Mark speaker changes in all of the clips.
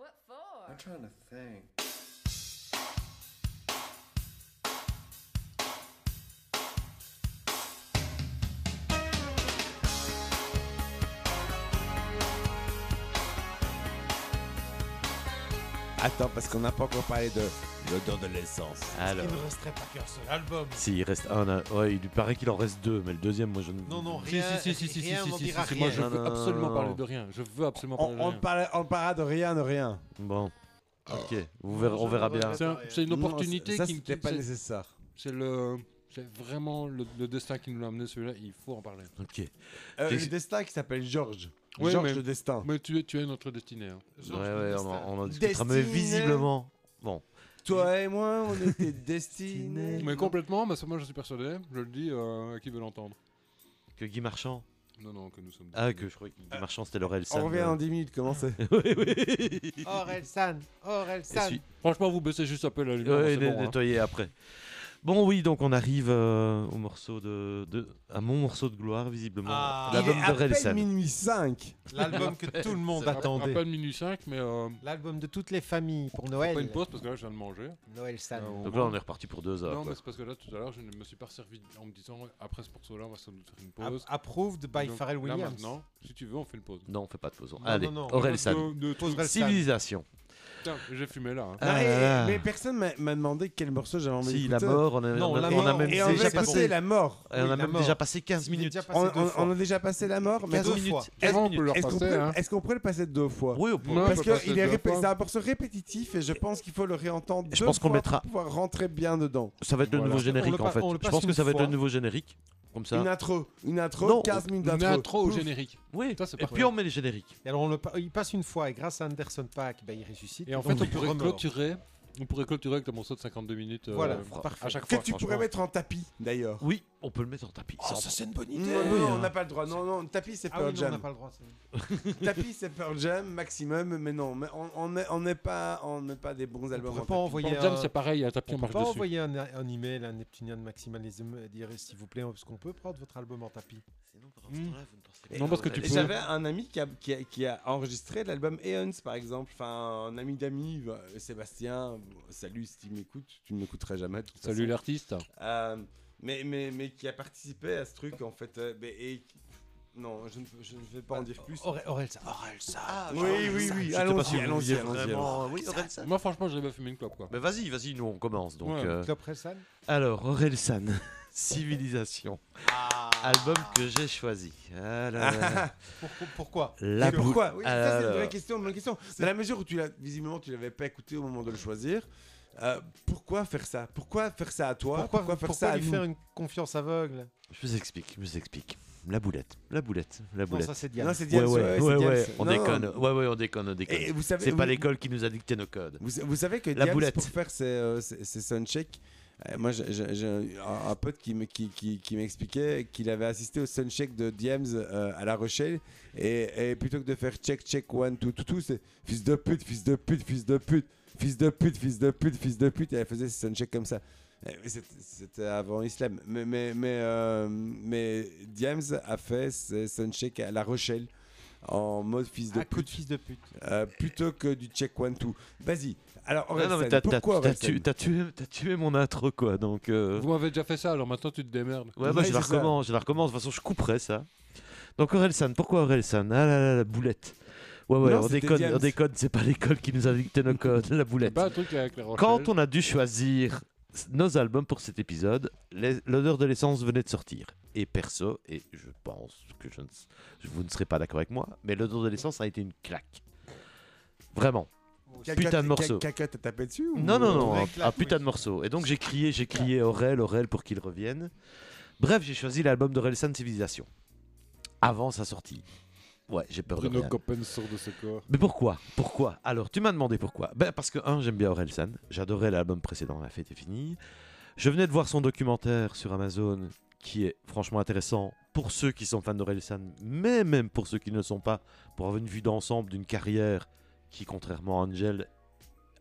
Speaker 1: are.
Speaker 2: I'm trying to think.
Speaker 3: Attends, parce qu'on n'a pas encore parlé de l'odeur de l'essence.
Speaker 4: Alors,
Speaker 5: Il ne resterait pas qu'un seul album.
Speaker 4: s'il reste un, un- ouais, il lui paraît qu'il en reste deux, mais le deuxième, moi je ne.
Speaker 5: Non, non,
Speaker 4: Si,
Speaker 5: rien.
Speaker 4: si, si, si, si,
Speaker 5: rien
Speaker 4: si,
Speaker 5: n'en
Speaker 4: si,
Speaker 5: dira
Speaker 4: si, si,
Speaker 5: rien.
Speaker 4: moi je
Speaker 3: Non,
Speaker 4: veux
Speaker 3: non, non,
Speaker 4: absolument
Speaker 3: non,
Speaker 4: parler
Speaker 3: non.
Speaker 4: de rien. Je veux absolument
Speaker 3: On,
Speaker 4: parler
Speaker 3: on
Speaker 4: de rien.
Speaker 3: parle- on parlera de rien, de rien.
Speaker 4: Bon. Ok, vous verrez- on verra bien. C'est un- C'est une
Speaker 3: Non,
Speaker 4: opportunité
Speaker 3: ça,
Speaker 4: qui me
Speaker 3: c'était pas
Speaker 4: c'est-
Speaker 3: nécessaire.
Speaker 4: C'est le. C'est vraiment le, le destin qui nous l'a amené celui-là, il faut en parler.
Speaker 3: Ok. Euh,
Speaker 4: Des-
Speaker 3: le destin qui s'appelle Georges.
Speaker 4: Oui,
Speaker 3: Georges
Speaker 4: mais-
Speaker 3: le destin.
Speaker 4: Mais tu es, tu es notre destiné. hein.
Speaker 5: Georges
Speaker 4: ouais,
Speaker 5: le
Speaker 4: ouais,
Speaker 5: destin.
Speaker 4: on, en- on en discutera. Mais
Speaker 3: Destiné.
Speaker 4: visiblement.
Speaker 3: Toi et moi, on était destinés.
Speaker 4: Mais complètement, mais ça, moi je suis persuadé, je le dis euh, à qui veut l'entendre.
Speaker 6: Que Guy Marchand
Speaker 4: Non, non, que nous sommes.
Speaker 6: Ah, que je croyais que Guy Marchand c'était Laurel San.
Speaker 3: on revient en 10 minutes, comment c'est
Speaker 6: oui, oui.
Speaker 5: Euh, Orelsan, Orelsan.
Speaker 6: Essuie-
Speaker 4: Franchement, vous baissez juste un peu la lumière.
Speaker 6: Ouais,
Speaker 4: c'est
Speaker 6: né-
Speaker 4: bon, hein.
Speaker 6: nettoyer après. Bon, oui, donc on arrive euh, au morceau de, de- à mon morceau de gloire, visiblement.
Speaker 5: Ah.
Speaker 3: Il
Speaker 6: L'album
Speaker 3: est
Speaker 6: de
Speaker 3: à
Speaker 6: Relsan.
Speaker 3: peine minuit 5.
Speaker 5: L'album que tout le monde
Speaker 4: À- À
Speaker 5: attendait.
Speaker 4: peine minus 5, mais euh,
Speaker 5: L'album de toutes les familles pour
Speaker 4: pas
Speaker 5: Noël.
Speaker 4: une pause parce que là je viens de manger.
Speaker 5: Noël San.
Speaker 4: Euh,
Speaker 6: Donc là, on est reparti pour deux heures.
Speaker 4: Non,
Speaker 6: quoi.
Speaker 4: mais c'est parce que là tout à l'heure je ne me suis pas servi en me disant après ce morceau-là on va sans doute faire une
Speaker 5: App-
Speaker 4: pause.
Speaker 5: Approved by
Speaker 4: Donc,
Speaker 5: Pharrell
Speaker 4: Là
Speaker 5: Williams.
Speaker 4: maintenant, si tu veux, on fait une pause.
Speaker 6: Non, on fait pas de pause.
Speaker 5: Non,
Speaker 6: Allez,
Speaker 5: non, non.
Speaker 6: Aurel San.
Speaker 4: De- de-
Speaker 5: Pause Relsan.
Speaker 6: Civilisation.
Speaker 4: Putain, j'ai fumé là. hein.
Speaker 6: Ah
Speaker 3: mais,
Speaker 6: là là.
Speaker 3: mais personne m'a m'a demandé quel morceau j'avais envie
Speaker 6: Si, la
Speaker 3: d'écouter.
Speaker 6: mort, on a,
Speaker 5: Non,
Speaker 6: on a-
Speaker 5: la
Speaker 6: on a
Speaker 5: mort.
Speaker 6: même
Speaker 3: Et on
Speaker 6: déjà
Speaker 3: veut écouter
Speaker 6: passé,
Speaker 3: la mort.
Speaker 6: et on
Speaker 5: Oui, la
Speaker 6: a même
Speaker 5: mort.
Speaker 6: déjà passé 15
Speaker 5: Il est
Speaker 6: minutes.
Speaker 5: déjà passé
Speaker 3: On,
Speaker 5: deux
Speaker 3: on-
Speaker 5: fois.
Speaker 3: on a déjà passé la mort, mais
Speaker 5: Quinze
Speaker 3: est-ce
Speaker 5: minutes.
Speaker 3: qu'on-
Speaker 4: Est-ce
Speaker 3: est-ce
Speaker 4: qu'on peut leur
Speaker 3: est-ce qu'on
Speaker 4: passer,
Speaker 3: peut,
Speaker 4: hein
Speaker 3: est-ce qu'on pourrait le passer deux fois
Speaker 6: Oui, on peut-
Speaker 4: Non, on
Speaker 3: Parce
Speaker 4: peut
Speaker 3: que
Speaker 4: passer
Speaker 3: il est
Speaker 4: deux
Speaker 3: répé-
Speaker 4: fois.
Speaker 3: c'est un morceau répétitif et je pense qu'il faut le réentendre
Speaker 6: Je
Speaker 3: deux
Speaker 6: pense qu'on
Speaker 3: fois
Speaker 6: mettra-
Speaker 3: pour pouvoir rentrer bien dedans.
Speaker 6: ça va être le
Speaker 4: Voilà.
Speaker 6: nouveau
Speaker 5: On
Speaker 6: générique
Speaker 5: le
Speaker 6: en
Speaker 5: pa-
Speaker 6: fait.
Speaker 5: on le
Speaker 6: Je
Speaker 5: passe
Speaker 6: pense que
Speaker 5: une
Speaker 6: ça va être le
Speaker 5: fois.
Speaker 6: nouveau générique. Comme ça.
Speaker 3: Une intro, une intro,
Speaker 6: Non,
Speaker 3: 15 minutes
Speaker 4: On est
Speaker 3: d'intro.
Speaker 4: à trop au
Speaker 3: Pouf.
Speaker 4: générique.
Speaker 6: Oui.
Speaker 4: Ça, c'est
Speaker 6: Et
Speaker 4: parfait.
Speaker 6: puis on met les génériques.
Speaker 5: Et Alors on le pa- il passe une fois et grâce à Anderson Paak, bah, il ressuscite.
Speaker 4: Et en fait,
Speaker 5: Donc,
Speaker 4: on
Speaker 5: il
Speaker 4: pourrait
Speaker 5: remord.
Speaker 4: clôturer. On pourrait clôturer avec un morceau de 52 minutes. euh,
Speaker 5: Voilà,
Speaker 6: fra-
Speaker 5: parfait.
Speaker 4: à chaque
Speaker 3: Que
Speaker 4: fois.
Speaker 3: tu
Speaker 4: franchement.
Speaker 3: pourrais mettre en tapis d'ailleurs.
Speaker 6: Oui, on peut le mettre en tapis.
Speaker 3: Oh,
Speaker 6: Ça,
Speaker 3: ça c'est une
Speaker 4: Mm,
Speaker 3: bonne
Speaker 5: idée.
Speaker 3: Non,
Speaker 5: Oui,
Speaker 3: non,
Speaker 5: hein.
Speaker 3: on n'a pas le droit. Non, non, tapis c'est
Speaker 5: Ah oui,
Speaker 3: Pearl
Speaker 5: non, on n'a
Speaker 3: Jam.
Speaker 5: pas le droit. c'est-
Speaker 3: Tapis c'est Pearl Jam maximum, mais non, mais on- on est- on n'est pas, on met pas des bons
Speaker 5: On
Speaker 3: albums. en
Speaker 5: pourrait pas
Speaker 3: tapis.
Speaker 4: Pour
Speaker 5: envoyer
Speaker 4: Jam,
Speaker 5: un-
Speaker 4: c'est pareil, un tapis,
Speaker 5: on
Speaker 4: on
Speaker 5: peut
Speaker 4: marche
Speaker 5: pas
Speaker 4: dessus.
Speaker 5: envoyer un, un email à un Neptunian Maximalism et dire s'il vous plaît, est-ce qu'on peut prendre votre album en tapis
Speaker 6: Hmm.
Speaker 3: Et
Speaker 4: Non, parce que
Speaker 3: on-
Speaker 4: tu
Speaker 3: et
Speaker 4: peux-
Speaker 3: J'avais un ami qui a, qui a- qui a enregistré l'album Eons, par exemple. Enfin, un ami d'ami, euh, Sébastien. Salut, si tu m'écoutes, tu ne m'écouteras jamais. de toute
Speaker 4: Salut
Speaker 3: façon.
Speaker 4: l'artiste.
Speaker 3: Euh, mais, mais, mais qui a participé à ce truc, en fait. euh, mais- et... Non, je ne, peux- je ne vais pas en dire
Speaker 6: Oh,
Speaker 3: plus.
Speaker 5: Aurel, Orelsan, Orelsan.
Speaker 3: oui, oui, oui, allons-y, allons-y, allons-y.
Speaker 6: Vraiment, oui, Aurel San.
Speaker 4: Moi, franchement, j'aurais pas fumé une clope, quoi.
Speaker 6: Mais vas-y, vas-y, nous on commence donc.
Speaker 4: Ouais.
Speaker 6: euh,
Speaker 5: Club Orelsan
Speaker 6: Alors, Aurel San, Civilisation.
Speaker 3: Ah.
Speaker 6: Album que j'ai choisi. Ah là là.
Speaker 5: Pourquoi- Pourquoi
Speaker 6: La
Speaker 3: Et
Speaker 6: boule.
Speaker 3: pourquoi Oui, ça, c'est une
Speaker 6: Alors.
Speaker 3: vraie question, une bonne question. Dans la mesure où tu l'as, visiblement, tu l'avais pas écouté au moment de le choisir, euh, pourquoi faire ça Pourquoi faire ça à toi
Speaker 5: Pourquoi,
Speaker 3: faire
Speaker 5: pourquoi
Speaker 3: ça à
Speaker 5: lui
Speaker 3: nous
Speaker 5: faire une confiance aveugle
Speaker 6: Je vous explique, je vous explique. La boulette, la boulette, la
Speaker 5: Non,
Speaker 6: boulette.
Speaker 5: ça c'est
Speaker 3: Non,
Speaker 5: Diane.
Speaker 3: c'est
Speaker 6: ouais,
Speaker 3: Diane, euh,
Speaker 6: ouais,
Speaker 3: c'est-
Speaker 6: ouais,
Speaker 3: c'est Diane,
Speaker 6: ouais,
Speaker 3: c'est-
Speaker 6: on
Speaker 3: non,
Speaker 6: déconne.
Speaker 3: non.
Speaker 6: Ouais, ouais, on déconne, on déconne.
Speaker 3: Et vous savez,
Speaker 6: C'est pas
Speaker 3: vous-
Speaker 6: l'école qui nous a dicté nos codes.
Speaker 3: Vous, vous savez que
Speaker 6: La
Speaker 3: Diams,
Speaker 6: boulette.
Speaker 3: pour faire ses, euh, ses- ses soundchecks, euh, moi j'ai- j'ai j'ai un, un pote qui, me- qui, qui, qui m'expliquait qu'il avait assisté au soundcheck de Diams euh, à La Rochelle et, et plutôt que de faire check, check, one, two, two, two, c'est fils de pute, fils de pute, fils de pute, fils de pute, fils de pute, fils de pute, et elle faisait ses soundchecks comme ça. Euh, mais c'était- C'était avant Islam. Mais, mais, mais, euh, mais Diams a fait ses soundchecks à La Rochelle en mode fils
Speaker 6: Ah,
Speaker 3: de
Speaker 5: Un coup
Speaker 3: pute.
Speaker 5: de fils de pute.
Speaker 3: Euh, plutôt que du check one two. Vas-y. Alors
Speaker 6: Ah non, mais
Speaker 3: Orelsan,
Speaker 6: t'as- t'as
Speaker 3: pourquoi
Speaker 6: t'as
Speaker 3: Orelsan
Speaker 6: tué, t'as tué- t'as tué mon intro quoi, donc. euh,
Speaker 4: Vous m'avez déjà fait ça, alors maintenant tu te démerdes.
Speaker 6: Ouais, bah,
Speaker 3: Ouais,
Speaker 6: je la
Speaker 3: c'est ça.
Speaker 6: recommence, je la recommence. De toute façon, je couperai ça. Donc, Orelsan, pourquoi Orelsan Ah là là, la boulette. Ouais, ouais,
Speaker 3: Non,
Speaker 6: on
Speaker 3: c'était
Speaker 6: déconne,
Speaker 3: Diams.
Speaker 6: on déconne, c'est pas l'école qui nous a dicté nos codes, la
Speaker 4: C'est
Speaker 6: boulette.
Speaker 4: pas un truc avec les
Speaker 6: Quand on a dû choisir nos albums pour cet épisode, les- l'odeur de l'essence venait de sortir. Et perso, et je pense que je ne, s- vous ne serez pas d'accord avec moi, mais l'odeur de l'essence a été une claque. Vraiment.
Speaker 3: Caca,
Speaker 6: Putain de
Speaker 3: t'as-
Speaker 6: morceau.
Speaker 3: Caca, t'as tapé dessus ou-
Speaker 6: Non, non, non,
Speaker 5: vraie
Speaker 6: un,
Speaker 5: claque,
Speaker 6: un putain
Speaker 5: oui.
Speaker 6: de morceau. Et donc j'ai crié, j'ai crié Aurel, Aurel pour qu'il revienne. Bref, j'ai choisi l'album d'Orelsan Civilisation. Avant sa sortie. Ouais, j'ai peur de
Speaker 4: Bruno
Speaker 6: rien.
Speaker 4: Coppen sort de ce corps.
Speaker 6: Mais pourquoi Pourquoi Alors, tu m'as demandé pourquoi. Ben, parce que, un, j'aime bien Orelsan. J'adorais l'album précédent, La fête est finie. Je venais de voir son documentaire sur Amazon, qui est franchement intéressant pour ceux qui sont fans d'Orelsan, mais même pour ceux qui ne le sont pas, pour avoir une vue d'ensemble d'une carrière qui, contrairement à Angel,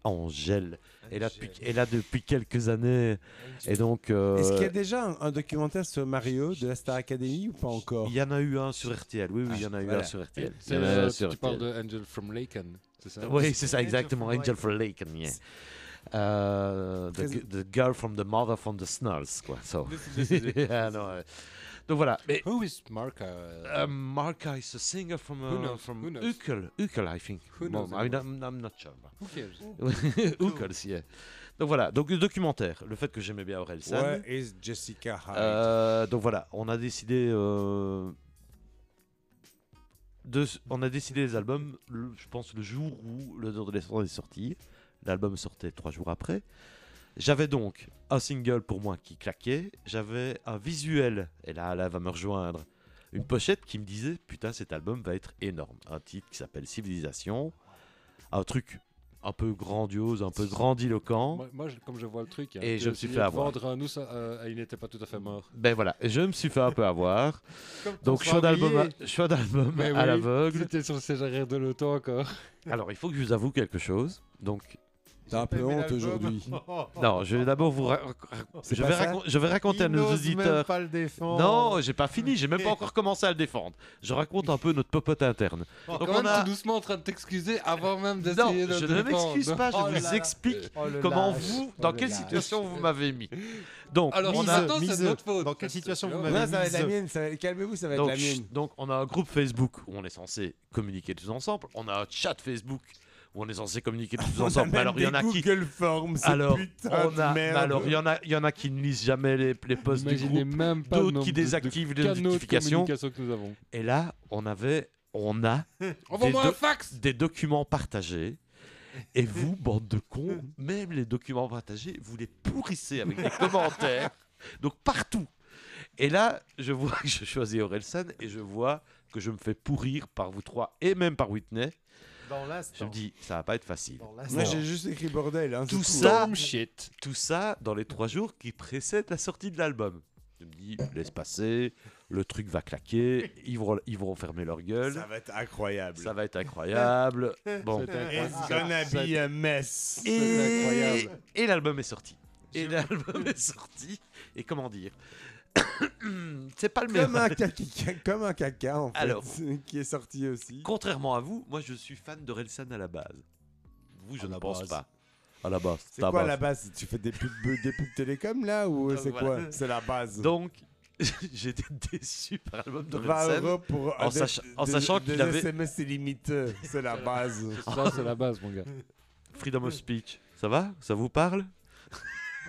Speaker 6: Angèle. Et là, depuis, et là depuis quelques années. Et donc. euh,
Speaker 3: Est-ce qu'il y a déjà un, un documentaire sur Mario de la Star Academy ou pas encore
Speaker 6: il y en a eu un sur RTL. Oui, oui, il y en a eu
Speaker 3: Ah, voilà.
Speaker 6: un sur RTL. Il
Speaker 4: C'est,
Speaker 6: y en a
Speaker 4: euh,
Speaker 6: un
Speaker 4: tu
Speaker 6: sur
Speaker 4: tu
Speaker 6: RTL.
Speaker 4: parles de Angel from Laken, c'est ça
Speaker 6: Oui, c'est ça,
Speaker 5: Angel
Speaker 6: exactement.
Speaker 5: from
Speaker 6: Angel for Lake. and yeah. Euh, the,
Speaker 3: Très-
Speaker 6: gu- the girl from the mother from the snarls, quoi. So.
Speaker 4: This is- this is it.
Speaker 6: Ah, non, ouais. Donc voilà. Mais,
Speaker 4: Who is Mark uh,
Speaker 6: uh, Marka is a singer from, uh,
Speaker 4: Who knows?
Speaker 6: from
Speaker 4: Who knows?
Speaker 6: Ukel. Ukel, I think.
Speaker 4: Who
Speaker 6: Bon,
Speaker 4: knows
Speaker 6: I mean,
Speaker 4: anymore?
Speaker 6: I'm, I'm not sure. but-
Speaker 4: Who cares
Speaker 6: Ukel, si. yeah. Donc voilà, donc le documentaire, le fait que j'aimais bien Aurel San.
Speaker 3: Where is Jessica Hyde
Speaker 6: Euh, donc voilà, on a décidé. euh, de, on a décidé les albums, le- je pense, le jour où Le Dehors de l'Esclandre est sorti. L'album sortait trois jours après. J'avais donc un single pour moi qui claquait. J'avais un visuel, et là, là va me rejoindre. Une pochette qui me disait Putain, cet album va être énorme. Un titre qui s'appelle Civilisation. Un truc un peu grandiose, un peu grandiloquent.
Speaker 4: Moi, moi, je- comme je vois le truc, hein,
Speaker 6: Et
Speaker 4: que
Speaker 6: je me suis
Speaker 4: s'il
Speaker 6: fait avoir.
Speaker 4: Vendre un nous, euh, il n'était pas tout à fait mort.
Speaker 6: Ben voilà, je me suis fait un peu avoir.
Speaker 4: Comme
Speaker 6: Donc
Speaker 4: François
Speaker 6: choix d'album, hein.
Speaker 4: Ouillet.
Speaker 6: à- choix d'album
Speaker 4: Mais
Speaker 6: à
Speaker 4: oui,
Speaker 6: l'aveugle.
Speaker 4: C'était sur le CGR de l'OTAN encore.
Speaker 6: Alors il faut que je vous avoue quelque chose. Donc
Speaker 3: T'as un peu honte aujourd'hui.
Speaker 5: Oh,
Speaker 6: non, je vais d'abord vous ra- ra-
Speaker 3: C'est
Speaker 6: je
Speaker 3: pas
Speaker 6: vais,
Speaker 3: ça
Speaker 6: racon- je vais raconter à nos auditeurs.
Speaker 5: pas le défendre.
Speaker 6: Non, j'ai pas fini, j'ai même pas encore commencé à le défendre. Je raconte un peu notre popote interne.
Speaker 5: Oh,
Speaker 6: Donc
Speaker 4: Quand
Speaker 6: on
Speaker 4: même,
Speaker 6: a
Speaker 4: tout doucement en train de t'excuser avant même
Speaker 6: non,
Speaker 4: d'essayer de
Speaker 6: je
Speaker 4: te
Speaker 6: ne
Speaker 4: défendre.
Speaker 6: m'excuse pas, je
Speaker 5: Oh là Euh,
Speaker 6: vous
Speaker 5: là.
Speaker 6: explique euh, comment vous,
Speaker 5: Oh,
Speaker 6: dans quelle situation vous m'avez mis. Donc
Speaker 4: Alors,
Speaker 6: on
Speaker 4: mise-
Speaker 6: a
Speaker 4: maintenant, c'est
Speaker 5: miseux.
Speaker 4: notre faute.
Speaker 5: Dans quelle
Speaker 4: Parce que,
Speaker 5: situation
Speaker 4: tu
Speaker 5: vous
Speaker 4: vois,
Speaker 3: Non,
Speaker 5: m'avez
Speaker 3: ça va être la
Speaker 5: mise
Speaker 3: mienne. ça va- Calmez-vous, ça va être
Speaker 6: Donc,
Speaker 3: la
Speaker 6: chut,
Speaker 3: mienne.
Speaker 6: donc, on a un groupe Facebook où on est censé communiquer tous ensemble. On a un chat Facebook où on est censé communiquer tous
Speaker 3: On a
Speaker 6: ensemble. Mais
Speaker 3: même
Speaker 6: alors il y en
Speaker 3: des
Speaker 6: a qui
Speaker 3: Google Forms, ce
Speaker 6: alors
Speaker 3: putain
Speaker 6: on
Speaker 3: de
Speaker 6: a mais
Speaker 3: merde.
Speaker 6: alors il y en a il y en a qui ne lisent jamais les, les posts du
Speaker 4: Imaginez
Speaker 6: groupe.
Speaker 4: même pas le
Speaker 6: D'autres
Speaker 4: nombre
Speaker 6: qui
Speaker 4: de- de
Speaker 6: désactivent les
Speaker 4: canaux de
Speaker 6: notifications.
Speaker 4: communication que nous avons.
Speaker 6: Et là, on avait on a
Speaker 4: Envoie-moi
Speaker 6: deux-
Speaker 4: un fax
Speaker 6: des documents partagés. Et vous, bande de cons, même les documents partagés, vous les pourrissez avec des commentaires. Donc partout. Et là, je vois que je choisis Orelsan et je vois que je me fais pourrir par vous trois et même par Whitney.
Speaker 5: Dans
Speaker 6: Je
Speaker 5: l'instant.
Speaker 6: me dis, ça va pas être facile.
Speaker 5: Dans
Speaker 3: Moi,
Speaker 5: l'instant.
Speaker 3: j'ai juste écrit bordel. Hein, c'est
Speaker 6: Tout
Speaker 3: tout.
Speaker 6: ça,
Speaker 4: Dumb shit.
Speaker 6: tout ça dans les trois jours qui précèdent la sortie de l'album. Je me dis, laisse passer, le truc va claquer, ils vont, ils vont fermer leur gueule,
Speaker 3: Ça va être incroyable.
Speaker 6: ça va être incroyable. Bon.
Speaker 4: C'est incroyable.
Speaker 3: It's gonna be a mess.
Speaker 6: Et,
Speaker 4: incroyable.
Speaker 6: et l'album est sorti. Et l'album est sorti. Et comment dire C'est pas le meilleur.
Speaker 3: Comme un caca, comme un caca en fait,
Speaker 6: Alors.
Speaker 3: qui est sorti aussi.
Speaker 6: Contrairement à vous, moi je suis fan de Relsan à la base. Vous, je
Speaker 5: À
Speaker 6: ne
Speaker 5: la
Speaker 6: pense
Speaker 5: base.
Speaker 6: pas. À la base.
Speaker 3: C'est
Speaker 6: ta
Speaker 3: quoi
Speaker 6: base.
Speaker 3: la base Tu fais des pubs, euh, des pubs télécom là ou
Speaker 6: Euh,
Speaker 3: c'est
Speaker 6: voilà.
Speaker 3: quoi C'est la base.
Speaker 6: Donc, j'étais déçu par l'album de
Speaker 3: 20
Speaker 6: Relsan.
Speaker 3: euros pour
Speaker 6: en
Speaker 3: des-
Speaker 6: sach- en
Speaker 3: des-
Speaker 6: sachant qu'il
Speaker 3: des
Speaker 6: avait-
Speaker 3: SMS illimités, c'est la base.
Speaker 4: Ça, c'est la base, mon gars.
Speaker 6: Freedom of speech. Ça va Ça vous parle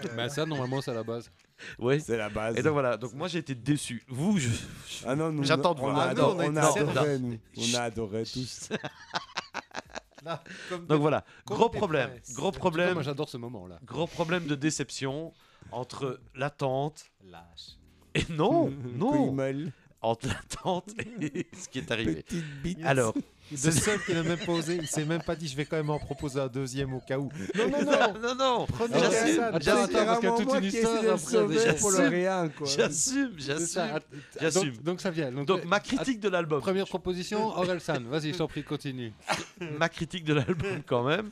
Speaker 4: Mais Bah, ça, normalement, c'est la base.
Speaker 6: Oui.
Speaker 3: C'est la base.
Speaker 6: Et donc voilà, donc moi j'ai été déçu. Vous, je...
Speaker 3: Ah non, nous,
Speaker 6: J'attends de
Speaker 3: on,
Speaker 6: voir.
Speaker 3: a
Speaker 6: Ah
Speaker 3: adoré-
Speaker 6: non, on
Speaker 3: on
Speaker 6: a
Speaker 3: a
Speaker 6: été-
Speaker 3: adoré, nous. On
Speaker 6: Chut.
Speaker 3: a adoré tous.
Speaker 6: donc voilà, gros
Speaker 5: Comme des
Speaker 6: problème,
Speaker 5: princes.
Speaker 6: gros
Speaker 4: Putain,
Speaker 6: problème,
Speaker 4: Moi, j'adore ce moment-là.
Speaker 6: gros problème de déception entre l'attente
Speaker 5: Lâche.
Speaker 6: et Oh, non,
Speaker 3: Couille
Speaker 6: non,
Speaker 3: molle,
Speaker 6: entre l'attente et ce qui est arrivé.
Speaker 3: petite bite.
Speaker 6: Alors,
Speaker 5: C'est le seul qui n'a même pas osé. Il s'est même pas dit je vais quand même en proposer un deuxième au cas où.
Speaker 3: non, non, non.
Speaker 6: non, non,
Speaker 5: Prenez
Speaker 3: J'assume,
Speaker 5: Orelsan.
Speaker 4: j'assume.
Speaker 3: C'est
Speaker 4: Attends, attends, parce qu'il y a
Speaker 3: carrément
Speaker 4: toute
Speaker 3: moi
Speaker 4: une
Speaker 3: qui ai
Speaker 4: histoire
Speaker 3: essayé de
Speaker 4: après,
Speaker 3: sauver
Speaker 4: déjà.
Speaker 3: pour le
Speaker 6: J'assume.
Speaker 3: rien, quoi.
Speaker 6: j'assume,
Speaker 4: C'est ça,
Speaker 6: j'assume.
Speaker 4: att-
Speaker 6: J'assume.
Speaker 4: Donc, donc ça vient. Donc,
Speaker 6: Donc ma
Speaker 4: att-
Speaker 6: critique de l'album,
Speaker 4: Première proposition, Orelsan. Vas-y, je t'en prie, continue.
Speaker 6: ma critique de l'album quand même.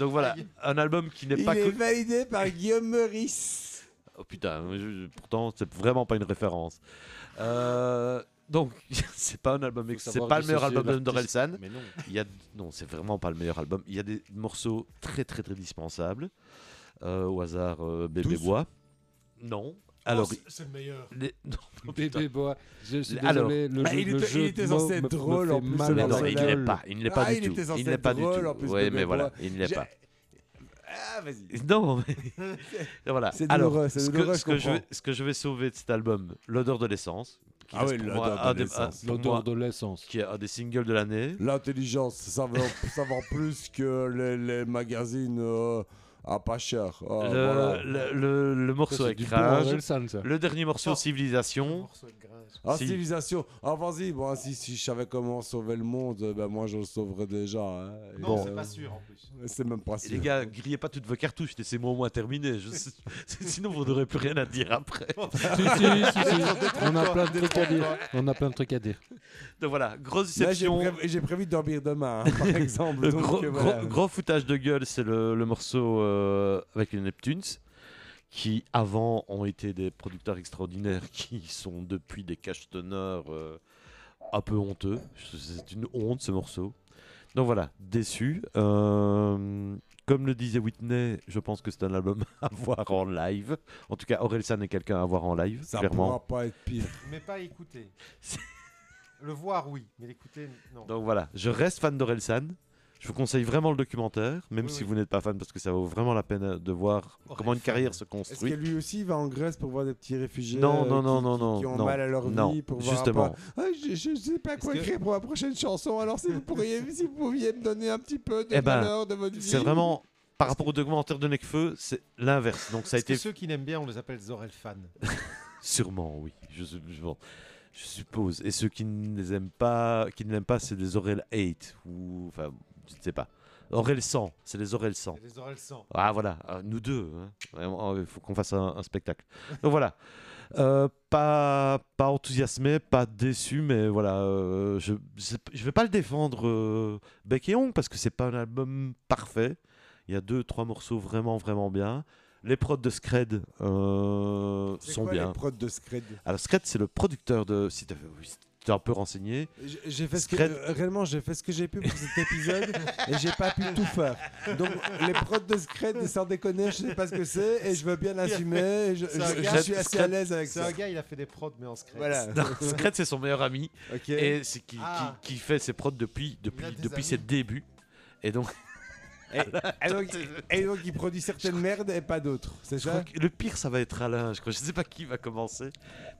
Speaker 6: Donc voilà, un album qui n'est
Speaker 3: Il
Speaker 6: pas
Speaker 3: est
Speaker 6: cool.
Speaker 3: validé par Guillaume Meurice.
Speaker 6: Oh putain, je- je- pourtant c'est vraiment pas une référence. Euh, donc c'est pas un album, ex-
Speaker 4: Faut
Speaker 6: c'est
Speaker 4: savoir
Speaker 6: pas le meilleur
Speaker 4: dissocier
Speaker 6: album de
Speaker 4: l'artiste.
Speaker 6: Relsan.
Speaker 4: Mais non.
Speaker 6: Il y a non, c'est vraiment pas le meilleur album. Il y a des morceaux très très très dispensables. Euh, au hasard, euh, Bébé
Speaker 3: Tous
Speaker 6: Bois. Non. Alors,
Speaker 5: c'est le meilleur.
Speaker 6: les- non, non, putain.
Speaker 4: Bébé bois. Je suis
Speaker 6: Alors,
Speaker 4: désolé, le
Speaker 3: bah,
Speaker 4: jeu-
Speaker 3: il
Speaker 4: le
Speaker 3: était-
Speaker 4: jeu
Speaker 3: il
Speaker 4: de
Speaker 3: était
Speaker 4: mots
Speaker 3: censé
Speaker 4: me-
Speaker 3: être
Speaker 4: me
Speaker 3: drôle
Speaker 4: fait
Speaker 3: en
Speaker 4: plus
Speaker 3: plus
Speaker 4: de
Speaker 3: de
Speaker 6: Mais
Speaker 3: la
Speaker 4: la
Speaker 6: non,
Speaker 4: peine.
Speaker 6: il l'est pas. Il ne l'est pas
Speaker 3: Ah,
Speaker 6: du
Speaker 3: il
Speaker 6: tout.
Speaker 3: était censé
Speaker 6: Il ne l'est
Speaker 3: être
Speaker 6: pas du
Speaker 3: drôle, en
Speaker 6: tout.
Speaker 3: plus,
Speaker 6: Oui,
Speaker 3: Bébé
Speaker 6: mais voilà,
Speaker 3: Bois.
Speaker 6: il ne l'est
Speaker 3: J'ai-
Speaker 6: pas.
Speaker 3: Ah, vas-y.
Speaker 6: Non, mais... voilà.
Speaker 3: C'est
Speaker 6: Alors,
Speaker 3: douloureux, c'est
Speaker 6: ce que,
Speaker 3: douloureux,
Speaker 6: ce,
Speaker 3: je
Speaker 6: que je
Speaker 3: comprends.
Speaker 6: vais, ce que je vais sauver de cet album, L'odeur de l'essence. qui
Speaker 3: Ah
Speaker 6: reste
Speaker 3: oui,
Speaker 6: pour
Speaker 3: L'odeur
Speaker 6: moi
Speaker 3: de
Speaker 6: un des-
Speaker 3: l'essence.
Speaker 6: un- pour moi,
Speaker 4: L'odeur de l'essence.
Speaker 6: Qui est un des singles de l'année.
Speaker 3: L'intelligence, ça vend, ça vend plus que les, les magazines euh, Ah, pas cher. Ah,
Speaker 6: le,
Speaker 3: voilà.
Speaker 6: le- le- le
Speaker 4: Ça,
Speaker 6: morceau
Speaker 4: c'est
Speaker 6: avec
Speaker 4: du
Speaker 6: Rage.
Speaker 4: bon Orelsan, ça.
Speaker 6: Le dernier morceau,
Speaker 5: Oh.
Speaker 6: Civilisation.
Speaker 5: Morceau de gringe.
Speaker 3: Ah,
Speaker 6: Si.
Speaker 3: civilisation. Ah, vas-y. Bon, si, si je savais comment sauver le monde, ben moi, je le sauverais déjà. hein. Et,
Speaker 6: Bon.
Speaker 3: euh,
Speaker 5: sûr en plus.
Speaker 3: C'est même pas
Speaker 6: Et
Speaker 3: sûr.
Speaker 6: les gars, grillez pas toutes vos cartouches, laissez-moi au moins terminer. Je- Sinon, vous n'aurez plus rien à dire après.
Speaker 4: Si, si, si, si. On a plein de trucs à dire. On a plein de trucs à dire.
Speaker 6: Donc voilà, grosse
Speaker 3: Là, j'ai
Speaker 6: déception.
Speaker 3: prévu- j'ai prévu de dormir demain, hein, par exemple.
Speaker 6: Le
Speaker 3: donc,
Speaker 6: gros,
Speaker 3: euh,
Speaker 6: gros-
Speaker 3: voilà.
Speaker 6: gros foutage de gueule, c'est le, le morceau euh, avec les Neptunes, qui avant ont été des producteurs extraordinaires, qui sont depuis des cachetonneurs euh, un peu honteux. C'est une honte ce morceau. Donc voilà, déçu. Euh, comme le disait Whitney, je pense que c'est un album à voir en live. En tout cas, Orelsan est quelqu'un à voir en live,
Speaker 3: Ça
Speaker 6: clairement.
Speaker 3: pourra pas être pire.
Speaker 5: Mais pas écouter.
Speaker 6: C'est-
Speaker 5: Le voir, oui, mais l'écouter, non.
Speaker 6: Donc voilà, je reste fan d'Orelsan. Je vous conseille vraiment le documentaire, même
Speaker 5: Oui,
Speaker 6: si
Speaker 5: oui.
Speaker 6: vous n'êtes pas fan, parce que ça vaut vraiment la peine euh, de voir comment une
Speaker 5: Orelsan.
Speaker 6: carrière se
Speaker 3: Est-ce
Speaker 6: construit.
Speaker 3: que lui aussi il va en Grèce pour voir des petits réfugiés
Speaker 6: Non,
Speaker 3: euh,
Speaker 6: non,
Speaker 3: qui-
Speaker 6: non,
Speaker 3: qui-
Speaker 6: non, non,
Speaker 3: qui ont
Speaker 6: non,
Speaker 3: mal à leur
Speaker 6: non,
Speaker 3: vie pour voir
Speaker 6: justement.
Speaker 3: un peu- Ah, je, je sais pas quoi
Speaker 5: Est-ce que-
Speaker 3: écrire pour la prochaine chanson. Alors si vous pourriez, si vous pouviez me donner un petit peu de
Speaker 6: Eh ben,
Speaker 3: valeur de votre vie.
Speaker 6: C'est vraiment par rapport au documentaire de Necfeu, c'est l'inverse. Donc ça a
Speaker 5: Parce
Speaker 6: été
Speaker 5: que ceux qui l'aiment bien, on les appelle Zorel fans.
Speaker 6: sûrement oui, je, su- je- bon, je suppose. Et ceux qui ne les aiment pas, qui ne l'aiment pas, c'est des Orel 8 ou enfin, je ne sais pas. Orel 100, c'est les Orel 100.
Speaker 5: C'est les Zorel sans.
Speaker 6: Ah voilà, euh, nous deux. hein. Vraiment, Il faut qu'on fasse un, un spectacle. Donc voilà. Euh, pas, pas enthousiasmé, pas déçu, mais voilà, euh, je ne vais pas le défendre euh, bec et ongle parce que c'est pas un album parfait. Il y a deux, trois morceaux vraiment, vraiment bien. Les prods de Scred euh,
Speaker 3: C'est
Speaker 6: sont
Speaker 3: quoi
Speaker 6: bien.
Speaker 3: Les prods de Scred.
Speaker 6: Alors Scred, c'est le producteur de... Si t'as- oui, si t'es un peu renseigné,
Speaker 3: J- J'ai fait ce que,
Speaker 6: Scred.
Speaker 3: euh, réellement j'ai fait ce que j'ai pu pour cet épisode et j'ai pas pu tout faire. Donc les prods de Scred, sans déconner, je sais pas ce que c'est et je veux bien l'assumer. et Je,
Speaker 5: C'est un
Speaker 3: je- je
Speaker 5: gars-
Speaker 3: suis assez
Speaker 6: Scred-
Speaker 3: à l'aise avec
Speaker 5: C'est
Speaker 3: ça.
Speaker 5: un gars, il a fait des prods, mais en scratch.
Speaker 3: Voilà.
Speaker 6: Non, Scred, c'est son meilleur ami.
Speaker 3: Ok.
Speaker 6: et c'est qui, qui-
Speaker 5: Ah.
Speaker 6: qui fait ses prods depuis depuis
Speaker 5: a des
Speaker 6: depuis
Speaker 5: amis.
Speaker 6: ses débuts et donc
Speaker 3: Et donc, et donc, il produit certaines merdes et pas d'autres. C'est
Speaker 6: je crois
Speaker 3: ça.
Speaker 6: que le pire ça va être Alain je crois je sais pas qui va commencer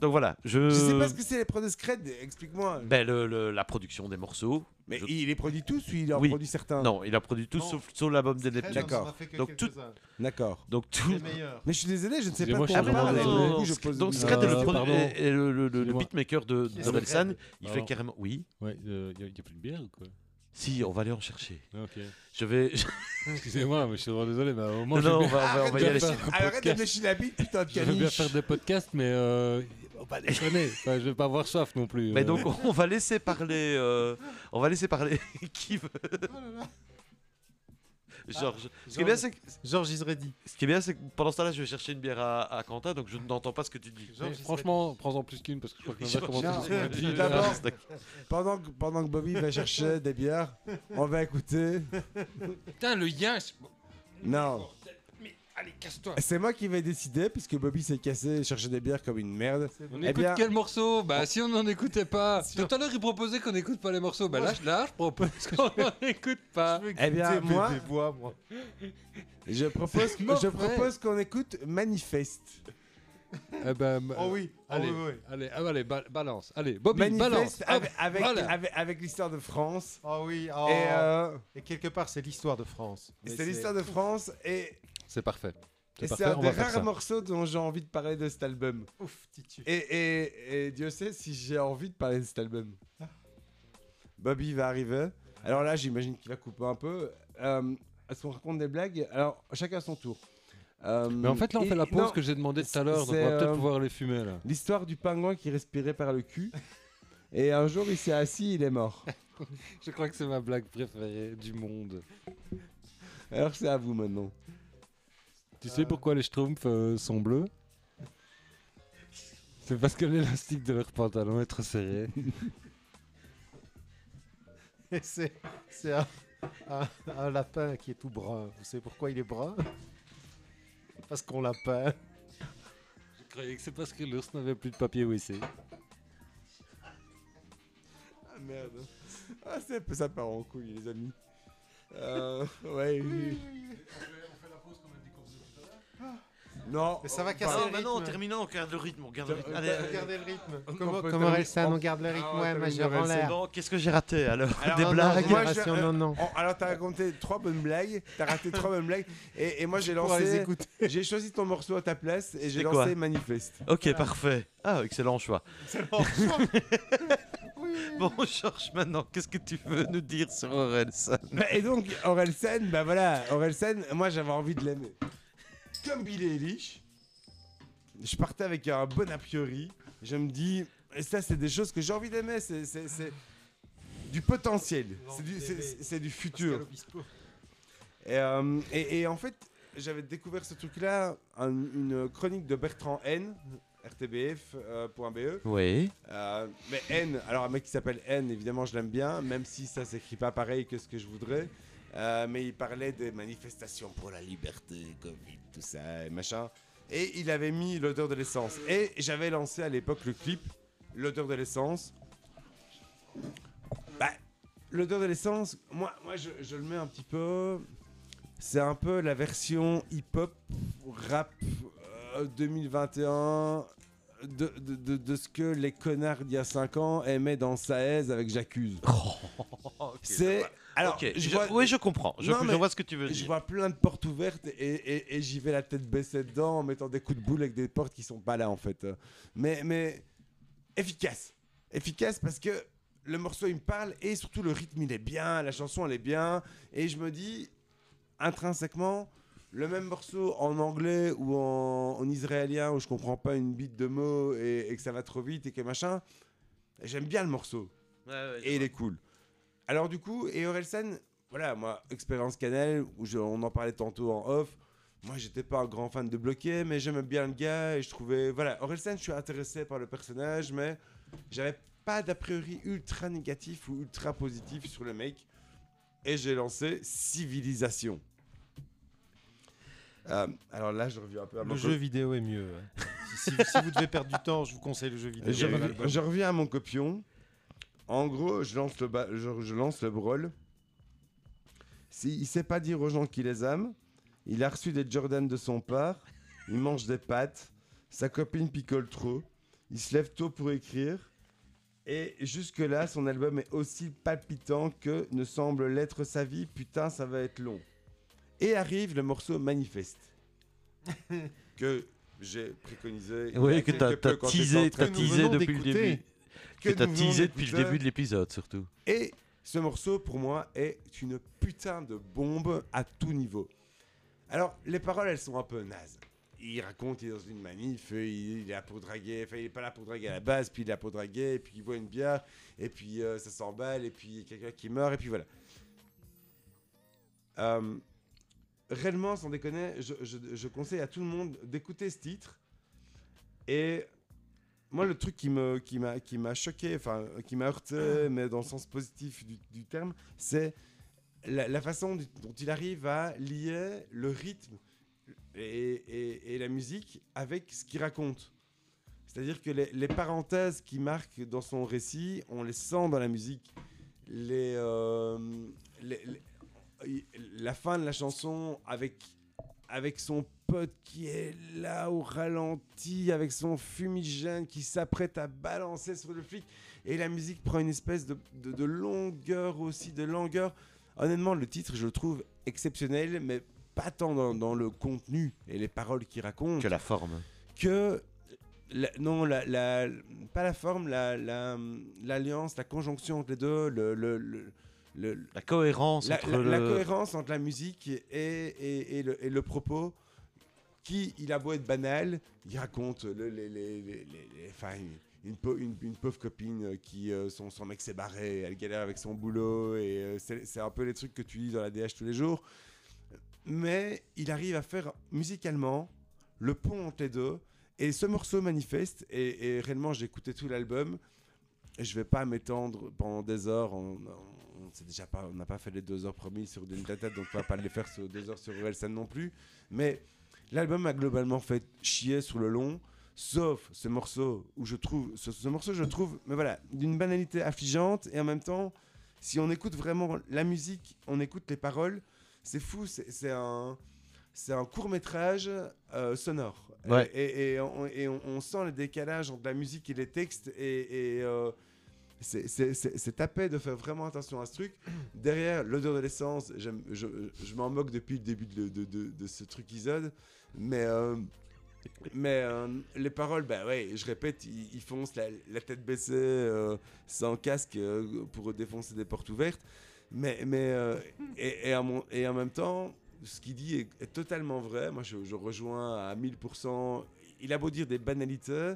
Speaker 6: donc voilà je,
Speaker 3: Je sais pas ce que c'est les prods de Scred. Explique-moi.
Speaker 6: Ben, le- le- la production des morceaux
Speaker 3: Mais
Speaker 6: Je-
Speaker 3: il les produit tous ou il en
Speaker 6: Oui.
Speaker 3: produit certains
Speaker 6: non il a produit tout
Speaker 5: Non.
Speaker 6: sauf, sauf l'album des
Speaker 5: Scratch, on en
Speaker 6: Neptunes
Speaker 3: D'accord.
Speaker 5: a fait que
Speaker 6: Donc, tout-
Speaker 5: quelques-uns.
Speaker 3: D'accord.
Speaker 6: donc tout Ah,
Speaker 5: Les meilleurs.
Speaker 3: Mais je suis désolé, je ne sais pas quoi
Speaker 4: Excusez-moi, je suis en train de
Speaker 3: parle.
Speaker 4: demander.
Speaker 3: donc, du coup, Ah, je pose
Speaker 6: donc
Speaker 3: une-
Speaker 6: Scred est le,
Speaker 4: Euh,
Speaker 6: produ-
Speaker 4: pardon.
Speaker 6: est- est le- le- le
Speaker 4: Excusez-moi.
Speaker 6: beatmaker de
Speaker 5: Qui est
Speaker 6: Dorelsan
Speaker 5: Scred
Speaker 6: il fait
Speaker 4: Alors.
Speaker 6: carrément oui
Speaker 4: Ouais, il n'y a, y a plus de bière ou quoi
Speaker 6: si on va aller en chercher
Speaker 4: Ah, Ok.
Speaker 6: je vais
Speaker 4: Excusez-moi, mais je suis vraiment désolé, mais au
Speaker 6: non
Speaker 4: moins,
Speaker 6: non on
Speaker 4: je,
Speaker 6: va, on va- on va y
Speaker 4: de
Speaker 6: aller
Speaker 4: faire-
Speaker 6: chercher.
Speaker 4: un
Speaker 3: Arrête de
Speaker 4: podcast.
Speaker 3: me chier la bite, putain de
Speaker 4: je veux bien
Speaker 3: caniche.
Speaker 4: faire des podcasts, mais euh, on va déconner. Enfin, je vais pas avoir soif non plus.
Speaker 6: mais
Speaker 4: Euh,
Speaker 6: donc on va laisser parler euh, on va laisser parler qui veut
Speaker 5: Oh là là.
Speaker 6: Georges ce qui est bien
Speaker 5: Georges
Speaker 6: c'est que
Speaker 5: George is ready.
Speaker 6: Ce qui est bien, c'est que pendant ce temps-là, je vais chercher une bière à, à Quentin, donc je n'entends pas ce que tu dis.
Speaker 5: Georges
Speaker 4: mais
Speaker 5: is
Speaker 4: franchement, prends-en plus qu'une parce que je crois que
Speaker 6: Je-
Speaker 4: va commencer
Speaker 3: Non,
Speaker 4: à
Speaker 3: je-
Speaker 4: se dire,
Speaker 3: d'abord-
Speaker 4: euh,
Speaker 3: Pendant que, pendant que Bobby va chercher des bières, on va écouter.
Speaker 4: Putain, le yin.
Speaker 3: Non,
Speaker 4: Mais allez, casse-toi.
Speaker 3: c'est moi qui vais décider puisque Bobby s'est cassé chercher des bières comme une merde.
Speaker 4: On
Speaker 3: Eh
Speaker 4: écoute
Speaker 3: bien-
Speaker 4: quel morceau Bah si on n'en écoutait pas.
Speaker 5: Sur-
Speaker 4: Tout à l'heure il proposait qu'on n'écoute pas les morceaux. Bah là, je- là je propose qu'on n'en écoute pas.
Speaker 5: ready.
Speaker 3: Eh bien,
Speaker 5: Écoutez,
Speaker 3: moi-
Speaker 5: mes voix, moi.
Speaker 3: Je propose,
Speaker 4: Non,
Speaker 3: je
Speaker 4: ouais.
Speaker 3: propose qu'on écoute Manifeste.
Speaker 4: Eh ben, m-
Speaker 5: Oh oui, oh
Speaker 4: allez,
Speaker 5: oui, oui.
Speaker 4: allez, ah, allez, ba- balance. Allez, Bobby, balance.
Speaker 3: Manifeste
Speaker 4: Hop,
Speaker 3: avec, avec,
Speaker 4: voilà.
Speaker 3: avec, avec l'histoire de France.
Speaker 5: Oh oui, oh.
Speaker 3: Et, euh,
Speaker 5: Et quelque part, c'est l'histoire de France. Mais
Speaker 3: c'est l'histoire de France et
Speaker 4: C'est parfait.
Speaker 3: et
Speaker 4: C'est
Speaker 3: c'est
Speaker 4: parfait.
Speaker 3: un
Speaker 4: On
Speaker 3: des
Speaker 4: va faire
Speaker 3: rares
Speaker 4: ça.
Speaker 3: morceaux dont j'ai envie de parler de cet album.
Speaker 5: Ouf, Titus.
Speaker 3: Et, et- et Dieu sait si j'ai envie de parler de cet album. Bobby va arriver. Alors là, j'imagine qu'il va couper un peu. Euh, Est-ce qu'on raconte des blagues Alors, chacun son tour. Euh,
Speaker 4: Mais en fait là on
Speaker 3: et-
Speaker 4: fait la pause
Speaker 3: non,
Speaker 4: que j'ai demandé tout à l'heure, donc
Speaker 3: c'est,
Speaker 4: on va peut-être
Speaker 3: euh,
Speaker 4: pouvoir les fumer là.
Speaker 3: L'histoire du pingouin qui respirait par le cul. Et un jour, il s'est assis, il est mort.
Speaker 4: Je crois que c'est ma blague préférée du monde.
Speaker 3: Alors, c'est à vous maintenant.
Speaker 4: Tu sais pourquoi les schtroumpfs euh, sont bleus C'est parce que l'élastique de leur pantalon est trop serré.
Speaker 5: Et c'est c'est un, un- un lapin qui est tout brun. Vous savez pourquoi il est brun Parce qu'on l'a peint.
Speaker 4: Je croyais que c'est parce que l'ours n'avait plus de papier WC.
Speaker 3: Ah merde. Ah, c'est- ça part en couille, les amis. Euh, ouais. oui. Non.
Speaker 5: Mais ça va
Speaker 3: euh,
Speaker 5: casser
Speaker 3: bah,
Speaker 5: le rythme.
Speaker 6: terminons, on garde le rythme, on garde
Speaker 3: Euh,
Speaker 6: Allez,
Speaker 3: euh,
Speaker 6: allez.
Speaker 5: Regardez le rythme.
Speaker 3: On
Speaker 5: Comment,
Speaker 3: peut
Speaker 5: comment
Speaker 3: terminer-
Speaker 5: Orelsan,
Speaker 3: on-
Speaker 5: on garde le rythme
Speaker 3: Ah ouais,
Speaker 5: Ouais,
Speaker 3: termine
Speaker 5: majeur en
Speaker 3: Orelsan.
Speaker 5: l'air.
Speaker 6: Bon, qu'est-ce que j'ai raté alors
Speaker 3: alors,
Speaker 5: Des
Speaker 3: non, non,
Speaker 5: blagues.
Speaker 3: moi,
Speaker 5: Génération,
Speaker 3: j'ai- euh,
Speaker 5: non, non.
Speaker 3: oh, alors t'as raconté trois bonnes blagues, t'as raté trois bonnes blagues, et, et moi j'ai
Speaker 5: Pour les
Speaker 3: lancé,
Speaker 5: écouter.
Speaker 3: j'ai choisi ton morceau à ta place et j'ai
Speaker 6: C'était quoi
Speaker 3: lancé Manifeste.
Speaker 6: Ok, parfait. Ah, excellent choix.
Speaker 5: Oui.
Speaker 6: Bon, Georges, maintenant, qu'est-ce que tu veux nous dire sur Orelsan
Speaker 3: Bah, et donc Orelsen, bah voilà, Orelsen, moi j'avais envie de l'aimer. Comme Billy Eilish, je partais avec un bon a priori. Je me dis, et ça c'est des choses que j'ai envie d'aimer, c'est c'est- c'est du potentiel, c'est du, c'est- c'est- c'est du futur. Et, euh, et- et en fait, j'avais découvert ce truc-là, un- une chronique de Bertrand N, rtbf.be.
Speaker 6: Oui.
Speaker 3: Euh, mais N, alors un mec qui s'appelle N, évidemment, je l'aime bien, même si ça s'écrit pas pareil que ce que je voudrais. Euh, mais il parlait des manifestations pour la liberté, Covid, tout ça, et machin. Et il avait mis l'odeur de l'essence. Et j'avais lancé à l'époque le clip, l'odeur de l'essence. Bah, l'odeur de l'essence, moi, moi je, je le mets un petit peu. C'est un peu la version hip-hop, rap euh, 2021 de, de- de- de ce que les connards d'il y a 5 ans aimaient dans Saez avec J'accuse. c'est. Alors,
Speaker 6: Oh. Ok,
Speaker 3: je
Speaker 6: je-
Speaker 3: vois,
Speaker 6: oui, je comprends. Je,
Speaker 3: Non,
Speaker 6: je
Speaker 3: mais
Speaker 6: vois ce que tu veux
Speaker 3: je
Speaker 6: dire.
Speaker 3: vois plein de portes ouvertes et, et- et j'y vais la tête baissée dedans en mettant des coups de boule avec des portes qui sont pas là en fait. Mais, mais efficace. Efficace parce que le morceau il me parle et surtout le rythme il est bien, la chanson elle est bien. Et je me dis, intrinsèquement, le même morceau en anglais ou en, en israélien où je comprends pas une bite de mots et, et que ça va trop vite et que machin, j'aime bien le morceau et il est cool. Alors du coup, et Orelsan, voilà, moi, expérience Canal, où je- on en parlait tantôt en off, moi j'étais pas un grand fan de Bloqué, mais j'aimais bien le gars et je trouvais, voilà, Orelsan, je suis intéressé par le personnage, mais j'avais pas d'a priori ultra négatif ou ultra positif sur le mec, et j'ai lancé Civilisation. Euh, alors là, je reviens un peu à mon
Speaker 5: Le jeu vidéo est mieux. hein. si, si- si vous devez perdre du temps, je vous conseille le jeu vidéo.
Speaker 3: Je,
Speaker 5: Il y a pas
Speaker 3: reviens-
Speaker 5: d'album.
Speaker 3: je reviens à mon copion. En gros, je lance le, ba- je, je lance le brawl. Si, il sait pas dire aux gens qu'il les aime. Il a reçu des Jordan de son père. Il mange des pâtes. Sa copine picole trop. Il se lève tôt pour écrire. Et jusque-là, son album est aussi palpitant que ne semble l'être sa vie. Putain, ça va être long. Et arrive le morceau Manifeste. que j'ai préconisé. il y a
Speaker 6: Oui, que
Speaker 3: quelque
Speaker 6: t'as
Speaker 3: peu
Speaker 6: t'as
Speaker 3: quand t'étais en
Speaker 6: teasé,
Speaker 3: train
Speaker 6: t'as
Speaker 3: de
Speaker 5: nous
Speaker 6: teasé
Speaker 5: venons
Speaker 6: depuis le
Speaker 5: d'écouter.
Speaker 6: début. Que t'as
Speaker 3: nous venons
Speaker 6: teasé depuis le
Speaker 3: d'écouter.
Speaker 6: début de l'épisode, surtout.
Speaker 3: Et ce morceau, pour moi, est une putain de bombe à tout niveau. Alors, les paroles, elles sont un peu nazes. Il raconte, il est dans une manif, euh, il est là pour draguer, enfin, il est pas là pour draguer à la base, puis il est là pour draguer, et puis il voit une bière, et puis euh, ça s'emballe, et puis il y a quelqu'un qui meurt, et puis voilà. Euh, réellement, sans déconner, je, je- je conseille à tout le monde d'écouter ce titre. Et moi, le truc qui me- qui m'a qui m'a choqué, enfin, qui m'a heurté, mais dans le sens positif du, du terme, c'est la, la façon du- dont il arrive à lier le rythme et, et- et la musique avec ce qu'il raconte. C'est-à-dire que les, les parenthèses qui marquent dans son récit, on les sent dans la musique. Les, euh, les- les- il- la fin de la chanson avec, avec son pote qui est là au ralenti, avec son fumigène qui s'apprête à balancer sur le flic. Et la musique prend une espèce de, de- de longueur aussi, de langueur. Honnêtement, le titre, je le trouve exceptionnel, mais pas tant dans, dans le contenu et les paroles qu'il raconte
Speaker 6: Que la forme.
Speaker 3: que la- non, la, la- pas la forme, la- la- l'alliance, la, conjonction entre les deux, le, le- le- le-
Speaker 6: La cohérence
Speaker 3: la,
Speaker 6: entre
Speaker 3: la-
Speaker 6: le...
Speaker 3: la cohérence entre la musique et, et- et le, et le propos, qui, il a beau être banal, il raconte le, les, les- les- les- les- enfin, une, une pau- une- une pauvre copine qui, euh, son, son mec s'est barré, elle galère avec son boulot, et euh, c'est c'est un peu les trucs que tu lis dans la DH tous les jours. Mais il arrive à faire musicalement le pont entre les deux, et ce morceau manifeste, et, et réellement j'ai écouté tout l'album, et je vais pas m'étendre pendant des heures, on, on, on sait déjà pas, on n'a pas fait les deux heures promis sur Daily Data, donc on va pas les faire sur deux heures sur Orelsan non plus, mais l'album a globalement fait chier sur le long, sauf ce morceau où je trouve, ce, ce morceau je trouve, mais voilà, d'une banalité affligeante, et en même temps, si on écoute vraiment la musique, on écoute les paroles, c'est fou, c'est c'est un c'est un court métrage euh, sonore.
Speaker 6: Ouais.
Speaker 3: Et, et- et on, et on- on sent le décalage entre la musique et les textes. Et, et, euh, c'est- c'est c'est- c'est tapé de faire vraiment attention à ce truc. Derrière, l'odeur de l'essence, j'aime- je, je m'en moque depuis le début de, de- de- de ce truc isode. Mais, euh, mais euh, les paroles, bah ouais, je répète, ils, ils foncent la, la tête baissée, euh, sans casque, euh, pour défoncer des portes ouvertes. Mais, mais euh, et, et en, mon- et en même temps, ce qu'il dit est, est totalement vrai. Moi, je, je rejoins à 1000%. Il a beau dire des banalités,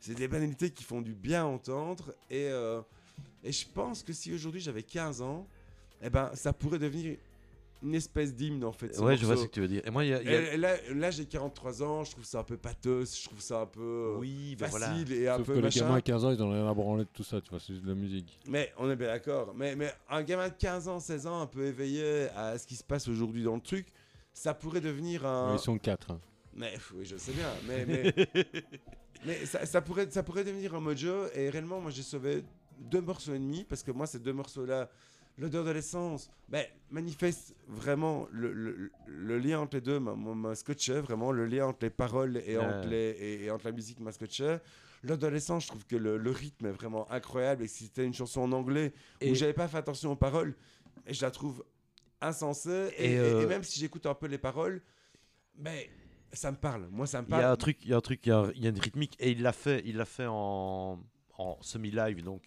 Speaker 3: c'est des banalités qui font du bien à entendre. Et, euh, et je pense que si aujourd'hui j'avais 15 ans, eh ben, ça pourrait devenir une espèce d'hymne en fait. ce
Speaker 6: Ouais, je vois ce
Speaker 3: morceau.
Speaker 6: que tu veux dire. Et moi, il y a. il y a-
Speaker 3: Et Euh, là, là, j'ai 43 ans, je trouve ça un peu pâteuse, je trouve ça un peu euh,
Speaker 6: Oui, ben
Speaker 3: facile
Speaker 6: voilà.
Speaker 3: et un
Speaker 4: Sauf que
Speaker 3: peu
Speaker 4: les gamins
Speaker 3: machin.
Speaker 4: à 15 ans, ils en ont rien à branler de tout ça, tu vois, c'est juste de la musique.
Speaker 3: Mais on est bien d'accord. Mais, mais un gamin de 15 ans, 16 ans, un peu éveillé à ce qui se passe aujourd'hui dans le truc, ça pourrait devenir
Speaker 4: Mais
Speaker 3: un.
Speaker 4: ils sont hein. 4.
Speaker 3: Mais pff, oui, je sais bien. Mais, mais, mais ça, ça pourrait, ça pourrait devenir un mojo. Et réellement, moi, j'ai sauvé deux morceaux et demi parce que moi, ces deux morceaux-là, l'odeur de l'essence, ben, manifeste vraiment le, le- le lien entre les deux, m'a- m'a m'a scotché vraiment le lien entre les paroles et,
Speaker 6: Ouais.
Speaker 3: entre, les, et, et entre la musique m'a scotché. L'odeur de l'essence, je trouve que le, le rythme est vraiment incroyable et que si c'était une chanson en anglais
Speaker 6: Et-
Speaker 3: où j'avais pas fait attention aux paroles, et je la trouve insensée. Et,
Speaker 6: Et,
Speaker 3: et- et
Speaker 6: euh,
Speaker 3: même si j'écoute un peu les paroles, mais ça me parle. Moi, ça me
Speaker 6: Il
Speaker 3: parle.
Speaker 6: y a un truc, il y a un truc, il y a, il y a une rythmique et il l'a fait, il l'a fait en, en semi-live donc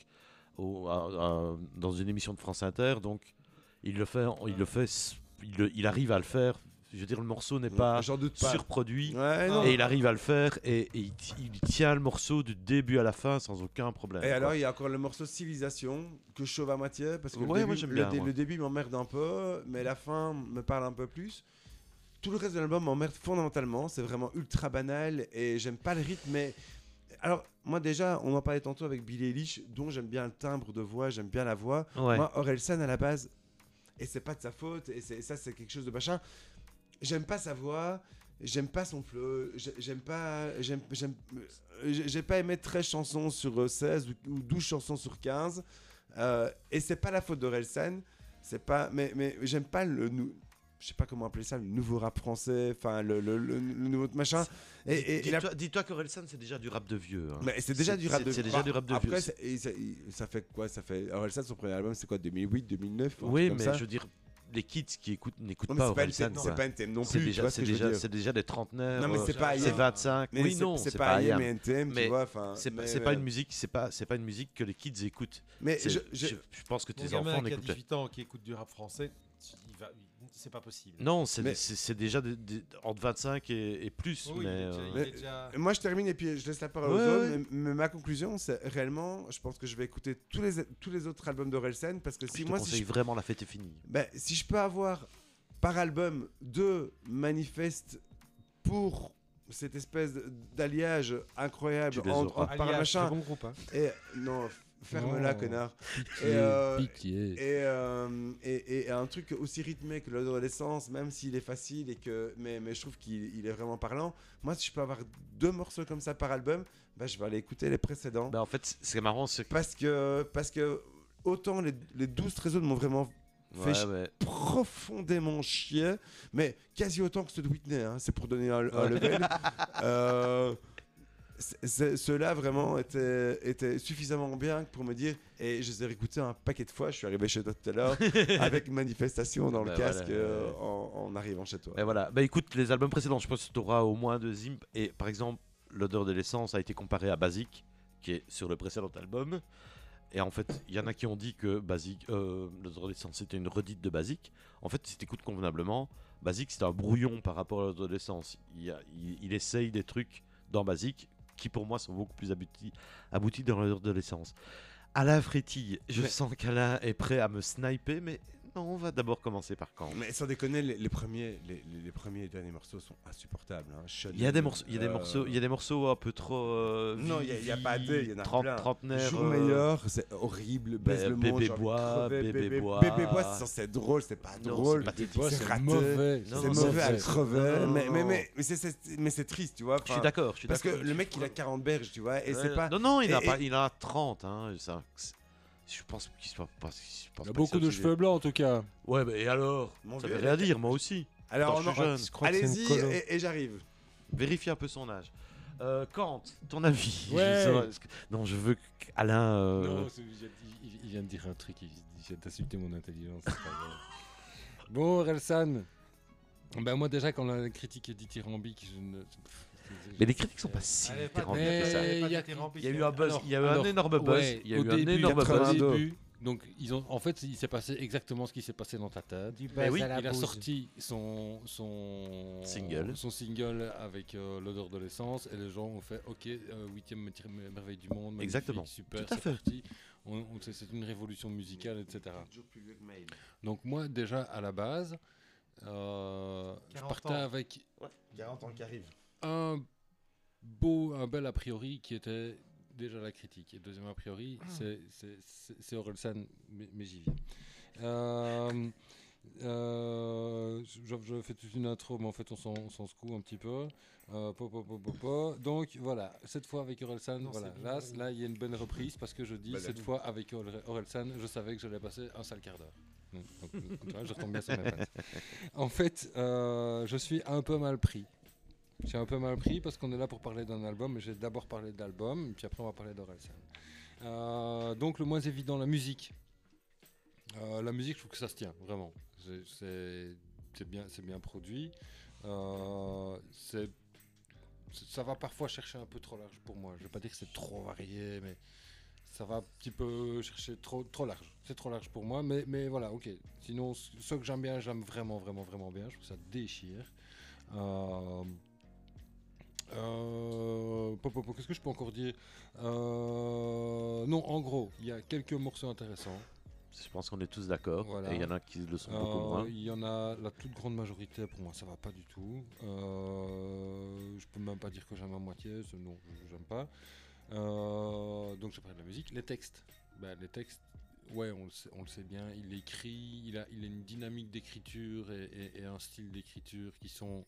Speaker 6: au- à- à- dans une émission de France Inter donc il le fait, en- il le fait, s- il, le- il arrive à le faire. Je veux dire le morceau n'est pas
Speaker 3: J'en doute pas.
Speaker 6: surproduit
Speaker 3: Ouais, non.
Speaker 6: Ah. et il arrive à le faire et, et il, ti- il tient le morceau du début à la fin sans aucun problème.
Speaker 3: Et
Speaker 6: quoi.
Speaker 3: alors, il y a encore le morceau Civilisation que je chauffe à moitié parce que
Speaker 6: Ouais,
Speaker 3: le,
Speaker 6: moi,
Speaker 3: début,
Speaker 6: j'aime
Speaker 3: le
Speaker 6: bien,
Speaker 3: dé-
Speaker 6: moi.
Speaker 3: le début m'emmerde un peu, mais la fin me parle un peu plus. Tout le reste de l'album m'emmerde fondamentalement. C'est vraiment ultra banal et j'aime pas le rythme. Mais alors, moi, déjà, on en parlait tantôt avec Billy Eilish, dont j'aime bien le timbre de voix, j'aime bien la voix.
Speaker 6: Ouais.
Speaker 3: Moi, Orelsan à la base, et c'est pas de sa faute, et, c'est- ça c'est quelque chose de machin. J'aime pas sa voix, j'aime pas son flow, j'ai- j'aime pas. J'aime, j'aime, euh, j'ai j'ai pas aimé 13 chansons sur euh, 16 ou- ou 12 chansons sur 15. euh, et c'est pas la faute d'Orelsan, c'est pas. Mais, mais j'aime pas le. nou- Je sais pas comment appeler ça, le nouveau rap français, enfin le, le, le- le nouveau machin. Et, et- et la-
Speaker 6: Dis-toi dis-toi qu'Orelsan c'est déjà du rap de vieux. hein.
Speaker 3: mais c'est déjà
Speaker 6: C'est-
Speaker 3: du rap
Speaker 6: c'est-
Speaker 3: de Bah,
Speaker 6: c'est déjà du rap de vieux.
Speaker 3: Après, c'est- et ça, il- ça fait quoi Ça fait Orelsan son premier album, c'est quoi 2008, 2009 un
Speaker 6: Oui
Speaker 3: truc comme
Speaker 6: mais
Speaker 3: ça
Speaker 6: je veux dire les kids qui écoutent n'écoutent
Speaker 3: Non, mais
Speaker 6: pas
Speaker 3: c'est pas, une
Speaker 6: Orelsan.
Speaker 3: thème-
Speaker 6: quoi.
Speaker 3: c'est pas un thème non
Speaker 6: C'est
Speaker 3: plus. tu
Speaker 6: déjà,
Speaker 3: vois ce
Speaker 6: c'est
Speaker 3: que je veux
Speaker 6: déjà,
Speaker 3: dire.
Speaker 6: c'est déjà des trentenaires.
Speaker 3: Non, mais
Speaker 6: euh,
Speaker 3: c'est pas
Speaker 6: c'est
Speaker 3: IAM.
Speaker 6: 25.
Speaker 3: Mais
Speaker 6: oui,
Speaker 3: c'est-
Speaker 6: non,
Speaker 3: c'est pas
Speaker 6: IAM.
Speaker 3: IAM et NTM,
Speaker 6: Mais
Speaker 3: tu vois. enfin,
Speaker 6: C'est pas,
Speaker 3: mais- euh,
Speaker 6: c'est pas une musique, c'est pas, c'est pas une musique que les kids écoutent.
Speaker 3: Mais
Speaker 6: C'est-
Speaker 3: je, je-
Speaker 6: je, je pense que
Speaker 5: Mon
Speaker 6: tes
Speaker 5: gamin
Speaker 6: enfants
Speaker 5: qui a
Speaker 6: n'écoutent.
Speaker 5: 18 ans qui écoute du rap français, il va- il- c'est pas possible.
Speaker 6: Non, c'est,
Speaker 3: Mais-
Speaker 6: c'est, c'est déjà des- des- entre 25 et, et plus.
Speaker 5: Oui, oui,
Speaker 6: mais,
Speaker 5: il est
Speaker 6: euh,
Speaker 5: déjà- il
Speaker 3: mais-
Speaker 5: est déjà-
Speaker 3: moi, je termine et puis je laisse la parole
Speaker 6: Ouais,
Speaker 3: aux
Speaker 6: ouais.
Speaker 3: autres. Mais, mais ma conclusion, c'est réellement, je pense que je vais écouter tous les, tous les autres albums d'Orelsan parce que
Speaker 6: je
Speaker 3: si
Speaker 6: te
Speaker 3: moi, si
Speaker 6: conseille
Speaker 3: je,
Speaker 6: vraiment la fête est finie.
Speaker 3: ben, si je peux avoir par album deux manifestes pour cette espèce d'alliage incroyable
Speaker 6: Tu les
Speaker 3: entre,
Speaker 6: auras.
Speaker 3: entre par
Speaker 5: Alliage,
Speaker 3: machin
Speaker 5: très bon groupe, hein.
Speaker 3: et non, ferme-la,
Speaker 4: Non.
Speaker 3: connard.
Speaker 4: Pitié,
Speaker 3: Et, euh,
Speaker 4: pitié.
Speaker 3: Et, euh, et, et un truc aussi rythmé que l'adolescence, même s'il est facile et que. Mais, mais je trouve qu'il il est vraiment parlant. Moi, si je peux avoir deux morceaux comme ça par album, bah, je vais aller écouter les précédents.
Speaker 6: Bah, en fait, c'est- c'est marrant, c'est que.
Speaker 3: Parce que, parce que autant les, les 12 trésors m'ont vraiment
Speaker 6: Ouais,
Speaker 3: ch-
Speaker 6: ouais.
Speaker 3: profondément chier, mais quasi autant que ceux de Whitney, hein, c'est pour donner un, un level. Euh, c'est- c'est- Ceux-là vraiment étaient, étaient suffisamment bien pour me dire, et je les ai réécoutés un paquet de fois, je suis arrivé chez toi tout à l'heure, avec manifestation dans le
Speaker 6: Bah
Speaker 3: casque
Speaker 6: voilà,
Speaker 3: euh,
Speaker 6: ouais.
Speaker 3: en, en arrivant chez toi.
Speaker 6: Bah, voilà. Bah écoute, les albums précédents, je pense que tu auras au moins deux hymnes. Et par exemple, l'odeur de l'essence a été comparée à Basic, qui est sur le précédent album. Et en fait, il y en a qui ont dit que Basic, euh, l'odeur de l'essence, c'était une redite de Basic. En fait, si t'écoutes convenablement, Basic, c'est un brouillon par rapport à l'odeur de l'essence. Il, y a- il- il essaye des trucs dans Basic qui, pour moi, sont beaucoup plus aboutis, aboutis dans l'odeur de l'essence. Alain frétille. Je
Speaker 3: Mais-
Speaker 6: sens qu'Alain est prêt à me sniper, mais non, on va d'abord commencer par quand
Speaker 3: Mais sans déconner, les, les premiers, les, les- les premiers et derniers morceaux sont insupportables. hein. Shut
Speaker 6: Il y a des
Speaker 3: Down,
Speaker 6: morceaux, il y a des
Speaker 3: euh,
Speaker 6: morceaux, il y a des morceaux un peu trop. euh,
Speaker 3: Non, il y a- il y a pas
Speaker 6: vie-
Speaker 3: deux, il y en a
Speaker 6: trente-
Speaker 3: plein.
Speaker 6: trentenaire,
Speaker 3: Jour
Speaker 6: euh,
Speaker 3: meilleur, c'est horrible. Baisse
Speaker 6: bah,
Speaker 3: le monde,
Speaker 6: Bébé
Speaker 3: j'ai envie de
Speaker 6: Bois,
Speaker 3: crever,
Speaker 6: Bébé Bois.
Speaker 3: Bébé Bois, c'est censé être drôle, c'est pas
Speaker 6: Ah Non,
Speaker 3: drôle.
Speaker 6: c'est pathétique.
Speaker 4: Ouais,
Speaker 3: c'est
Speaker 4: c'est
Speaker 3: raté.
Speaker 4: mauvais.
Speaker 6: Non,
Speaker 3: C'est
Speaker 6: non,
Speaker 3: mauvais à
Speaker 6: c'est-
Speaker 3: crever,
Speaker 6: non, non,
Speaker 3: mais, mais,
Speaker 6: non.
Speaker 3: mais, mais c'est- c'est mais c'est triste, tu vois.
Speaker 6: Je suis
Speaker 3: enfin,
Speaker 6: d'accord, je suis
Speaker 3: Parce que
Speaker 6: d'accord.
Speaker 3: le mec, il a 40 berges, tu vois, et
Speaker 6: Ouais.
Speaker 3: c'est pas.
Speaker 6: Non, non, il, en a
Speaker 3: et-
Speaker 6: pas,
Speaker 3: et-
Speaker 6: il en a 30. Hein, c'est un- c'est- je pense qu'il soit pas. je pense
Speaker 4: Il y a
Speaker 6: pas que
Speaker 4: beaucoup
Speaker 6: c'est
Speaker 4: de
Speaker 6: aussi
Speaker 4: cheveux blancs en tout cas.
Speaker 6: vieux. Ouais, mais et alors
Speaker 3: Mon
Speaker 6: Ça
Speaker 3: vieux,
Speaker 6: veut
Speaker 3: il a-
Speaker 6: rien dire, moi aussi.
Speaker 3: Alors,
Speaker 6: Attends, je
Speaker 3: on
Speaker 6: suis
Speaker 3: en-
Speaker 6: jeune.
Speaker 5: Je crois que c'est une
Speaker 3: allez-y
Speaker 5: colo.
Speaker 3: et, et j'arrive.
Speaker 6: Vérifie un peu son âge. Euh, Kant, ton avis Je
Speaker 4: Ouais.
Speaker 6: sais pas, est-ce que- Non, je veux qu'Alain. euh,
Speaker 4: Non, c'est- il, il- il vient de dire un truc, il, il vient d'insulter mon intelligence. c'est pas grave. bon, Relsan, ben moi déjà quand la critique est dithyrambique, je ne...
Speaker 6: Mais les critiques sont pas si
Speaker 5: Allez, pas
Speaker 6: dérangeantes
Speaker 4: mais-
Speaker 6: que ça.
Speaker 4: il y a-
Speaker 6: Il y a eu un buzz,
Speaker 4: Alors-
Speaker 6: il y a eu un
Speaker 4: alors,
Speaker 6: énorme buzz.
Speaker 4: ouais,
Speaker 6: il y a eu
Speaker 4: au
Speaker 6: un
Speaker 4: début,
Speaker 6: énorme
Speaker 4: au
Speaker 6: buzz.
Speaker 3: 82.
Speaker 4: début, donc ils ont, en fait, il s'est passé exactement ce qui s'est passé dans ta tête.
Speaker 5: Du
Speaker 6: Mais
Speaker 5: buzz
Speaker 6: oui,
Speaker 5: à la
Speaker 4: il a
Speaker 5: bouse.
Speaker 4: sorti son, son
Speaker 6: Single.
Speaker 4: son single avec euh, l'odeur de l'essence et les gens ont fait ok euh, huitième métier- mer- merveille du monde magnifique,
Speaker 6: Exactement.
Speaker 4: super
Speaker 6: Tout à
Speaker 4: c'est
Speaker 6: fait.
Speaker 4: parti. On- on- c'est- c'est une révolution musicale etc donc moi déjà à la base euh, je
Speaker 5: 40
Speaker 4: partais
Speaker 5: ans.
Speaker 4: avec
Speaker 5: 40 ans qui arrive.
Speaker 4: un beau, un bel a priori qui était déjà la critique. Et le deuxième a priori,
Speaker 5: Ah.
Speaker 4: c'est- c'est- c'est c'est Orelsan, mais, mais j'y viens. Euh, euh, je, je fais toute une intro, mais en fait, on s'en on s'en secoue un petit peu. Euh, po, po, po, po, po. Donc voilà, cette fois avec Orelsan,
Speaker 5: Non,
Speaker 4: voilà.
Speaker 5: c'est bien,
Speaker 4: Là,
Speaker 5: oui.
Speaker 4: là, il y a une bonne reprise parce que je dis,
Speaker 3: Bah, là,
Speaker 4: cette fois avec Orel- Orelsan, je savais que j'allais passer un sale quart d'heure. Donc, tu vois, je retombe bien sur mes pattes. En fait, euh, je suis un peu mal pris. J'ai un peu mal pris parce qu'on est là pour parler d'un album, mais j'ai d'abord parlé de l'album, puis après on va parler d'Orelsan. Euh, donc le moins évident, la musique. Euh, la musique, je trouve que ça se tient, vraiment. C'est- C'est c'est bien, c'est bien produit. Euh, c'est- ça va parfois chercher un peu trop large pour moi. Je vais pas dire que c'est trop varié, mais ça va un petit peu chercher trop, trop large. C'est trop large pour moi, mais, mais voilà, ok. Sinon, ce ce que j'aime bien, j'aime vraiment, vraiment, vraiment bien. Je trouve ça déchire. Euh, euh, pop, pop, pop, Qu'est-ce que je peux encore dire Euh, Non, en gros, il y a quelques morceaux intéressants.
Speaker 6: Je pense qu'on est tous d'accord.
Speaker 4: Voilà.
Speaker 6: Et il y en a qui le sont
Speaker 4: Euh,
Speaker 6: beaucoup moins.
Speaker 4: Il y en a la toute grande majorité pour moi ça va pas du tout. Euh, je peux même pas dire que j'aime à moitié, ce- non je- j'aime pas. Euh, donc je parle de la musique, les textes. Ben, les textes, ouais on le, sait, on le sait bien, il écrit, il a, il a une dynamique d'écriture et, et- et un style d'écriture qui sont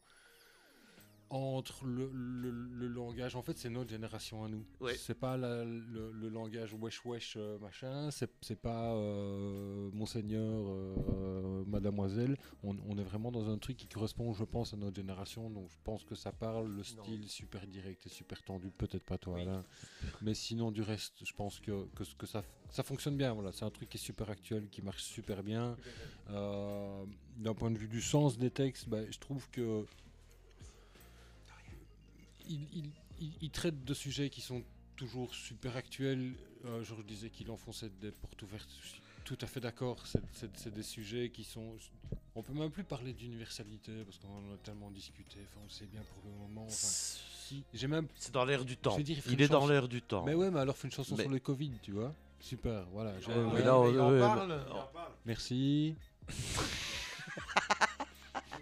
Speaker 4: entre le, le- le langage, en fait c'est notre génération à nous.
Speaker 6: Ouais.
Speaker 4: C'est pas la- le, le langage wesh wesh euh, machin, c'est c'est pas euh, monseigneur, euh, mademoiselle. On, on est vraiment dans un truc qui correspond, je pense, à notre génération. Donc je pense que ça parle, le style super direct et super tendu, peut-être pas toi Alain. Mais sinon du reste, je pense que, que, ce- que ça, ça fonctionne bien. Voilà. C'est un truc qui est super actuel, qui marche super bien. Euh, D'un point de vue du sens des textes, bah, je trouve que il, il- il- il traite de sujets qui sont toujours super actuels. Euh, je disais qu'il enfonçait des portes ouvertes. Je suis tout à fait d'accord. C'est- C'est c'est des sujets qui sont. On peut même plus parler d'universalité parce qu'on en a tellement discuté. Enfin, on sait bien pour le moment. Enfin, si- J'ai même
Speaker 6: C'est dans l'air du temps.
Speaker 4: Je veux dire, il faut
Speaker 6: il
Speaker 4: une
Speaker 6: est dans
Speaker 4: chance.
Speaker 6: l'air du temps.
Speaker 4: mais ouais, mais alors fais une chanson
Speaker 6: Mais-
Speaker 4: sur le Covid, tu vois. Super, voilà. j'ai-
Speaker 5: Ah
Speaker 6: Ouais,
Speaker 4: ouais.
Speaker 6: mais là, on-
Speaker 5: il en
Speaker 6: ouais,
Speaker 5: parle.
Speaker 4: Merci.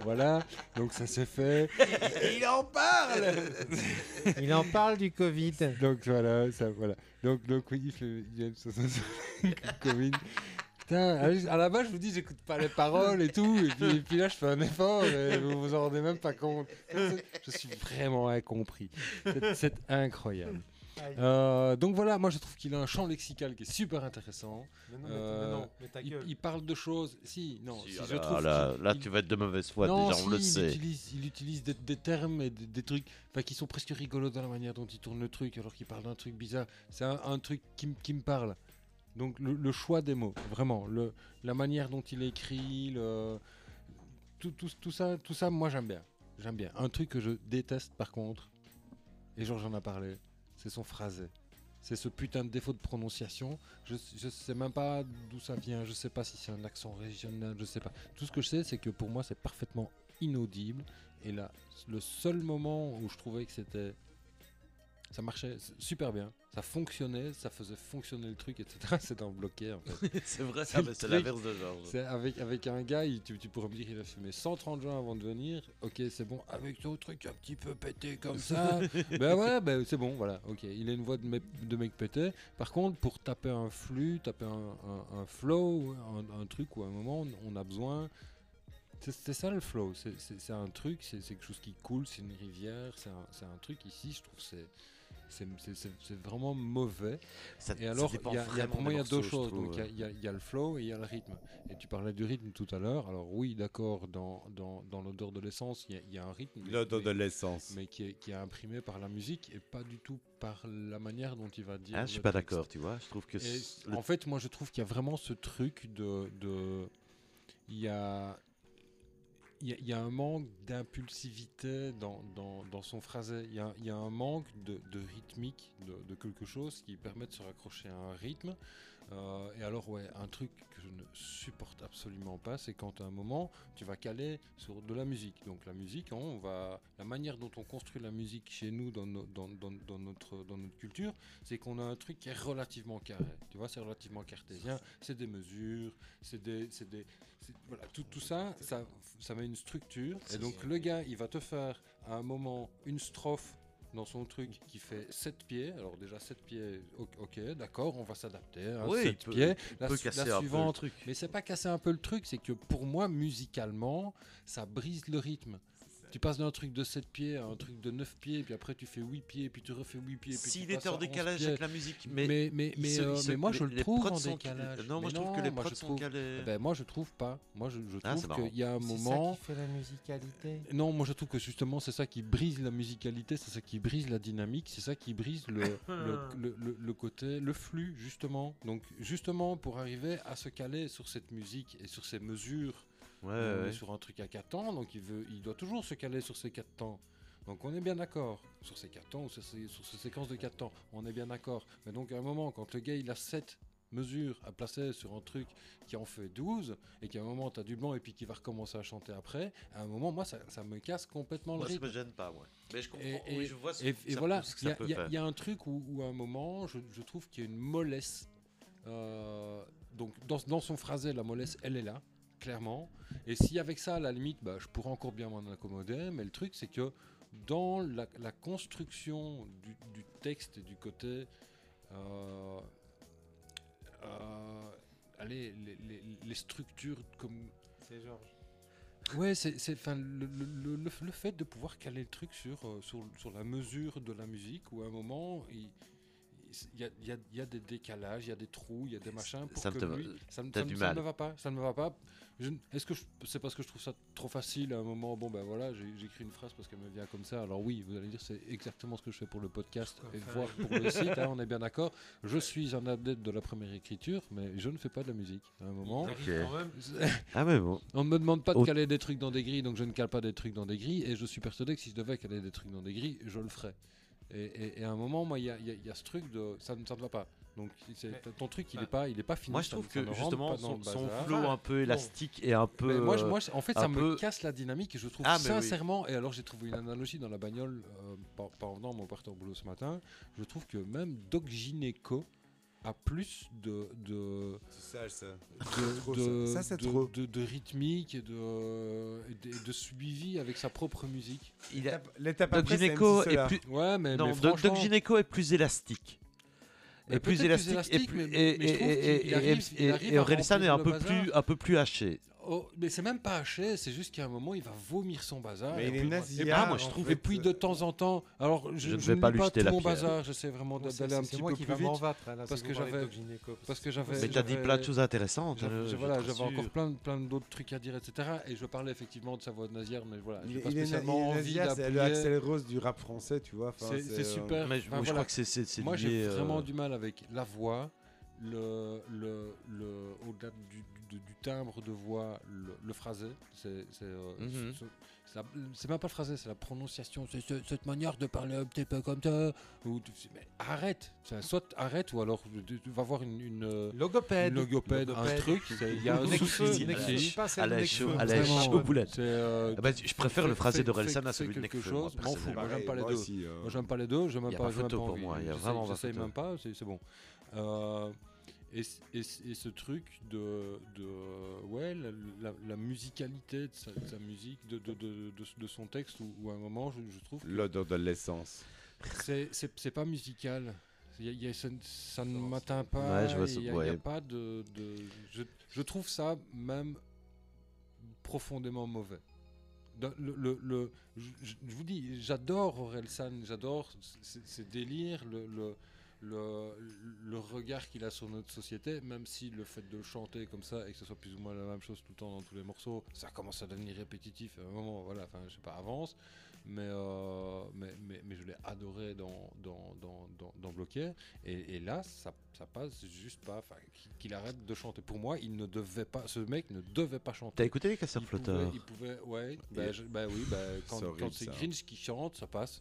Speaker 4: voilà, donc ça s'est fait.
Speaker 3: Il en parle
Speaker 5: Il en parle du Covid.
Speaker 4: Donc voilà, ça, voilà. Donc, donc oui, il fait il y a une chanson sur le Covid. Putain, à la- à la base, je vous dis, j'écoute pas les paroles et tout. Et puis, et puis là, je fais un effort et vous vous en rendez même pas compte. Je suis vraiment incompris. C'est- C'est incroyable.
Speaker 5: Aïe.
Speaker 4: Euh, donc voilà, moi je trouve qu'il a un champ lexical qui est super intéressant.
Speaker 5: Mais non, mais,
Speaker 4: Euh,
Speaker 5: mais non, mais ta
Speaker 4: Il,
Speaker 5: gueule.
Speaker 4: il parle de choses. Si, non,
Speaker 6: Si,
Speaker 4: si,
Speaker 6: ah
Speaker 4: je
Speaker 6: là,
Speaker 4: trouve.
Speaker 6: là,
Speaker 4: qu'il-
Speaker 6: là,
Speaker 4: il-
Speaker 6: tu vas être de mauvaise foi,
Speaker 4: non,
Speaker 6: déjà, on
Speaker 4: si,
Speaker 6: le
Speaker 4: il
Speaker 6: sait.
Speaker 4: Utilise, il utilise des, des termes et des, des trucs enfin, qui sont presque rigolos dans la manière dont il tourne le truc, alors qu'il parle d'un truc bizarre. C'est un, un truc qui, me- qui me parle. Donc le, le choix des mots, vraiment, le, la manière dont il écrit, le- tout, tout, tout ça, tout ça, moi j'aime bien. J'aime bien. Un truc que je déteste par contre, et Georges en a parlé, c'est son phrasé. C'est ce putain de défaut de prononciation. Je, je sais même pas d'où ça vient. Je sais pas si c'est un accent régional. Je sais pas. Tout ce que je sais, c'est que pour moi, c'est parfaitement inaudible. Et là, le seul moment où je trouvais que c'était. Ça marchait s- super bien. Ça fonctionnait. Ça faisait fonctionner le truc, etc. C'est un bloqué en fait.
Speaker 6: c'est vrai,
Speaker 4: C'est
Speaker 6: ah,
Speaker 4: le
Speaker 6: mais c'est
Speaker 4: truc.
Speaker 6: l'inverse de Georges.
Speaker 4: C'est Avec, avec un gars, il- tu, tu pourrais me dire qu'il a fumé 130 joints avant de venir. Ok, c'est bon. Avec ton truc un petit peu pété comme ça. ben ouais, ben c'est bon, voilà. Ok, il a une voix de mec, de mec pété. Par contre, pour taper un flux, taper un, un- un flow, un, un truc ou un moment, on- on a besoin. C'est- C'est ça le flow. c'est- C'est c'est un truc, c'est c'est quelque chose qui coule, c'est une rivière, c'est un, c'est un truc ici, je trouve, c'est. C'est- c'est- C'est c'est vraiment mauvais.
Speaker 6: Ça,
Speaker 4: Et
Speaker 6: ça
Speaker 4: alors,
Speaker 6: dépend
Speaker 4: il y a- il y a-
Speaker 6: vraiment
Speaker 4: pour moi,
Speaker 6: des
Speaker 4: il y a deux
Speaker 6: morceaux, je
Speaker 4: choses.
Speaker 6: trouve.
Speaker 4: Donc, il y a- il y, a- il y a le flow et il y a le rythme. Et tu parlais du rythme tout à l'heure. Alors, oui, d'accord, dans, dans, dans l'odeur de l'essence, il y a- il y, a un rythme. mais-
Speaker 3: L'odeur de
Speaker 4: mais-
Speaker 3: l'essence.
Speaker 4: mais qui est, qui est imprimé par la musique et pas du tout par la manière dont il va dire.
Speaker 6: Ah,
Speaker 4: le
Speaker 6: je suis pas
Speaker 4: texte.
Speaker 6: d'accord, tu vois. Je trouve que
Speaker 4: Et
Speaker 6: c'est- le-
Speaker 4: En fait, moi, je trouve qu'il y a vraiment ce truc de. de- Il y a. Il y, a- il y a un manque d'impulsivité dans, dans, dans son phrasé. Il y a, il y a un manque de, de rythmique, de, de quelque chose qui permet de se raccrocher à un rythme. Euh, et alors, ouais, un truc que je ne supporte absolument pas, c'est quand à un moment, tu vas caler sur de la musique. Donc, la musique, hein, on va, la manière dont on construit la musique chez nous dans, no- dans- dans- dans notre, dans notre culture, c'est qu'on a un truc qui est relativement carré. Tu vois, c'est relativement cartésien. C'est des mesures, c'est des, c'est des, c'est- voilà, tout, tout ça, ça, ça met une structure. Et donc le gars, il va te faire à un moment une strophe dans son truc qui fait 7 pieds. Alors déjà 7 pieds, o- ok, d'accord, on va s'adapter. à
Speaker 6: Oui, il
Speaker 4: 7
Speaker 6: peut-
Speaker 4: pieds.
Speaker 6: il
Speaker 4: La,
Speaker 6: peut
Speaker 4: su- la
Speaker 6: casser un peu le
Speaker 4: suivante.
Speaker 6: truc.
Speaker 4: Mais c'est pas casser un peu le truc, c'est que pour moi, musicalement, ça brise le rythme. Tu passes d'un truc de 7 pieds à un truc de 9 pieds, puis après tu fais 8 pieds, puis tu refais 8 pieds. puis
Speaker 6: S'il
Speaker 4: tu passes
Speaker 6: était en
Speaker 4: à 11
Speaker 6: décalage
Speaker 4: pieds.
Speaker 6: avec la musique,
Speaker 4: Mais,
Speaker 6: mais.
Speaker 4: mais, mais,
Speaker 6: il se-
Speaker 4: euh,
Speaker 6: il se-
Speaker 4: mais moi je
Speaker 6: les-
Speaker 4: le
Speaker 6: les
Speaker 4: trouve
Speaker 6: prods
Speaker 4: en
Speaker 6: sont-
Speaker 4: décalage.
Speaker 6: Non, moi
Speaker 4: Mais
Speaker 6: je trouve que
Speaker 4: non,
Speaker 6: les
Speaker 4: moi,
Speaker 6: prods
Speaker 4: je
Speaker 6: sont
Speaker 4: trouve-
Speaker 6: calés.
Speaker 4: Ben, moi je trouve pas. Moi je, je
Speaker 6: Ah, c'est
Speaker 4: trouve
Speaker 6: marrant.
Speaker 4: qu'il y a un moment.
Speaker 5: fait la musicalité.
Speaker 4: Non, moi je trouve que justement c'est ça qui brise la musicalité, c'est ça qui brise la dynamique, c'est ça qui brise le, le, le- le- le côté, le flux justement. Donc justement pour arriver à se caler sur cette musique et sur ces mesures,
Speaker 6: Ouais,
Speaker 4: on est
Speaker 6: ouais.
Speaker 4: sur un truc à quatre temps, donc il, veut, il doit toujours se caler sur ces quatre temps. Donc on est bien d'accord sur ces quatre temps ou sur ces, sur ces séquences de quatre temps, on est bien d'accord. Mais donc à un moment, quand le gars il a 7 mesures à placer sur un truc qui en fait 12 et qu'à un moment t'as du blanc et puis qui va recommencer à chanter après, à un moment moi ça, ça me casse complètement le
Speaker 6: Moi, ça me
Speaker 4: rythme.
Speaker 6: gêne pas, moi. Mais je comprends.
Speaker 4: Et-
Speaker 6: oui,
Speaker 4: et-
Speaker 6: je vois ce
Speaker 4: Et,
Speaker 6: que
Speaker 4: et
Speaker 6: ça-
Speaker 4: voilà,
Speaker 6: ce que
Speaker 4: il y,
Speaker 6: ça
Speaker 4: a-
Speaker 6: peut
Speaker 4: il y a-
Speaker 6: faire.
Speaker 4: il y a un truc où, où à un moment, je, je trouve qu'il y a une mollesse. euh, donc dans, dans son phrasé, la mollesse, elle est là, clairement. Et si avec ça, à la limite, bah, je pourrais encore bien m'en accommoder, mais le truc, c'est que dans la, la construction du, du texte et du côté... euh, euh, allez, les, les- les structures comme...
Speaker 5: C'est Georges.
Speaker 4: Ouais, c'est c'est- 'fin, le, le- le- le- le fait de pouvoir caler le truc sur, euh, sur, sur la mesure de la musique où à un moment il il y, a, il y a- il y a des décalages, il y a des trous, il y a des machins. Pour
Speaker 6: ça
Speaker 4: que
Speaker 6: me te-
Speaker 4: lui, ça, me-
Speaker 6: t'as
Speaker 4: ça me-
Speaker 6: du
Speaker 4: ça
Speaker 6: mal.
Speaker 4: me va pas. Ça ne me va pas. Je ne- Est-ce que je- c'est parce que je trouve ça trop facile à un moment Bon ben voilà, j'ai- j'écris une phrase parce qu'elle me vient comme ça. Alors oui, vous allez dire c'est exactement ce que je fais pour le podcast et voire pour le site. hein, on est bien d'accord. Je suis un adepte de la première écriture, mais je ne fais pas de la musique. À un moment,
Speaker 6: Ok.
Speaker 5: Quand même,
Speaker 6: Ah, mais bon.
Speaker 4: on ne me demande pas de
Speaker 6: Au-
Speaker 4: caler des trucs dans des grilles, donc je ne cale pas des trucs dans des grilles. Et je suis persuadé que si je devais caler des trucs dans des grilles, je le ferais. Et, et- et à un moment, moi, il y a, il y a- il y a ce truc de ça ne ça ne va pas. Donc c'est-
Speaker 5: Mais-
Speaker 4: ton truc, il
Speaker 5: bah,
Speaker 4: n'est pas, il est pas fini.
Speaker 6: Moi, je
Speaker 4: ça
Speaker 6: trouve
Speaker 4: ne- ça ne
Speaker 6: que
Speaker 4: rentre
Speaker 6: justement,
Speaker 4: pas dans
Speaker 6: son,
Speaker 4: le
Speaker 6: son
Speaker 4: bazar.
Speaker 6: flow un peu élastique et un peu.
Speaker 4: Mais moi, je-
Speaker 6: euh,
Speaker 4: moi, je- en fait,
Speaker 6: un
Speaker 4: ça
Speaker 6: peu-
Speaker 4: me casse la dynamique et je trouve
Speaker 6: Ah, mais oui.
Speaker 4: sincèrement, et alors j'ai trouvé une analogie dans la bagnole, euh, par- par en venant, mais en partant au boulot ce matin, je trouve que même Doc Gineco a plus de- de,
Speaker 3: C'est sage ça.
Speaker 4: de,
Speaker 3: Trop,
Speaker 4: de-
Speaker 3: ça. Ça, c'est
Speaker 4: de-
Speaker 3: trop.
Speaker 4: de- de rythmique et de, et de, et de suivi avec sa propre musique.
Speaker 6: il a-
Speaker 3: L'étape
Speaker 6: Doc
Speaker 3: après, c'est
Speaker 6: Gineco
Speaker 3: MC
Speaker 6: est
Speaker 3: Solar.
Speaker 6: plus.
Speaker 4: Ouais, mais,
Speaker 6: Non,
Speaker 4: mais
Speaker 6: Doc- Doc
Speaker 4: franchement,
Speaker 6: Gineco est plus élastique.
Speaker 4: mais
Speaker 6: est plus
Speaker 4: peut-être
Speaker 6: élastique, et
Speaker 4: élastique,
Speaker 6: plus-
Speaker 4: mais-
Speaker 6: et-
Speaker 4: mais je trouve
Speaker 6: et-
Speaker 4: qu'il
Speaker 6: et-
Speaker 4: arrive-
Speaker 6: et-
Speaker 4: il
Speaker 6: et-
Speaker 4: arrive
Speaker 6: et
Speaker 4: à
Speaker 6: Orelsan est
Speaker 4: remplir
Speaker 6: un
Speaker 4: le
Speaker 6: peu
Speaker 4: bazar.
Speaker 6: plus un peu plus haché.
Speaker 4: oh, mais c'est même pas haché, c'est juste qu'à un moment il va vomir son bazar.
Speaker 3: Mais
Speaker 4: et
Speaker 3: il est
Speaker 4: puis-
Speaker 3: nasillard,
Speaker 6: Ah, moi, je
Speaker 3: en
Speaker 6: trouve-
Speaker 3: fait. euh,
Speaker 4: Et puis de temps en temps, alors je,
Speaker 6: Je ne
Speaker 4: je
Speaker 6: vais
Speaker 4: ne
Speaker 6: pas
Speaker 4: pas,
Speaker 6: lui
Speaker 4: pas
Speaker 6: jeter
Speaker 4: tout
Speaker 6: la
Speaker 4: mon
Speaker 6: pierre.
Speaker 4: bazar, j'essaie vraiment d'a- d'aller un petit
Speaker 5: c'est moi
Speaker 4: peu
Speaker 5: qui
Speaker 4: plus
Speaker 5: va
Speaker 4: vite.
Speaker 5: m'en battre. hein, là,
Speaker 4: parce
Speaker 5: si
Speaker 4: que
Speaker 5: vous parlez de
Speaker 4: j'avais-
Speaker 5: Doc Gynéco,
Speaker 4: Parce que j'avais.
Speaker 6: Mais t'as dit
Speaker 4: j'avais-
Speaker 6: plein de choses intéressantes.
Speaker 4: j'avais-
Speaker 6: hein, je
Speaker 4: voilà,
Speaker 6: te
Speaker 4: j'avais
Speaker 6: rassure.
Speaker 4: encore plein, de- plein d'autres trucs à dire, etc. Et je parlais effectivement de sa voix de Nazière, mais
Speaker 6: Ah,
Speaker 4: voilà,
Speaker 3: Il
Speaker 4: j'ai
Speaker 3: est-
Speaker 4: pas
Speaker 3: il est
Speaker 4: spécialement envie
Speaker 3: nasillat, c'est le
Speaker 4: d'appuyer.
Speaker 3: Axel Rose du rap français, tu vois. enfin,
Speaker 4: C'est- C'est
Speaker 3: euh,
Speaker 4: super.
Speaker 6: Mais je,
Speaker 4: Enfin,
Speaker 6: moi, je
Speaker 4: voilà.
Speaker 6: crois que c'est- c'est c'est
Speaker 4: Moi,
Speaker 6: lié,
Speaker 4: j'ai
Speaker 6: euh,
Speaker 4: vraiment du mal avec la voix, le, le, le, au-delà du, du- du timbre de voix, le, le phrasé. C'est c'est, euh,
Speaker 6: Mhm.
Speaker 4: ce- c'est la- c'est même pas le phrasé, c'est la prononciation. C'est ce- cette manière de parler un petit peu comme ça. Ou, tu- mais arrête, Enfin, soit arrête, ou alors tu, tu vas voir une, une, euh,
Speaker 5: Logopède.
Speaker 4: une logopède, un truc. c'est- Il y a un
Speaker 5: Nexfeu,
Speaker 4: souci.
Speaker 5: Nexfeu,
Speaker 6: Allez,
Speaker 5: je sais pas, c'est
Speaker 6: à
Speaker 5: le
Speaker 6: la
Speaker 5: Nexfeu.
Speaker 6: chaux- à la
Speaker 5: Vraiment.
Speaker 6: chaux- boulette.
Speaker 4: C'est, euh,
Speaker 6: Ah bah, je préfère le
Speaker 4: Fais-
Speaker 6: phrasé
Speaker 4: fais-
Speaker 6: d'Orelsan
Speaker 4: fais-
Speaker 6: à celui
Speaker 4: fais
Speaker 6: de
Speaker 4: quelque
Speaker 6: Nekfeu.
Speaker 4: chose, m'en fous, moi,
Speaker 3: pareil,
Speaker 4: j'aime pas les
Speaker 3: moi
Speaker 4: deux.
Speaker 3: aussi, euh,
Speaker 4: Moi, j'aime pas les deux, j'aime
Speaker 6: Y a
Speaker 4: même
Speaker 6: pas
Speaker 4: pas, j'ai même
Speaker 6: photo
Speaker 4: pas
Speaker 6: pour
Speaker 4: envie.
Speaker 6: moi, y a
Speaker 4: J'essaye-
Speaker 6: vraiment pas
Speaker 4: j'essaye
Speaker 6: photo.
Speaker 4: même pas, c'est c'est bon. Euh, et, c- et c- et ce truc de, de ouais, la, la- la musicalité de sa, de sa musique, de, de, de, de- de son texte, où, où à un moment, je, je trouve que
Speaker 3: L'odeur de l'essence.
Speaker 4: c'est- c'est c'est pas musical. Il y a- il y a- ça, ne- ça ne m'atteint pas.
Speaker 6: Ouais, je vois ce-
Speaker 4: il y a- il y a
Speaker 6: ouais.
Speaker 4: pas de, de- je, je trouve ça même profondément mauvais. dans le, le- le- je, je- je vous dis, j'adore Orelsan, j'adore c- c- ses délires, le, le, le, le regard qu'il a sur notre société, même si le fait de le chanter comme ça et que ce soit plus ou moins la même chose tout le temps dans tous les morceaux, ça commence à devenir répétitif à un moment, voilà, enfin, je sais pas, avance. Mais, euh, mais, mais, mais je l'ai adoré dans, dans, dans, dans, dans Bloquet. Et, et là, ça, ça passe juste pas. Enfin, qu'il- qu'il arrête de chanter. Pour moi, il ne devait pas. Ce mec ne devait pas chanter.
Speaker 6: T'as écouté les casseurs
Speaker 4: Il
Speaker 6: flotteurs
Speaker 4: pouvait, il pouvait- ouais, bah,
Speaker 3: Et-
Speaker 4: je- bah oui, bah, quand,
Speaker 3: C'est horrible,
Speaker 4: quand c'est
Speaker 3: ça.
Speaker 4: Grinch qui chante, ça passe.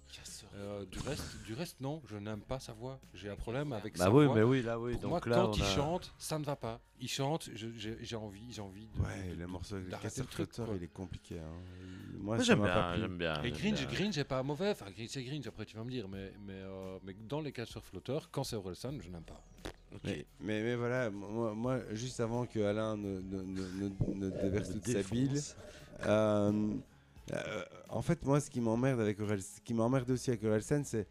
Speaker 4: Euh, du, reste, du reste, non, je n'aime pas sa voix. J'ai un problème avec
Speaker 6: Bah
Speaker 4: sa
Speaker 6: oui,
Speaker 4: voix.
Speaker 6: mais oui, là oui.
Speaker 4: Pour
Speaker 6: donc
Speaker 4: moi,
Speaker 6: là,
Speaker 4: quand
Speaker 6: on
Speaker 4: il
Speaker 6: a-
Speaker 4: chante, ça ne va pas. Il chante, je- j'ai j'ai envie, j'ai envie de.
Speaker 3: Ouais,
Speaker 4: de-
Speaker 3: le
Speaker 4: de-
Speaker 3: morceau avec le
Speaker 4: d'arrêter
Speaker 3: casseur
Speaker 4: le truc,
Speaker 3: flotteur,
Speaker 4: quoi.
Speaker 3: il est compliqué. hein. Moi,
Speaker 6: Mais
Speaker 3: ça
Speaker 6: J'aime
Speaker 3: m'a pas
Speaker 6: bien,
Speaker 3: plu.
Speaker 6: j'aime bien.
Speaker 4: Et
Speaker 6: j'aime
Speaker 4: Grinch,
Speaker 6: bien.
Speaker 4: Grinch est pas mauvais, enfin Grinch c'est Grinch, après tu vas me dire, mais, mais, euh, mais dans les casseurs flotteurs, quand c'est Orelsan, je n'aime pas.
Speaker 6: Ok.
Speaker 3: Mais, mais, mais voilà, moi, moi, juste avant que Alain ne, ne, ne, ne- ne déverse toute sa bile,
Speaker 6: Défonce.
Speaker 3: euh, euh, en fait, moi, ce qui m'emmerde avec Aurel, ce qui m'emmerde aussi avec Orelsan, c'est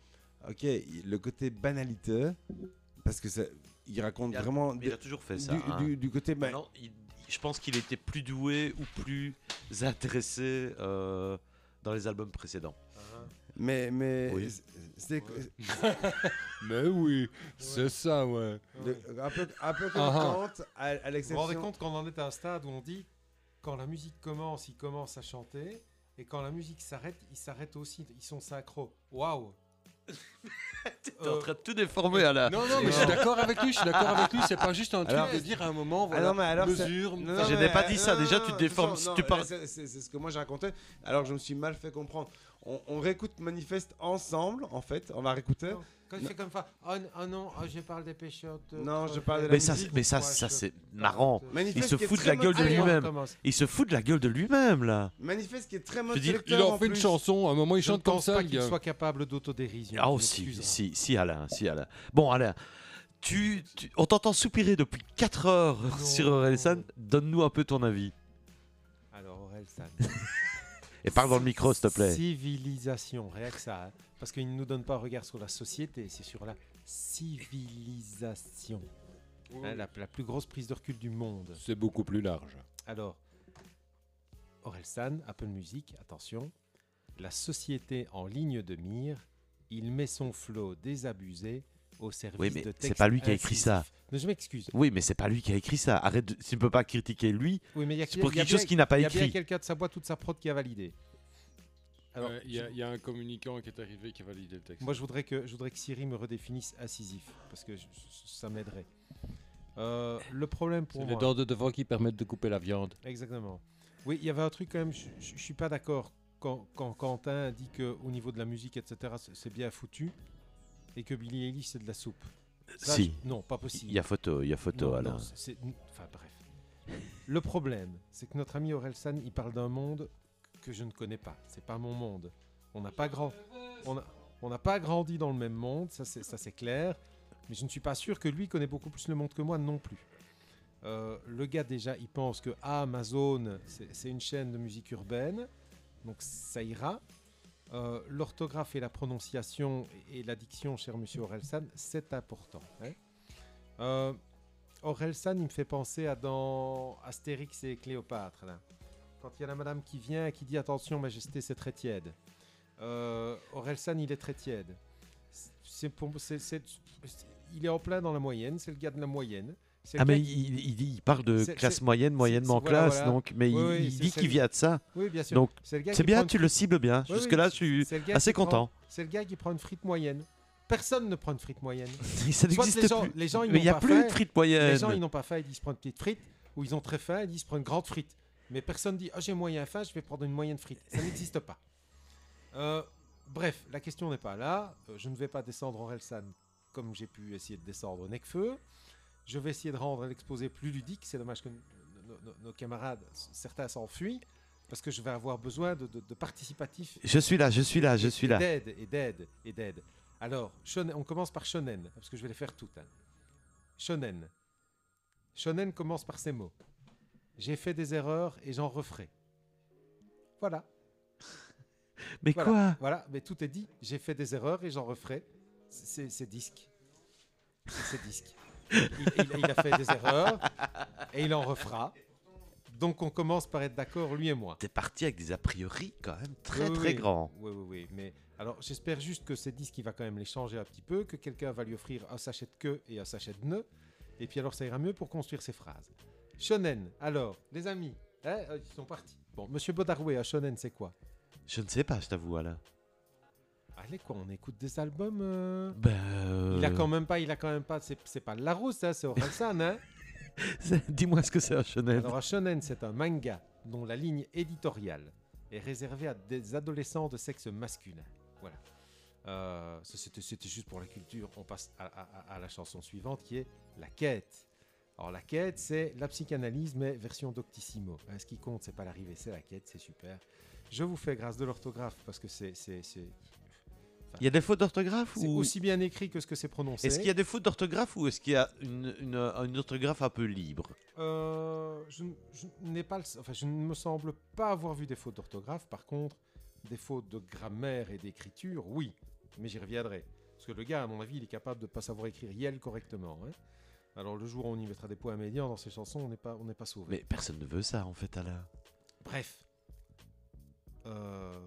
Speaker 3: ok, il- le côté banalité, parce que ça, il raconte
Speaker 6: Il a-
Speaker 3: vraiment
Speaker 6: Mais
Speaker 3: des-
Speaker 6: il a toujours fait
Speaker 3: du,
Speaker 6: ça. hein.
Speaker 3: du- du côté ba-
Speaker 6: Maintenant, il- je pense qu'il était plus doué ou plus intéressé euh, dans les albums précédents.
Speaker 5: Ah,
Speaker 3: mais mais
Speaker 6: Oui.
Speaker 3: c- c'est
Speaker 4: Mais oui, c'est ça, ouais.
Speaker 3: de- un peu un peu comme
Speaker 4: Ah ah.
Speaker 3: Kant, à, à
Speaker 5: Vous vous rendez
Speaker 3: l'exception
Speaker 5: compte qu'on en est à un stade où on dit quand la musique commence, ils commencent à chanter, et quand la musique s'arrête, ils s'arrêtent aussi, ils sont synchro. Waouh
Speaker 6: T'es
Speaker 5: Euh,
Speaker 6: en train de tout déformer à la.
Speaker 4: Non, non, mais je suis d'accord avec lui, je suis d'accord avec lui, c'est pas juste un truc
Speaker 3: Alors-
Speaker 4: de dire à un moment,
Speaker 3: Ah
Speaker 4: voilà,
Speaker 3: non, mais alors, c'est-
Speaker 4: mesure,
Speaker 3: Non,
Speaker 6: Ça,
Speaker 3: non,
Speaker 6: je
Speaker 3: mais-
Speaker 6: n'ai pas dit
Speaker 3: non,
Speaker 6: ça,
Speaker 3: non,
Speaker 6: déjà,
Speaker 3: non,
Speaker 6: tu
Speaker 3: non,
Speaker 6: déformes
Speaker 3: non,
Speaker 6: si
Speaker 3: non,
Speaker 6: tu parles-
Speaker 3: C'est c'est- c'est ce que moi j'ai raconté. Alors je me suis mal fait comprendre. On, on réécoute Manifeste ensemble, en fait. On va réécouter.
Speaker 5: Quand il fait comme ça, oh, n- oh non, oh, je parle des pêcheurs. de-
Speaker 3: Non, je
Speaker 5: de-
Speaker 3: parle de la
Speaker 6: Mais ça,
Speaker 3: musique,
Speaker 6: mais ça,
Speaker 5: moi,
Speaker 6: ça
Speaker 5: je-
Speaker 6: c'est marrant.
Speaker 3: Manifeste
Speaker 6: Il se
Speaker 3: qui est
Speaker 6: fout de la
Speaker 3: très
Speaker 6: gueule de
Speaker 3: moteur-
Speaker 5: Allez, on
Speaker 6: lui-même.
Speaker 5: recommence.
Speaker 6: Il se fout de la gueule de lui-même là.
Speaker 3: Manifeste qui est très
Speaker 6: veux dire,
Speaker 3: moteur.
Speaker 4: il en fait une chanson, à un moment il
Speaker 5: Je ne
Speaker 4: chante comme
Speaker 5: pense
Speaker 4: ça,
Speaker 5: pas
Speaker 4: le
Speaker 5: qu'il
Speaker 4: gars.
Speaker 5: soit capable d'autodérision. hein.
Speaker 6: Ah
Speaker 5: tu
Speaker 6: oh, si,
Speaker 5: m'excuseras.
Speaker 6: si, si Alain, si Alain. Bon Alain, tu, tu- on t'entend soupirer depuis 4 heures
Speaker 5: Non.
Speaker 6: sur Orelsan. Donne-nous un peu ton avis
Speaker 5: Alors, Orelsan.
Speaker 6: et parle dans le micro s'il te plaît.
Speaker 5: Civilisation, rien que ça. hein. Parce qu'il ne nous donne pas un regard sur la société, c'est sur la civilisation. Hein, la, la plus grosse prise de recul du monde.
Speaker 4: C'est beaucoup plus large.
Speaker 5: Alors, Orelsan, Apple Music, attention. La société en ligne de mire, il met son flot désabusé au service
Speaker 6: Oui, mais
Speaker 5: de
Speaker 6: c'est
Speaker 5: textes
Speaker 6: pas lui qui a écrit
Speaker 5: incisifs.
Speaker 6: ça.
Speaker 5: Non, Je m'excuse.
Speaker 6: Oui, mais c'est pas lui qui a écrit ça. Arrête, de- tu ne peux pas critiquer lui
Speaker 5: Oui, mais il y a,
Speaker 6: c'est pour
Speaker 5: il y a
Speaker 6: quelque chose
Speaker 5: bien-
Speaker 6: qu'il n'a pas
Speaker 5: Il y a bien
Speaker 6: écrit.
Speaker 5: quelqu'un de sa boîte, toute sa prod qui a validé. Alors,
Speaker 4: Euh, Il y, a un communicant qui est arrivé qui a validé le texte.
Speaker 5: Moi, je voudrais que, je voudrais que Siri me redéfinisse incisif, parce que je- je- ça m'aiderait. Euh, le problème pour moi.
Speaker 4: de devant qui permettent de couper la viande.
Speaker 5: Exactement. Oui, il y avait un truc quand même, je je- je suis pas d'accord quand, quand Quentin dit qu'au niveau de la musique, etc., c'est- c'est bien foutu, et que Billy Eilish, c'est de la soupe. Ça,
Speaker 6: Si.
Speaker 5: je- non, pas
Speaker 6: Il
Speaker 5: possible.
Speaker 6: y a photo, il y a photo
Speaker 5: Non,
Speaker 6: Alain.
Speaker 5: non, c'est- c'est- Enfin, bref. Le problème, c'est que notre ami Orelsan, il parle d'un monde que je ne connais pas. C'est pas mon monde. On n'a pas grand... On a- on n'a pas grandi dans le même monde, ça c'est ça, c'est clair. Mais je ne suis pas sûr que lui connaît beaucoup plus le monde que moi non plus. Euh, le gars déjà, il pense que ah, Amazon, c'est c'est une chaîne de musique urbaine, donc ça ira. Euh, L'orthographe et la prononciation et et la diction, cher monsieur Orelsan, c'est important. hein. Euh, Orelsan, il me fait penser à dans Astérix et Cléopâtre. là. Quand il y a la madame qui vient et qui dit Attention, Majesté, c'est très tiède. Euh, Orelsan, il est très tiède. C'est pour, c'est- c'est- c'est- il est en plein dans la moyenne, c'est le gars de la moyenne. C'est le
Speaker 6: Ah mais
Speaker 5: gars
Speaker 6: il,
Speaker 5: qui-
Speaker 6: il dit- il parle de
Speaker 5: C'est-
Speaker 6: classe
Speaker 5: c'est-
Speaker 6: moyenne, moyennement
Speaker 5: c'est- voilà,
Speaker 6: classe,
Speaker 5: voilà.
Speaker 6: donc mais
Speaker 5: Oui,
Speaker 6: il,
Speaker 5: oui,
Speaker 6: il
Speaker 5: c'est-
Speaker 6: dit
Speaker 5: c'est-
Speaker 6: qu'il vient de ça.
Speaker 5: Oui, bien sûr.
Speaker 6: Donc,
Speaker 5: c'est le gars
Speaker 6: C'est
Speaker 5: qui
Speaker 6: bien,
Speaker 5: prend-
Speaker 6: tu le cibles bien.
Speaker 5: Oui, oui,
Speaker 6: Jusque là, je suis
Speaker 5: c'est le gars
Speaker 6: assez
Speaker 5: qui prend-
Speaker 6: content.
Speaker 5: C'est le gars qui prend une frite moyenne. Personne ne prend une frite moyenne.
Speaker 6: Ça
Speaker 5: Soit les
Speaker 6: n'existe
Speaker 5: gens-
Speaker 6: plus.
Speaker 5: les gens, ils
Speaker 6: mais il
Speaker 5: n'ont
Speaker 6: n'y a
Speaker 5: pas
Speaker 6: plus
Speaker 5: faim,
Speaker 6: euh, de frites
Speaker 5: Les
Speaker 6: moyennes.
Speaker 5: gens, ils n'ont pas faim, ils disent prends une petite frite. Ou ils ont très faim, ils disent prends une grande frite. Mais personne dit ah j'ai moyen faim, je vais prendre une moyenne frite. Ça n'existe pas. Euh, bref, la question n'est pas là. Euh, Je ne vais pas descendre en Relsan comme j'ai pu essayer de descendre Necfeu. Je vais essayer de rendre l'exposé plus ludique. C'est dommage que nos, nos- nos- nos camarades, certains s'enfuient, parce que je vais avoir besoin de, de, de participatif
Speaker 6: Je suis là, je suis là, je suis là.
Speaker 5: et Dead, et Dead, et Dead. Alors, shonen- on commence par Shonen, parce que je vais les faire toutes. hein. Shonen. Shonen commence par ces mots. J'ai fait des erreurs et j'en referai. Voilà.
Speaker 6: Mais
Speaker 5: voilà,
Speaker 6: quoi
Speaker 5: Voilà, mais tout est dit. J'ai fait des erreurs et j'en referai. C'est c'est disque. C'est c'est disque. Il, il- il a fait des erreurs et il en refera. Donc on commence par être d'accord, lui et moi.
Speaker 6: T'es parti avec des a priori quand même très
Speaker 5: Oui, oui,
Speaker 6: très
Speaker 5: oui.
Speaker 6: grands.
Speaker 5: Oui, oui, oui. Mais alors, j'espère juste que c'est disque, il va quand même les changer un petit peu, que quelqu'un va lui offrir un sachet de queue et un sachet de nœud. Et puis alors, ça ira mieux pour construire ses phrases. Shonen, alors, les amis, hein, euh, ils sont partis. Bon, monsieur Bodaroué, un shonen, c'est quoi
Speaker 6: Je ne sais pas, je t'avoue, Alain.
Speaker 5: Allez, quoi, on écoute des albums euh
Speaker 6: Ben,
Speaker 5: Il a
Speaker 6: euh,
Speaker 5: quand même pas, il a quand même pas, c'est c'est pas de la rousse, hein, c'est Orelsan, hein
Speaker 6: Dis-moi ce que c'est un shonen.
Speaker 5: Alors, un shonen, c'est un manga dont la ligne éditoriale est réservée à des adolescents de sexe masculin. Voilà. Euh, ça, C'était c'était juste pour la culture. On passe à, à- à- à la chanson suivante qui est La quête. Alors, la quête, c'est la psychanalyse, mais version Doctissimo. Hein, ce qui compte, c'est pas l'arrivée, c'est la quête, c'est super. Je vous fais grâce de l'orthographe parce que c'est c'est- c'est-
Speaker 6: Il y a des fautes d'orthographe
Speaker 5: c'est
Speaker 6: ou
Speaker 5: aussi bien écrit que ce que c'est prononcé.
Speaker 6: est-ce qu'il y a des fautes d'orthographe ou est-ce qu'il y a une, une- une orthographe un peu libre
Speaker 5: Euh, je, n- je n'ai pas le s- enfin, je ne me semble pas avoir vu des fautes d'orthographe. Par contre, des fautes de grammaire et d'écriture, oui. Mais j'y reviendrai. Parce que le gars, à mon avis, il est capable de ne pas savoir écrire Yel correctement. hein. Alors le jour où on y mettra des points médians dans ces chansons, on n'est pas, on n'est pas sauvé.
Speaker 6: Mais personne ne veut ça en fait, Alain.
Speaker 5: Bref. Euh,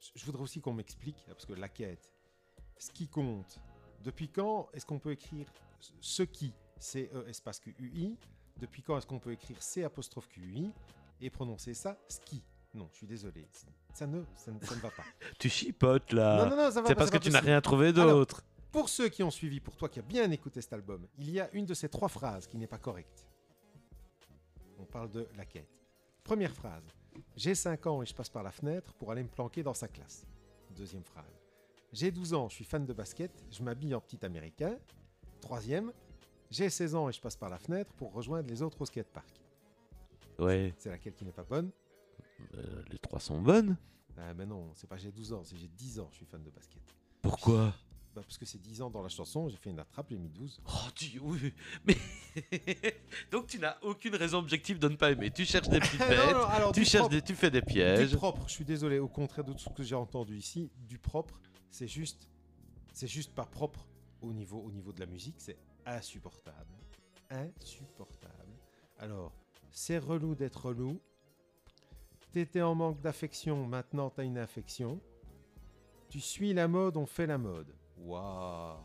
Speaker 5: je- je voudrais aussi qu'on m'explique, parce que la quête, ce qui compte, depuis quand est-ce qu'on peut écrire ce qui, E C-E espace Q-U-I, depuis quand est-ce qu'on peut écrire C apostrophe Q-U-I et prononcer ça, ski Non, je suis désolé, c- ça ne, ça ne, ça ne va pas.
Speaker 6: Tu chipotes là.
Speaker 5: non, non, non, ça va
Speaker 6: Euh, c'est
Speaker 5: pas,
Speaker 6: parce que
Speaker 5: c'est pas
Speaker 6: tu n'as
Speaker 5: possible.
Speaker 6: rien trouvé
Speaker 5: Alors-
Speaker 6: d'autre.
Speaker 5: Pour ceux qui ont suivi, pour toi qui as bien écouté cet album, il y a une de ces trois phrases qui n'est pas correcte. On parle de la quête. Première phrase. J'ai 5 ans et je passe par la fenêtre pour aller me planquer dans sa classe. Deuxième phrase. J'ai 12 ans, je suis fan de basket, je m'habille en petit américain. Troisième. J'ai 16 ans et je passe par la fenêtre pour rejoindre les autres au skatepark.
Speaker 6: Ouais,
Speaker 5: C'est laquelle qui n'est pas bonne
Speaker 6: euh, les trois sont bonnes.
Speaker 5: Ah mais non, c'est pas j'ai 12 ans, c'est j'ai 10 ans, je suis fan de basket.
Speaker 6: Pourquoi
Speaker 5: Bah parce que c'est 10 ans dans la chanson, j'ai fait une attrape, j'ai mis 12.
Speaker 6: Oh Dieu, oui. Mais donc tu n'as aucune raison objective de ne pas aimer. Tu cherches des petites
Speaker 5: Non,
Speaker 6: bêtes.
Speaker 5: non, alors,
Speaker 6: Tu
Speaker 5: du
Speaker 6: cherches
Speaker 5: propre.
Speaker 6: des, tu fais des
Speaker 5: Du
Speaker 6: pièges.
Speaker 5: propre, je suis désolé, au contraire de tout ce que j'ai entendu ici, du propre, c'est juste c'est juste pas propre au niveau au niveau de la musique, c'est insupportable. Insupportable. Alors, c'est relou d'être relou. T'étais en manque d'affection, maintenant t'as une affection. Tu suis la mode, on fait la mode. Waouh.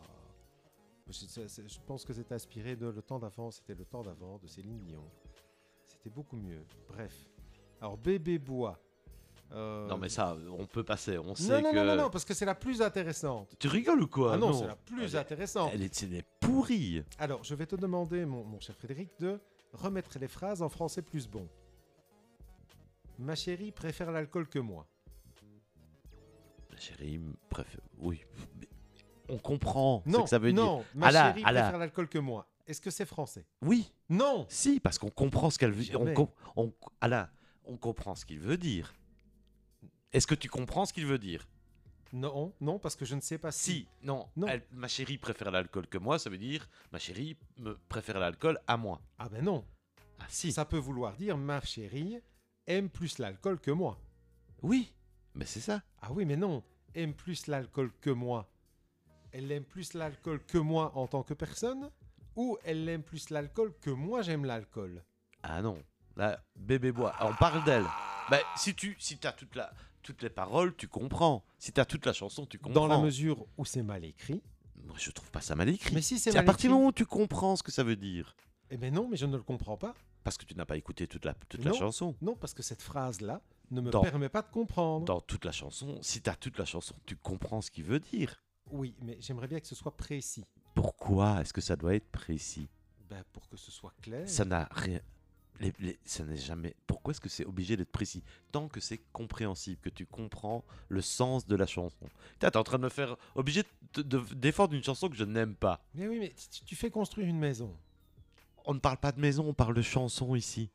Speaker 5: Je, c'est- c'est- je pense que c'est inspiré de le temps d'avant, c'était le temps d'avant de Céline Dion. C'était beaucoup mieux. Bref. Alors bébé bois. Euh,
Speaker 6: Non mais ça, on peut passer. On sait
Speaker 5: non, non,
Speaker 6: que. Bah
Speaker 5: non, non, non, parce que c'est la plus intéressante.
Speaker 6: Tu rigoles ou quoi
Speaker 5: ah non, c'est la plus
Speaker 6: Elle est-
Speaker 5: intéressante.
Speaker 6: Elle est, elle est pourrie.
Speaker 5: Alors, je vais te demander, mon, mon cher Frédéric, de remettre les phrases en français plus bon. Ma chérie préfère l'alcool que moi.
Speaker 6: Ma chérie, bref, oui. Mais On comprend ce
Speaker 5: Non,
Speaker 6: que ça veut dire.
Speaker 5: non, ma
Speaker 6: Ala,
Speaker 5: chérie
Speaker 6: Ala.
Speaker 5: préfère l'alcool que moi. Est-ce que c'est français
Speaker 6: Oui,
Speaker 5: Non
Speaker 6: si, parce qu'on comprend ce qu'elle veut dire. On,
Speaker 5: Jamais.
Speaker 6: com- on, Alain, on comprend ce qu'il veut dire. Est-ce que tu comprends ce qu'il veut dire
Speaker 5: Non, non, parce que je ne sais pas Ah, si.
Speaker 6: Si, non.
Speaker 5: Non.
Speaker 6: elle- ma chérie préfère l'alcool que moi, ça veut dire ma chérie me préfère l'alcool à moi.
Speaker 5: Ah ben non,
Speaker 6: Ah si,
Speaker 5: ça peut vouloir dire ma chérie aime plus l'alcool que moi.
Speaker 6: oui, mais c'est ça.
Speaker 5: Ah oui, mais non, aime plus l'alcool que moi. Elle aime plus l'alcool que moi en tant que personne ou elle aime plus l'alcool que moi j'aime l'alcool
Speaker 6: Ah non, là, bébé bois, Ah, on parle d'elle. Bah, si tu si as toute la, toutes les paroles, tu comprends. Si tu as toute la chanson, tu comprends.
Speaker 5: Dans la mesure où c'est mal écrit.
Speaker 6: Moi, je trouve pas ça mal écrit.
Speaker 5: Mais si c'est
Speaker 6: C'est à
Speaker 5: mal
Speaker 6: partir du
Speaker 5: écrit-
Speaker 6: moment où tu comprends ce que ça veut dire.
Speaker 5: Eh ben non, mais je ne le comprends pas.
Speaker 6: Parce que tu n'as pas écouté toute la, toute la
Speaker 5: Non.
Speaker 6: chanson.
Speaker 5: Non, parce que cette phrase-là ne me
Speaker 6: Dans-
Speaker 5: permet pas de comprendre.
Speaker 6: Dans toute la chanson, si tu as toute la chanson, tu comprends ce qu'il veut dire.
Speaker 5: Oui, mais j'aimerais bien que ce soit précis.
Speaker 6: Pourquoi est-ce que ça doit être précis
Speaker 5: Ben, pour que ce soit clair.
Speaker 6: Ça n'a rien. les- les- ça n'est jamais. Pourquoi est-ce que c'est obligé d'être précis Tant que c'est compréhensible, que tu comprends le sens de la chanson. Putain, T'es en train de me faire obligé de, de- défendre une chanson que je n'aime pas.
Speaker 5: Mais oui, mais tu, tu fais construire une maison.
Speaker 6: On ne parle pas de maison, on parle de chanson ici.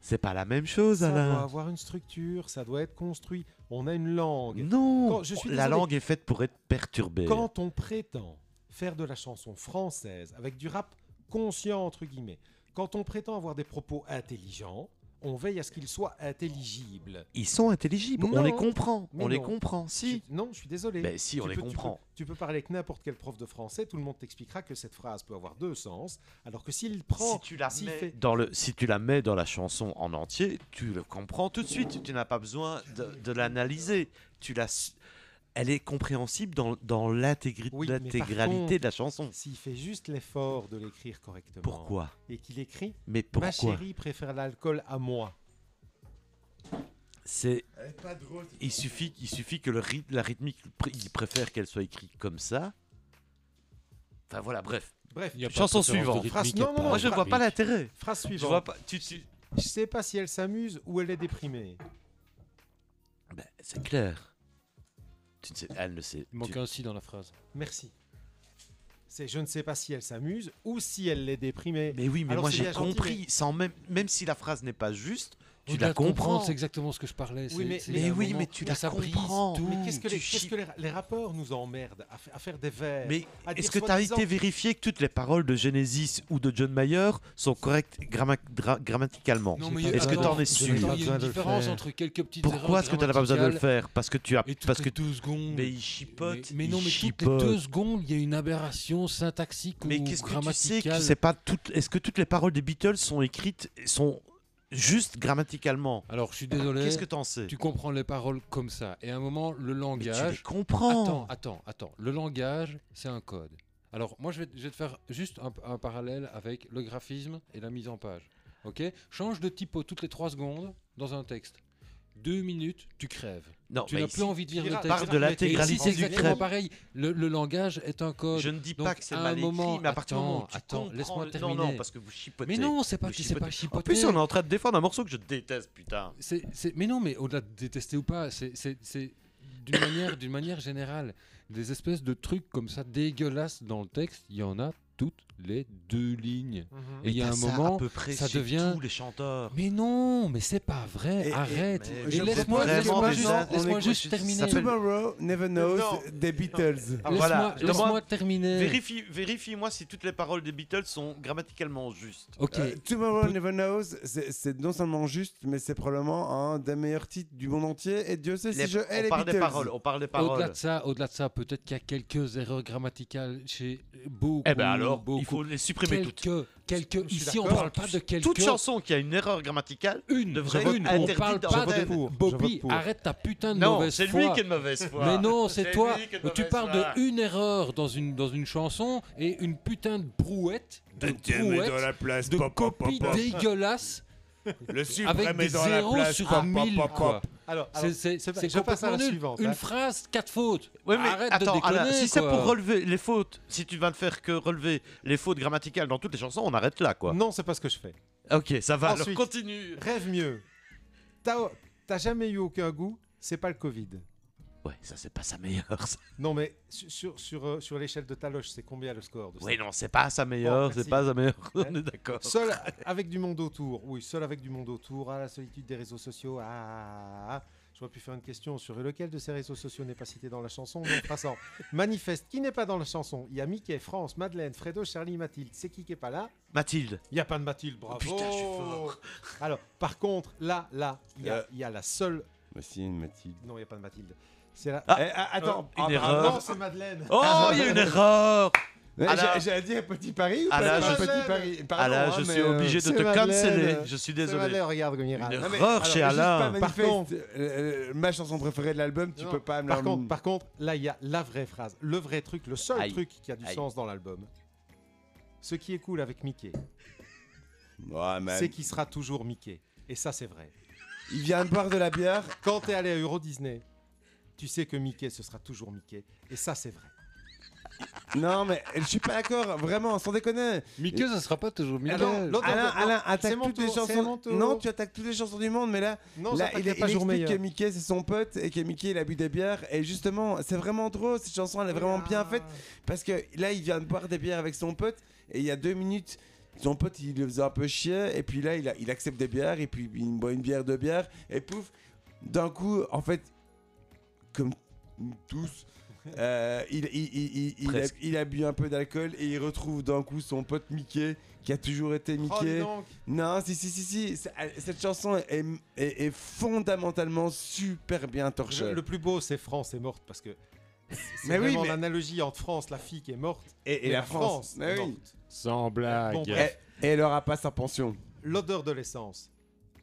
Speaker 6: C'est pas la même chose,
Speaker 5: Ça
Speaker 6: Alain.
Speaker 5: doit avoir une structure, ça doit être construit. On a une langue.
Speaker 6: Non
Speaker 5: Quand- je suis
Speaker 6: La
Speaker 5: désolé.
Speaker 6: langue est faite pour être perturbée.
Speaker 5: Quand on prétend faire de la chanson française avec du rap conscient, entre guillemets, quand on prétend avoir des propos intelligents, on veille à ce qu'ils soient intelligibles.
Speaker 6: Ils sont intelligibles, on
Speaker 5: Non.
Speaker 6: les comprend,
Speaker 5: Mais
Speaker 6: on les
Speaker 5: non.
Speaker 6: comprend, si.
Speaker 5: Je- non, je suis désolé.
Speaker 6: Ben si, on
Speaker 5: Tu
Speaker 6: les
Speaker 5: peux- tu peux-
Speaker 6: comprend.
Speaker 5: Tu peux, parler avec n'importe quel prof de français, tout le monde t'expliquera que cette phrase peut avoir deux sens, alors que s'il prend...
Speaker 6: tu la
Speaker 5: s'il fait-
Speaker 6: dans le, si tu la mets dans la chanson en entier, tu le comprends tout de suite. Tu n'as pas besoin de, de l'analyser. Tu la, s- elle est compréhensible dans, dans l'intégri-
Speaker 5: Oui, mais par
Speaker 6: l'intégralité
Speaker 5: contre-
Speaker 6: de la chanson.
Speaker 5: S'il fait juste l'effort de l'écrire correctement
Speaker 6: Pourquoi
Speaker 5: et qu'il écrit
Speaker 6: Mais
Speaker 5: Ma
Speaker 6: pourquoi
Speaker 5: chérie préfère l'alcool à moi.
Speaker 6: C'est,
Speaker 3: Elle est pas drôle.
Speaker 6: il suffit, il suffit que le ryth- la rythmique, pr- il préfère qu'elle soit écrite comme ça. Enfin voilà, bref.
Speaker 5: Bref,
Speaker 4: Il y a pas de
Speaker 6: Chanson
Speaker 4: préférence de
Speaker 6: suivante.
Speaker 4: rythmique,
Speaker 5: Phrase-
Speaker 4: il y a
Speaker 5: non,
Speaker 4: pas
Speaker 5: non,
Speaker 4: de
Speaker 6: Moi, je ne vois pas
Speaker 4: rythmique.
Speaker 6: l'intérêt.
Speaker 5: phrase
Speaker 6: Je vois
Speaker 5: suivante.
Speaker 6: pas. tu- tu-
Speaker 5: Je sais pas si elle s'amuse ou elle est déprimée.
Speaker 6: Ben, c'est clair. Tu ne sais, elle ne sait.
Speaker 4: Il manque
Speaker 6: tu-
Speaker 4: un si dans la phrase.
Speaker 5: Merci. C'est je ne sais pas si elle s'amuse ou si elle est déprimée.
Speaker 6: Mais oui, mais
Speaker 5: Alors,
Speaker 6: moi
Speaker 5: c'est
Speaker 6: j'ai
Speaker 5: bien gentil,
Speaker 6: compris. Sans même, même si la phrase n'est pas juste, tu
Speaker 4: Au-delà
Speaker 6: la
Speaker 4: de comprendre,
Speaker 6: comprends.
Speaker 4: C'est exactement ce que je parlais. c'est-
Speaker 5: mais-
Speaker 4: c'est
Speaker 5: mais
Speaker 4: un
Speaker 6: oui,
Speaker 4: moment
Speaker 6: mais tu
Speaker 4: où
Speaker 6: la
Speaker 4: ça brise
Speaker 6: comprends.
Speaker 4: tout.
Speaker 5: Mais qu'est-ce que,
Speaker 6: tu
Speaker 5: les, qu'est-ce
Speaker 6: chi-
Speaker 5: que les, les rapports nous emmerdent à, fa- à faire des vers
Speaker 6: Mais
Speaker 5: à dire
Speaker 6: est-ce que tu as
Speaker 5: soi-disant-
Speaker 6: été vérifié que toutes les paroles de Genesis ou de John Mayer sont correctes gramma- dra- grammaticalement
Speaker 4: Non,
Speaker 5: J'ai
Speaker 4: mais
Speaker 5: pas-
Speaker 6: Est-ce que
Speaker 4: attends,
Speaker 6: t'en es
Speaker 4: attends,
Speaker 6: sûr
Speaker 4: Il y
Speaker 5: Pas
Speaker 4: a
Speaker 5: besoin
Speaker 4: une
Speaker 5: de le
Speaker 4: différence
Speaker 5: faire.
Speaker 4: entre quelques petites
Speaker 6: Pourquoi est-ce que tu n'as pas besoin de le faire Parce que tu as.
Speaker 4: Et toutes
Speaker 6: Parce que
Speaker 4: les deux secondes.
Speaker 6: Mais il chipote.
Speaker 4: mais, mais
Speaker 6: il
Speaker 4: non, mais toutes les
Speaker 6: chipote.
Speaker 4: deux secondes, il y a une aberration syntaxique
Speaker 6: Mais
Speaker 4: ou
Speaker 6: qu'est-ce que tu sais
Speaker 4: grammaticale.
Speaker 6: que c'est pas toutes. Est-ce que toutes les paroles des Beatles sont écrites sont juste grammaticalement
Speaker 4: Alors, je suis désolé.
Speaker 6: Qu'est-ce que t'en sais
Speaker 4: Tu comprends les paroles comme ça. Et à un moment, le
Speaker 6: Mais tu les
Speaker 4: langage.
Speaker 6: comprends.
Speaker 4: Attends, attends, attends. Le langage, c'est un code. Alors, moi, je vais, je vais te faire juste un, un parallèle avec le graphisme et la mise en page. Ok Change de typo toutes les 3 secondes dans un texte. Deux minutes, tu crèves.
Speaker 6: non, Oh,
Speaker 4: tu
Speaker 6: mais
Speaker 4: n'as
Speaker 6: ici,
Speaker 4: plus envie de lire le
Speaker 5: Pirate,
Speaker 4: texte.
Speaker 6: part de
Speaker 5: Mais
Speaker 4: Et ici,
Speaker 6: l'intégralité
Speaker 4: c'est
Speaker 6: du
Speaker 4: exactement
Speaker 6: crème.
Speaker 4: pareil. Le, le langage est un code.
Speaker 6: Je ne dis
Speaker 4: Donc,
Speaker 6: pas que c'est
Speaker 4: à un
Speaker 6: mal écrit,
Speaker 4: moment-
Speaker 6: mais à partir du moment où tu
Speaker 4: attends, attends,
Speaker 6: comprends-
Speaker 4: laisse-moi
Speaker 6: Non, non,
Speaker 4: terminer.
Speaker 6: parce que vous chipotez.
Speaker 4: Mais non, c'est pas,
Speaker 6: Vous
Speaker 4: c'est pas
Speaker 6: En
Speaker 4: chipoter.
Speaker 6: plus, on est en train de défendre un morceau que je déteste, putain.
Speaker 4: C'est- c'est- mais non, mais au-delà de détester ou pas, c'est c'est- c'est d'une manière, d'une manière générale, des espèces de trucs comme ça dégueulasses dans le texte, il y en a toutes les deux lignes.
Speaker 5: Mhm.
Speaker 4: Et il y a
Speaker 6: T'as
Speaker 4: un
Speaker 6: Eh ben, ça à
Speaker 4: moment,
Speaker 6: peu près
Speaker 4: ça
Speaker 6: chez
Speaker 4: devient-
Speaker 6: tous les chanteurs.
Speaker 4: mais non, mais c'est pas vrai,
Speaker 3: Et-
Speaker 4: arrête.
Speaker 6: mais-
Speaker 4: Et
Speaker 3: je
Speaker 4: Laisse-moi
Speaker 3: comprends
Speaker 4: laisse-moi
Speaker 3: vraiment
Speaker 4: juste,
Speaker 3: déjà, on
Speaker 4: laisse-moi
Speaker 6: est-
Speaker 4: juste
Speaker 6: ça
Speaker 4: terminer.
Speaker 6: s'appelle-
Speaker 4: Laisse-moi
Speaker 3: Tomorrow Never Knows
Speaker 6: Non.
Speaker 3: des Beatles.
Speaker 6: Ah, voilà.
Speaker 4: laisse-moi
Speaker 6: Demande-
Speaker 4: terminer.
Speaker 6: Vérifie, vérifie-moi si toutes les paroles des Beatles sont grammaticalement justes.
Speaker 4: Ok,
Speaker 3: Euh, Tomorrow
Speaker 4: Peut-
Speaker 3: Never Knows, c'est c'est non seulement juste, mais c'est probablement un des meilleurs titres du monde entier. Et Dieu sait
Speaker 6: Les-
Speaker 3: si je hais
Speaker 6: on
Speaker 3: les
Speaker 6: parle des
Speaker 3: Beatles.
Speaker 6: paroles, Oh, on parle des
Speaker 4: au-delà
Speaker 6: paroles.
Speaker 4: de ça, au-delà de ça, peut-être qu'il y a quelques erreurs grammaticales chez beaucoup.
Speaker 6: Eh ben alors,
Speaker 4: beaucoup.
Speaker 6: il faut les supprimer toutes.
Speaker 4: quelques, quelques.
Speaker 5: Je suis
Speaker 4: Ici, on
Speaker 5: d'accord.
Speaker 4: parle pas de quelques.
Speaker 6: Toute chanson qui a une erreur grammaticale.
Speaker 4: Une,
Speaker 6: devrait être
Speaker 4: une, on
Speaker 6: interdite
Speaker 4: parle
Speaker 6: dans
Speaker 4: pas
Speaker 6: la
Speaker 4: de
Speaker 6: scène.
Speaker 5: Pour, je vote
Speaker 4: Bobby,
Speaker 5: pour.
Speaker 4: arrête ta putain de
Speaker 6: Non,
Speaker 4: mauvaise
Speaker 6: c'est
Speaker 4: foi.
Speaker 6: lui qui est de mauvaise foi.
Speaker 4: Mais non, c'est
Speaker 6: lui
Speaker 4: toi.
Speaker 6: qui est de
Speaker 4: Tu
Speaker 6: mauvaise
Speaker 4: parles
Speaker 6: foi.
Speaker 4: de une erreur dans une, dans une chanson et une putain de brouette, de brouette,
Speaker 3: place,
Speaker 4: de copie dégueulasse
Speaker 3: Le
Speaker 4: avec des zéros sur 1000 quoi.
Speaker 5: Alors, alors,
Speaker 4: C'est- C'est
Speaker 5: c'est pas-
Speaker 4: c'est
Speaker 5: je passe à
Speaker 4: complètement
Speaker 5: la
Speaker 4: nul.
Speaker 5: suivante, hein.
Speaker 4: Une phrase, quatre fautes.
Speaker 6: Ouais, mais
Speaker 4: Arrête
Speaker 6: attends,
Speaker 4: de déconner.
Speaker 6: Alain, si c'est
Speaker 4: quoi.
Speaker 6: pour relever les fautes, si tu vas ne faire que relever les fautes grammaticales dans toutes les chansons, on arrête là, quoi.
Speaker 5: non, c'est pas ce que je fais.
Speaker 6: Ok, ça va.
Speaker 5: Ensuite.
Speaker 6: alors continue.
Speaker 5: Rêve mieux. T'as t'as jamais eu aucun goût, c'est pas le Covid.
Speaker 6: Ouais, ça c'est pas sa meilleure. ça.
Speaker 5: Non, mais su- sur, sur, euh, sur l'échelle de Taloche, c'est combien le score de ça
Speaker 6: Ouais, non, c'est pas sa meilleure,
Speaker 5: Bon,
Speaker 6: c'est
Speaker 5: merci.
Speaker 6: pas sa meilleure.
Speaker 5: Ouais.
Speaker 6: on est d'accord.
Speaker 5: Seul a- avec du monde autour, oui, seul avec du monde autour, à la solitude des réseaux sociaux, ah, ah, ah. J'aurais pu faire une question sur lequel de ces réseaux sociaux n'est pas cité dans la chanson, non, passant. Manifeste, qui n'est pas dans la chanson Il y a Mickey, France, Madeleine, Fredo, Charlie, Mathilde. C'est qui qui est pas là
Speaker 6: Mathilde.
Speaker 5: Il n'y a pas de Mathilde, bravo
Speaker 6: putain, je suis fort.
Speaker 5: Alors, par contre, là, là, il y, a-
Speaker 3: Euh.
Speaker 5: il y a la seule...
Speaker 3: Mais Bah si, une Mathilde.
Speaker 5: Non, il n'y a pas de Mathilde. C'est la...
Speaker 6: Ah,
Speaker 3: Eh, ah, attends,
Speaker 6: une
Speaker 3: ah, bah,
Speaker 6: erreur.
Speaker 5: non, c'est Madeleine
Speaker 6: Oh, il y a une erreur.
Speaker 3: Eh,
Speaker 6: Ah là-
Speaker 3: j'ai- J'ai dit un petit pari ou
Speaker 6: Ah là,
Speaker 3: pas
Speaker 6: je-
Speaker 3: un petit pari Pardon,
Speaker 6: Alain,
Speaker 3: hein,
Speaker 6: je
Speaker 3: mais,
Speaker 6: suis
Speaker 3: euh,
Speaker 6: obligé de
Speaker 5: c'est
Speaker 6: te
Speaker 5: Madeleine.
Speaker 6: canceller. Je suis
Speaker 5: C'est
Speaker 6: désolé.
Speaker 5: Madeleine, regarde comme il
Speaker 6: Une
Speaker 5: râle.
Speaker 3: non, mais,
Speaker 6: erreur
Speaker 3: alors,
Speaker 6: chez
Speaker 3: juste
Speaker 6: Alain.
Speaker 3: pas manifeste,
Speaker 5: Par contre-
Speaker 3: euh, euh, ma chanson préférée de l'album, tu
Speaker 5: Non,
Speaker 3: peux pas me
Speaker 5: Par
Speaker 3: la-
Speaker 5: contre, par contre, là, il y a la vraie phrase, le vrai truc, le seul
Speaker 6: Aïe.
Speaker 5: truc qui a du
Speaker 6: Aïe.
Speaker 5: sens dans l'album. Ce qui est cool avec Mickey,
Speaker 3: Ouais, man.
Speaker 5: c'est qu'il sera toujours Mickey. Et ça, c'est vrai.
Speaker 3: Il vient de boire de la bière.
Speaker 5: Quand t'es allé à Euro Disney, tu sais que Mickey, ce sera toujours Mickey. Et ça, c'est vrai.
Speaker 3: Non, mais je suis pas d'accord, vraiment, sans déconner.
Speaker 4: Mickey, ça sera pas toujours mieux.
Speaker 5: Attends, l'autre-
Speaker 3: Alain,
Speaker 5: non,
Speaker 3: Alain, attaque
Speaker 5: c'est mon
Speaker 3: toutes les
Speaker 5: tour, c'est
Speaker 3: chansons.
Speaker 5: mon tour.
Speaker 3: Non, tu attaques toutes les chansons du monde, mais là,
Speaker 5: Non,
Speaker 3: Là,
Speaker 5: ça
Speaker 3: il,
Speaker 5: il, pas
Speaker 3: il
Speaker 5: jour
Speaker 3: explique
Speaker 5: meilleur.
Speaker 3: que Mickey c'est son pote et que Mickey il a bu des bières et justement c'est vraiment drôle cette chanson elle est vraiment bien faite
Speaker 5: Oh,
Speaker 3: parce que là il vient de boire des bières avec son pote et il y a deux minutes son pote il le faisait un peu chier et puis là il, a- il accepte des bières et puis il boit une bière deux bières et pouf d'un coup en fait comme tous Euh, il, il, il- il- il a-
Speaker 6: Presque.
Speaker 3: il a bu un peu d'alcool et il retrouve d'un coup son pote Mickey qui a toujours été
Speaker 5: Oh, dis
Speaker 3: Mickey.
Speaker 5: donc.
Speaker 3: non, si, si, si, si. c'est- elle- Cette chanson est, est- est fondamentalement super bien
Speaker 5: Je-
Speaker 3: torchée.
Speaker 5: le plus beau, c'est France est morte parce que c'est
Speaker 3: Mais oui,
Speaker 5: vraiment
Speaker 3: mais-
Speaker 5: l'analogie entre France, la fille qui est morte,
Speaker 3: Et, et
Speaker 5: et
Speaker 3: la France.
Speaker 5: est
Speaker 3: Mais oui.
Speaker 5: morte.
Speaker 4: Sans blague.
Speaker 5: Bon,
Speaker 3: Et, et elle aura pas sa pension.
Speaker 5: L'odeur de l'essence.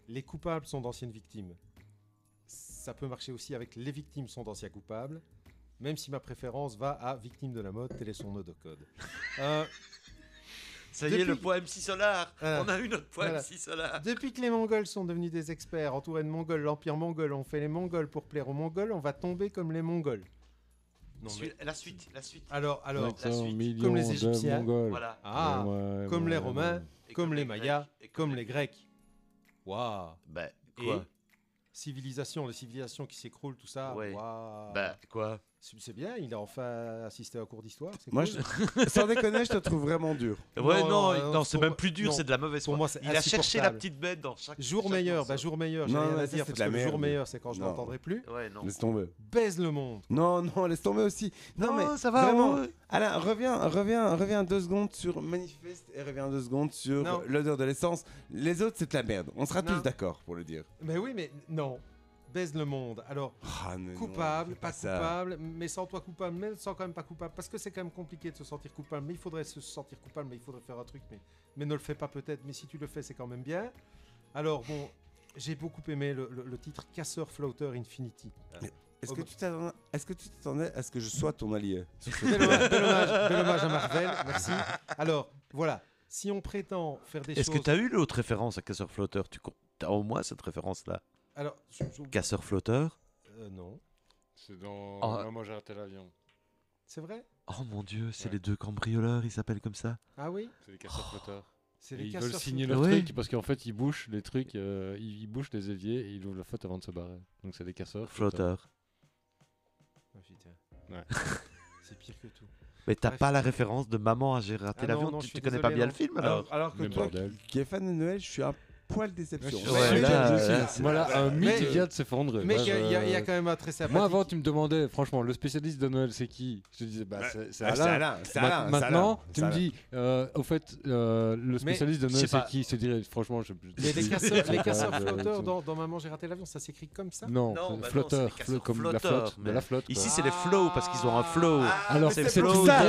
Speaker 5: Les coupables sont d'anciennes victimes. Ça peut marcher aussi avec les victimes sont d'anciens coupables, même si ma préférence va à victime de la mode, tel est son Euh, code.
Speaker 6: Ça
Speaker 5: y est, Depuis- le
Speaker 6: poème 6 Solar
Speaker 5: Voilà.
Speaker 6: a eu notre
Speaker 5: poème Voilà.
Speaker 6: 6 Solar
Speaker 5: Depuis que les Mongols sont devenus des experts, entourés de Mongols, l'Empire mongol, on fait les Mongols pour plaire aux Mongols, on va tomber comme les Mongols. Non, mais-
Speaker 6: La suite, la suite.
Speaker 5: Alors, alors,
Speaker 4: 500
Speaker 6: la suite.
Speaker 4: millions
Speaker 5: Comme les
Speaker 4: de
Speaker 5: Égyptiens.
Speaker 4: Mongols.
Speaker 6: Voilà.
Speaker 5: ah,
Speaker 4: Ouais, ouais,
Speaker 5: comme
Speaker 4: ouais,
Speaker 5: les
Speaker 4: ouais.
Speaker 5: Romains, comme les Mayas, comme les Grecs. Waouh
Speaker 6: Bah,
Speaker 5: Et
Speaker 6: quoi
Speaker 5: civilisation, les civilisations qui s'écroulent, tout ça.
Speaker 6: Ouais.
Speaker 5: waouh.
Speaker 6: Bah, quoi
Speaker 5: C'est c'est bien, il a enfin assisté à un cours d'histoire. c'est
Speaker 3: Moi,
Speaker 5: cool.
Speaker 3: je- sans déconner, je te trouve vraiment dur.
Speaker 6: Ouais, non,
Speaker 5: non,
Speaker 6: il-
Speaker 5: non,
Speaker 6: non, c'est
Speaker 5: pour
Speaker 6: même
Speaker 5: moi-
Speaker 6: plus dur,
Speaker 5: non,
Speaker 6: c'est de la mauvaise
Speaker 5: pour
Speaker 6: foi.
Speaker 5: moi, c'est
Speaker 6: Il a cherché la
Speaker 5: insupportable.
Speaker 6: petite bête dans chaque.
Speaker 5: Jour
Speaker 6: chaque
Speaker 5: meilleur, bah
Speaker 6: morceau.
Speaker 5: jour meilleur, j'ai
Speaker 3: Non,
Speaker 5: rien
Speaker 3: ouais,
Speaker 5: à
Speaker 3: ça,
Speaker 5: dire
Speaker 3: c'est de
Speaker 5: parce
Speaker 3: la
Speaker 5: que le jour
Speaker 3: merde.
Speaker 5: meilleur, c'est quand je
Speaker 3: Non.
Speaker 5: l'entendrai plus.
Speaker 6: Ouais, non.
Speaker 3: Laisse tomber.
Speaker 5: Baise le monde.
Speaker 3: Non, non, laisse tomber aussi. Non, mais
Speaker 6: Oh, ça va.
Speaker 3: vraiment.
Speaker 6: ouais.
Speaker 3: Alain, reviens, reviens, reviens deux secondes sur Manifeste et reviens deux secondes sur
Speaker 5: Non.
Speaker 3: l'odeur de l'essence. Les autres, c'est de la merde. On sera
Speaker 5: Non.
Speaker 3: tous d'accord pour le dire.
Speaker 5: Mais oui, mais non. Baise le monde. Alors,
Speaker 3: Ah, mais non,
Speaker 5: coupable,
Speaker 3: fais
Speaker 5: pas,
Speaker 3: ça.
Speaker 5: coupable, mais sans toi coupable, mais sans quand même pas coupable. Parce que c'est quand même compliqué de se sentir coupable, mais il faudrait se sentir coupable, mais il faudrait faire un truc, mais, mais ne le fais pas peut-être, mais si tu le fais, c'est quand même bien. Alors, bon, j'ai beaucoup aimé le, le- le titre Casseur Floater Infinity.
Speaker 3: Est-ce
Speaker 5: Oh,
Speaker 3: que
Speaker 5: bah.
Speaker 3: tu t'attendais- est-ce que tu t'attendais à ce que je sois ton allié sur ce-
Speaker 5: Bel hommage, bel hommage- bel hommage à Marvel, merci. Alors, voilà, si on prétend faire des
Speaker 6: Est-ce que
Speaker 5: choses...
Speaker 6: t'as eu l'autre référence à Casseur Flotteur Tu co- t'as au moins cette référence-là
Speaker 5: Alors, je- je-
Speaker 6: Casseur Flotteur
Speaker 5: euh, non,
Speaker 4: C'est dans.
Speaker 6: Ah.
Speaker 4: Maman, j'ai raté l'avion.
Speaker 5: c'est vrai
Speaker 6: Oh mon dieu, c'est
Speaker 4: Ouais.
Speaker 6: les deux cambrioleurs, ils s'appellent comme ça.
Speaker 5: Ah oui
Speaker 4: C'est les casseurs flotteurs.
Speaker 5: C'est
Speaker 4: Et
Speaker 5: les
Speaker 4: ils veulent
Speaker 5: Casseurs
Speaker 4: signer
Speaker 5: Floater.
Speaker 4: leur
Speaker 6: Ouais.
Speaker 4: truc parce qu'en fait ils bouchent les trucs, euh, ils, ils bouchent les éviers et ils ouvrent la faute avant de se barrer. Donc c'est des casseurs.
Speaker 6: Flotteur.
Speaker 5: Oh, putain.
Speaker 4: Ouais.
Speaker 5: c'est pire que tout.
Speaker 6: Mais t'as
Speaker 5: Bref.
Speaker 6: pas la référence de Maman a
Speaker 5: Ah
Speaker 6: raté
Speaker 5: non,
Speaker 6: l'avion
Speaker 5: non,
Speaker 6: Tu
Speaker 5: je suis
Speaker 6: tu connais
Speaker 5: désolé, hein.
Speaker 6: pas bien
Speaker 5: non.
Speaker 6: le film alors
Speaker 3: alors, alors que
Speaker 4: Mais
Speaker 3: toi,
Speaker 4: bordel.
Speaker 3: qui- qui est fan de Noël, je suis un poil déception.
Speaker 6: Ouais,
Speaker 3: Mais-
Speaker 6: là,
Speaker 3: Ah, je suis-
Speaker 6: là, c'est-
Speaker 4: Voilà, un mythe
Speaker 5: Mais-
Speaker 4: vient de s'effondrer.
Speaker 5: Mais
Speaker 4: Moi,
Speaker 5: il y, a- il y a-
Speaker 4: je-
Speaker 5: il y a quand même un très sympathique.
Speaker 4: Moi avant tu me demandais, franchement, le spécialiste de Noël c'est qui Je te disais, bah c'est- c'est
Speaker 3: Ah, c'est
Speaker 4: Alain.
Speaker 3: Alain, c'est
Speaker 4: Ma-
Speaker 3: Alain, c'est
Speaker 4: Maintenant,
Speaker 3: Alain,
Speaker 4: tu
Speaker 3: c'est
Speaker 4: me
Speaker 3: Alain.
Speaker 4: dis, euh, au fait, euh, le spécialiste de
Speaker 6: je sais
Speaker 4: Noël
Speaker 6: pas.
Speaker 4: c'est qui Je te dirais, franchement, je. je-
Speaker 5: Mais les casseurs,
Speaker 4: je-
Speaker 5: les
Speaker 4: je-
Speaker 5: casseurs
Speaker 4: je-
Speaker 5: flotteurs dans, dans Maman j'ai raté l'avion, ça s'écrit comme ça
Speaker 4: Non,
Speaker 6: Non, bah non, c'est
Speaker 4: flotteur,
Speaker 6: des casseurs
Speaker 4: comme de la
Speaker 6: flotteurs,
Speaker 4: flotte, de
Speaker 6: mais
Speaker 4: la flotte. quoi.
Speaker 6: Ici, c'est les flows parce qu'ils ont un flow.
Speaker 3: Ah,
Speaker 4: Alors,
Speaker 3: mais
Speaker 6: c'est
Speaker 3: c'est
Speaker 6: le
Speaker 3: pour
Speaker 6: flow
Speaker 3: ça.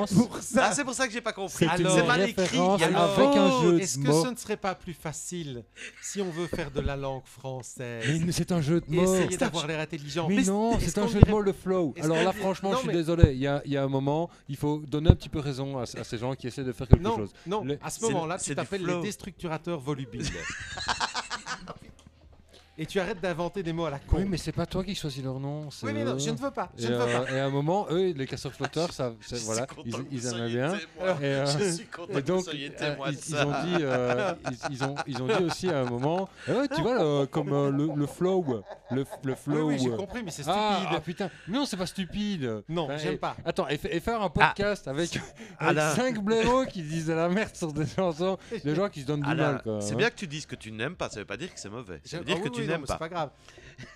Speaker 4: de-
Speaker 3: C'est pour ça.
Speaker 6: Ah, c'est pour ça que j'ai pas compris.
Speaker 4: C'est une
Speaker 6: Alors,
Speaker 5: mal
Speaker 4: référence
Speaker 6: écrit, il y a
Speaker 4: avec
Speaker 6: le
Speaker 4: un
Speaker 6: mot.
Speaker 4: jeu
Speaker 5: Oh, Est-ce
Speaker 4: de
Speaker 5: que
Speaker 4: mots.
Speaker 5: ce ne serait pas plus facile si on veut faire de la langue française
Speaker 4: Mais c'est un jeu de
Speaker 5: et
Speaker 4: mots.
Speaker 5: essayer d'avoir l'air intelligent
Speaker 4: Mais
Speaker 5: Est-ce-
Speaker 4: non,
Speaker 5: est-ce
Speaker 4: c'est un
Speaker 5: qu'on
Speaker 4: jeu
Speaker 5: dirait-
Speaker 4: de mots, le flow.
Speaker 5: est-ce
Speaker 4: Alors
Speaker 5: qu'on
Speaker 4: là,
Speaker 5: dirait-
Speaker 4: franchement,
Speaker 5: Non,
Speaker 4: je suis
Speaker 5: mais-
Speaker 4: désolé. Il y a, il y a un moment, il faut donner un petit peu raison à, à ces gens qui essaient de faire quelque
Speaker 5: Non,
Speaker 4: chose.
Speaker 5: non,
Speaker 4: Le-
Speaker 5: à ce
Speaker 6: c'est-
Speaker 5: moment-là,
Speaker 6: c'est
Speaker 5: tu
Speaker 6: du
Speaker 5: t'appelles
Speaker 6: flow.
Speaker 5: les déstructurateurs volubiles. et tu arrêtes d'inventer des mots à la con.
Speaker 4: Oui, mais c'est pas toi qui choisis leur nom. c'est
Speaker 5: Oui, mais non,
Speaker 4: eux.
Speaker 5: je ne veux pas, je
Speaker 4: et,
Speaker 5: ne veux
Speaker 4: euh,
Speaker 5: pas.
Speaker 4: et à un moment, eux, les casseurs flotteurs, ça,
Speaker 6: Je
Speaker 4: ça-
Speaker 6: suis
Speaker 4: voilà,
Speaker 6: content
Speaker 4: ils,
Speaker 6: que
Speaker 4: ils
Speaker 6: vous
Speaker 4: aimaient
Speaker 6: soyez
Speaker 4: bien.
Speaker 6: témoin.
Speaker 4: Et, euh,
Speaker 6: Je suis content
Speaker 4: Et
Speaker 6: que vous
Speaker 4: donc,
Speaker 6: soyez
Speaker 4: euh,
Speaker 6: témoin de
Speaker 4: ils, ils
Speaker 6: ça.
Speaker 4: ont dit, euh, ils, ils ont, ils ont dit aussi à un moment, Euh, tu vois, euh, comme euh, le, le flow, le, le
Speaker 5: Oui,
Speaker 4: flow.
Speaker 5: oui, j'ai
Speaker 4: euh,
Speaker 5: compris, mais c'est stupide.
Speaker 4: ah, ah, putain, non, c'est pas stupide.
Speaker 5: non,
Speaker 4: Enfin,
Speaker 5: j'aime
Speaker 4: et-
Speaker 5: pas.
Speaker 4: Attends, et, fa- et faire un
Speaker 5: Ah.
Speaker 4: podcast avec, avec
Speaker 6: Alain.
Speaker 4: cinq blaireaux qui disent de la merde sur des chansons, des gens qui se donnent du
Speaker 6: Alain,
Speaker 4: mal. quoi,
Speaker 6: c'est
Speaker 4: hein.
Speaker 6: bien que tu dises que tu n'aimes pas, ça veut pas dire que c'est mauvais. Ça
Speaker 5: Je-
Speaker 6: veut dire
Speaker 5: ah
Speaker 6: que
Speaker 5: oui,
Speaker 6: tu
Speaker 5: oui, non,
Speaker 6: n'aimes
Speaker 5: mais
Speaker 6: pas.
Speaker 5: C'est pas grave.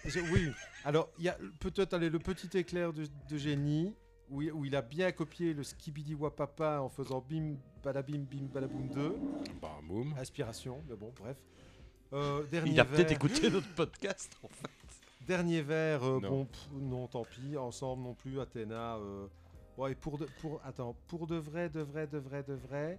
Speaker 5: Je- oui. Alors, il y a peut-être allez, le petit éclair de, de génie où, il- où il a bien copié le Skibidi Wapapa en faisant bim, badabim, bim, badaboum 2.
Speaker 4: Bah, boum.
Speaker 5: Aspiration, mais bon, bref. Euh, dernier
Speaker 6: Il a peut-être
Speaker 5: verre-
Speaker 6: écouté notre podcast. en fait.
Speaker 5: Dernier verre, euh,
Speaker 4: Non.
Speaker 5: bon, pff, non, tant pis, ensemble non plus, Athéna. euh, Ouais, et pour de, pour, attends, pour de vrai, de vrai, de vrai, de vrai,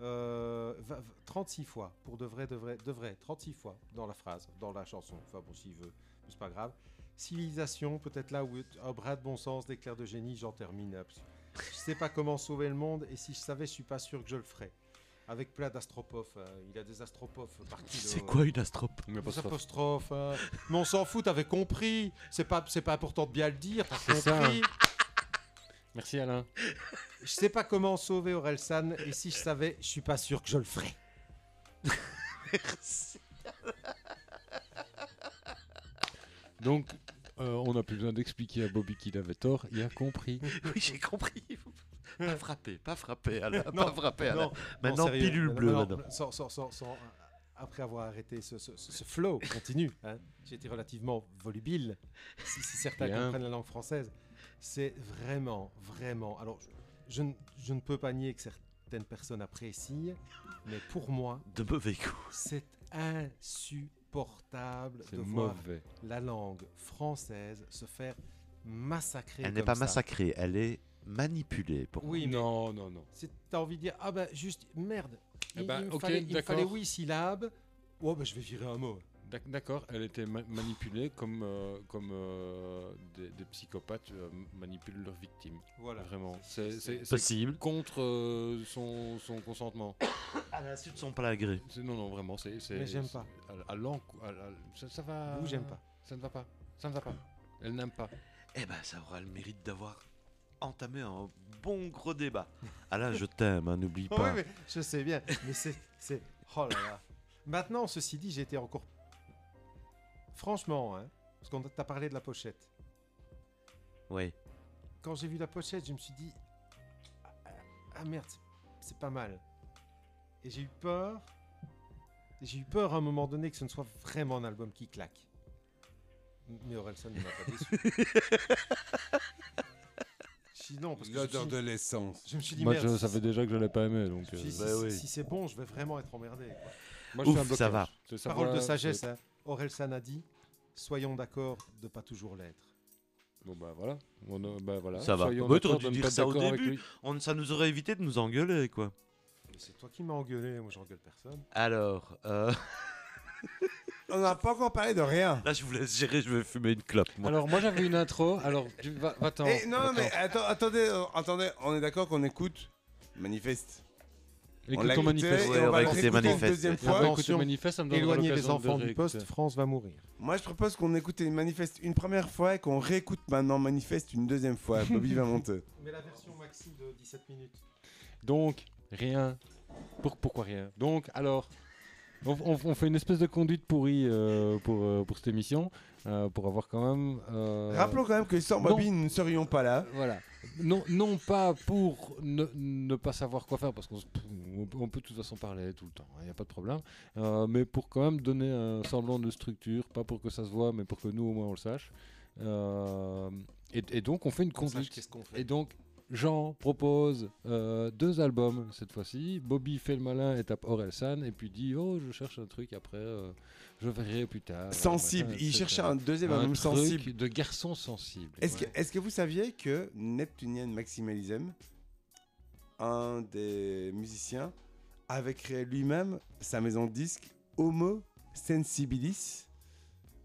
Speaker 5: euh, va- va- 36 fois, pour de vrai, de vrai, de vrai, 36 fois dans la phrase, dans la chanson. Enfin bon, s'il veut, mais c'est pas grave. Civilisation, peut-être là où un bras de bon sens, d'éclair de génie, j'en termine. hein, parce que Je sais pas comment sauver le monde, et si je savais, je suis pas sûr que je le ferais. Avec plein d'astropophes, euh, il a des astropophes partout.
Speaker 6: C'est quoi une astrope
Speaker 4: Mais
Speaker 5: Des
Speaker 4: pas ça.
Speaker 5: apostrophes. hein. Mais on s'en fout, t'avais compris. C'est pas, c'est pas important de bien le dire. T'as
Speaker 4: C'est ça.
Speaker 5: compris.
Speaker 4: Merci Alain.
Speaker 5: Je sais pas comment sauver Orelsan. Et si je savais, je suis pas sûr que je le ferais.
Speaker 4: Donc, euh, on n'a plus besoin d'expliquer à Bobby qu'il avait tort, il a compris.
Speaker 6: Oui, j'ai compris. Pas frappé, pas frappé, Alain, pas frappé, Alain.
Speaker 5: non,
Speaker 6: Maintenant,
Speaker 5: sérieux.
Speaker 6: pilule
Speaker 5: Non,
Speaker 6: bleue.
Speaker 5: non,
Speaker 6: maintenant.
Speaker 5: sans- sans- sans- sans- après avoir arrêté ce, ce- ce- ce flow continu, hein, j'ai été relativement volubile. Si, si certains
Speaker 4: Bien.
Speaker 5: comprennent la langue française. c'est vraiment, vraiment. Alors, je, je ne- je ne peux pas nier que certaines personnes apprécient, mais pour moi,
Speaker 6: De mauvais goût.
Speaker 5: c'est insupportable
Speaker 4: C'est
Speaker 5: de voir
Speaker 4: mauvais.
Speaker 5: la langue française se faire massacrer.
Speaker 6: Elle n'est
Speaker 5: comme
Speaker 6: pas
Speaker 5: ça.
Speaker 6: massacrée, elle est manipulée. Pour
Speaker 5: Oui, mais
Speaker 4: non, non, non.
Speaker 5: si t'as envie de dire ah bah juste merde,
Speaker 4: Eh
Speaker 5: il,
Speaker 4: bah,
Speaker 5: il me
Speaker 4: ok,
Speaker 5: fallait, il me
Speaker 4: d'accord.
Speaker 5: fallait huit syllabes. Oh bah je vais virer un mot.
Speaker 4: D'ac- D'accord, elle était ma- manipulée comme, euh, comme euh, des, des psychopathes euh, manipulent leurs victimes.
Speaker 5: Voilà.
Speaker 4: Vraiment. C'est- C'est c'est
Speaker 6: Possible.
Speaker 4: contre euh, son, son consentement.
Speaker 6: À l'insu de son plat agré.
Speaker 4: C'est- Non, non, vraiment. c'est c'est-
Speaker 5: Mais j'aime
Speaker 4: c'est-
Speaker 5: pas.
Speaker 4: À, à l'enco- à- à- ça, ça va.
Speaker 5: Vous, j'aime pas.
Speaker 4: Ça ne va pas. Ça ne va pas. Elle n'aime pas.
Speaker 6: Eh ben, ça aura le mérite d'avoir entamé un bon gros débat. Alain, je t'aime, hein, n'oublie
Speaker 5: Oh oui,
Speaker 6: pas.
Speaker 5: mais je sais bien, mais c'est, c'est, oh là là. Maintenant, ceci dit, j'étais encore, franchement, hein, parce qu'on t'a parlé de la pochette.
Speaker 6: Oui.
Speaker 5: Quand j'ai vu la pochette, je me suis dit, ah, ah, ah, merde, c'est- c'est pas mal. Et j'ai eu peur, j'ai eu peur à un moment donné que ce ne soit vraiment un album qui claque. Mais Orelsan ne m'a pas déçu. Sinon, parce que je me,
Speaker 3: L'odeur
Speaker 5: suis,
Speaker 3: de l'essence.
Speaker 5: je me suis dit, merde, si-
Speaker 4: déjà que je l'ai pas aimé. Donc, euh,
Speaker 5: je me suis dit,
Speaker 6: Bah
Speaker 5: si-
Speaker 6: oui.
Speaker 5: si c'est bon, je vais vraiment être emmerdé.
Speaker 4: Moi,
Speaker 6: Ouf,
Speaker 4: je suis un
Speaker 6: ça
Speaker 4: blocage. euh, C'est- ça
Speaker 5: Parole
Speaker 4: voit-
Speaker 5: de sagesse, hein. Orelsan a dit Soyons d'accord de pas toujours l'être.
Speaker 4: Bon, bah voilà. On, euh, bah, voilà.
Speaker 6: Ça va.
Speaker 4: Soyons
Speaker 6: Bah, t'aurais
Speaker 4: d'accord
Speaker 6: dû
Speaker 4: de ne
Speaker 6: dire
Speaker 4: pas
Speaker 6: ça au
Speaker 4: d'accord avec
Speaker 6: début.
Speaker 4: lui.
Speaker 6: On, ça nous aurait évité de nous engueuler, quoi.
Speaker 5: Mais C'est toi qui m'as engueulé, moi j'engueule personne.
Speaker 6: Alors, euh,
Speaker 3: On n'a pas encore parlé de rien.
Speaker 6: là, je vous laisse gérer, je vais fumer une clope, moi.
Speaker 4: Alors, moi, j'avais une intro. Alors, tu- va- va-t'en.
Speaker 3: Eh, non,
Speaker 4: va-t'en.
Speaker 3: mais attends- attendez, euh, attendez, on est d'accord qu'on écoute Manifeste. on
Speaker 4: Écoute
Speaker 3: l'a
Speaker 4: ton
Speaker 3: écouté
Speaker 4: manifeste.
Speaker 3: et
Speaker 6: Ouais,
Speaker 3: on va
Speaker 6: écouter
Speaker 3: l'écouter une
Speaker 6: Manifeste.
Speaker 3: deuxième
Speaker 4: On va
Speaker 3: fois.
Speaker 4: écouter
Speaker 5: Attention,
Speaker 4: le manifeste, ça me donnera
Speaker 5: Éloignez les
Speaker 4: l'occasion de
Speaker 5: enfants du
Speaker 4: réécouter.
Speaker 5: poste, France va mourir.
Speaker 3: Moi, je propose qu'on écoute une Manifeste une première fois et qu'on réécoute maintenant Manifeste une deuxième fois. Bobby va monter.
Speaker 5: Mais la version maxi de 17 minutes.
Speaker 4: Donc, rien. Pour, pourquoi rien Donc, alors, on, on- on fait une espèce de conduite pourrie euh, pour, euh, pour cette émission, euh, pour avoir quand même... euh,
Speaker 3: Rappelons quand même que sans
Speaker 4: non.
Speaker 3: Bobby, nous ne serions pas là.
Speaker 4: Voilà. Non, non pas pour ne, ne pas savoir quoi faire, parce qu'on se- on peut- on peut de toute façon parler tout le temps, il n'y a pas de problème, euh, mais pour quand même donner un semblant de structure, pas pour que ça se voit, mais pour que nous au moins on le sache. Euh, et, et donc on fait une conduite.
Speaker 5: Qu'est-ce qu'on fait
Speaker 4: Et donc, Jean propose euh, deux albums cette fois-ci. Bobby fait le malin et tape Orelsan et puis dit Oh, je cherche un truc après, euh, je verrai plus tard. euh,
Speaker 3: Sensible.
Speaker 4: Machin,
Speaker 3: Il
Speaker 4: etc.
Speaker 3: cherchait un deuxième
Speaker 4: un
Speaker 3: album
Speaker 4: truc
Speaker 3: sensible.
Speaker 4: de garçon sensible.
Speaker 3: Est-ce que, est-ce que vous saviez que Neptunian Maximalism, un des musiciens, avait créé lui-même sa maison de disques Homo Sensibilis,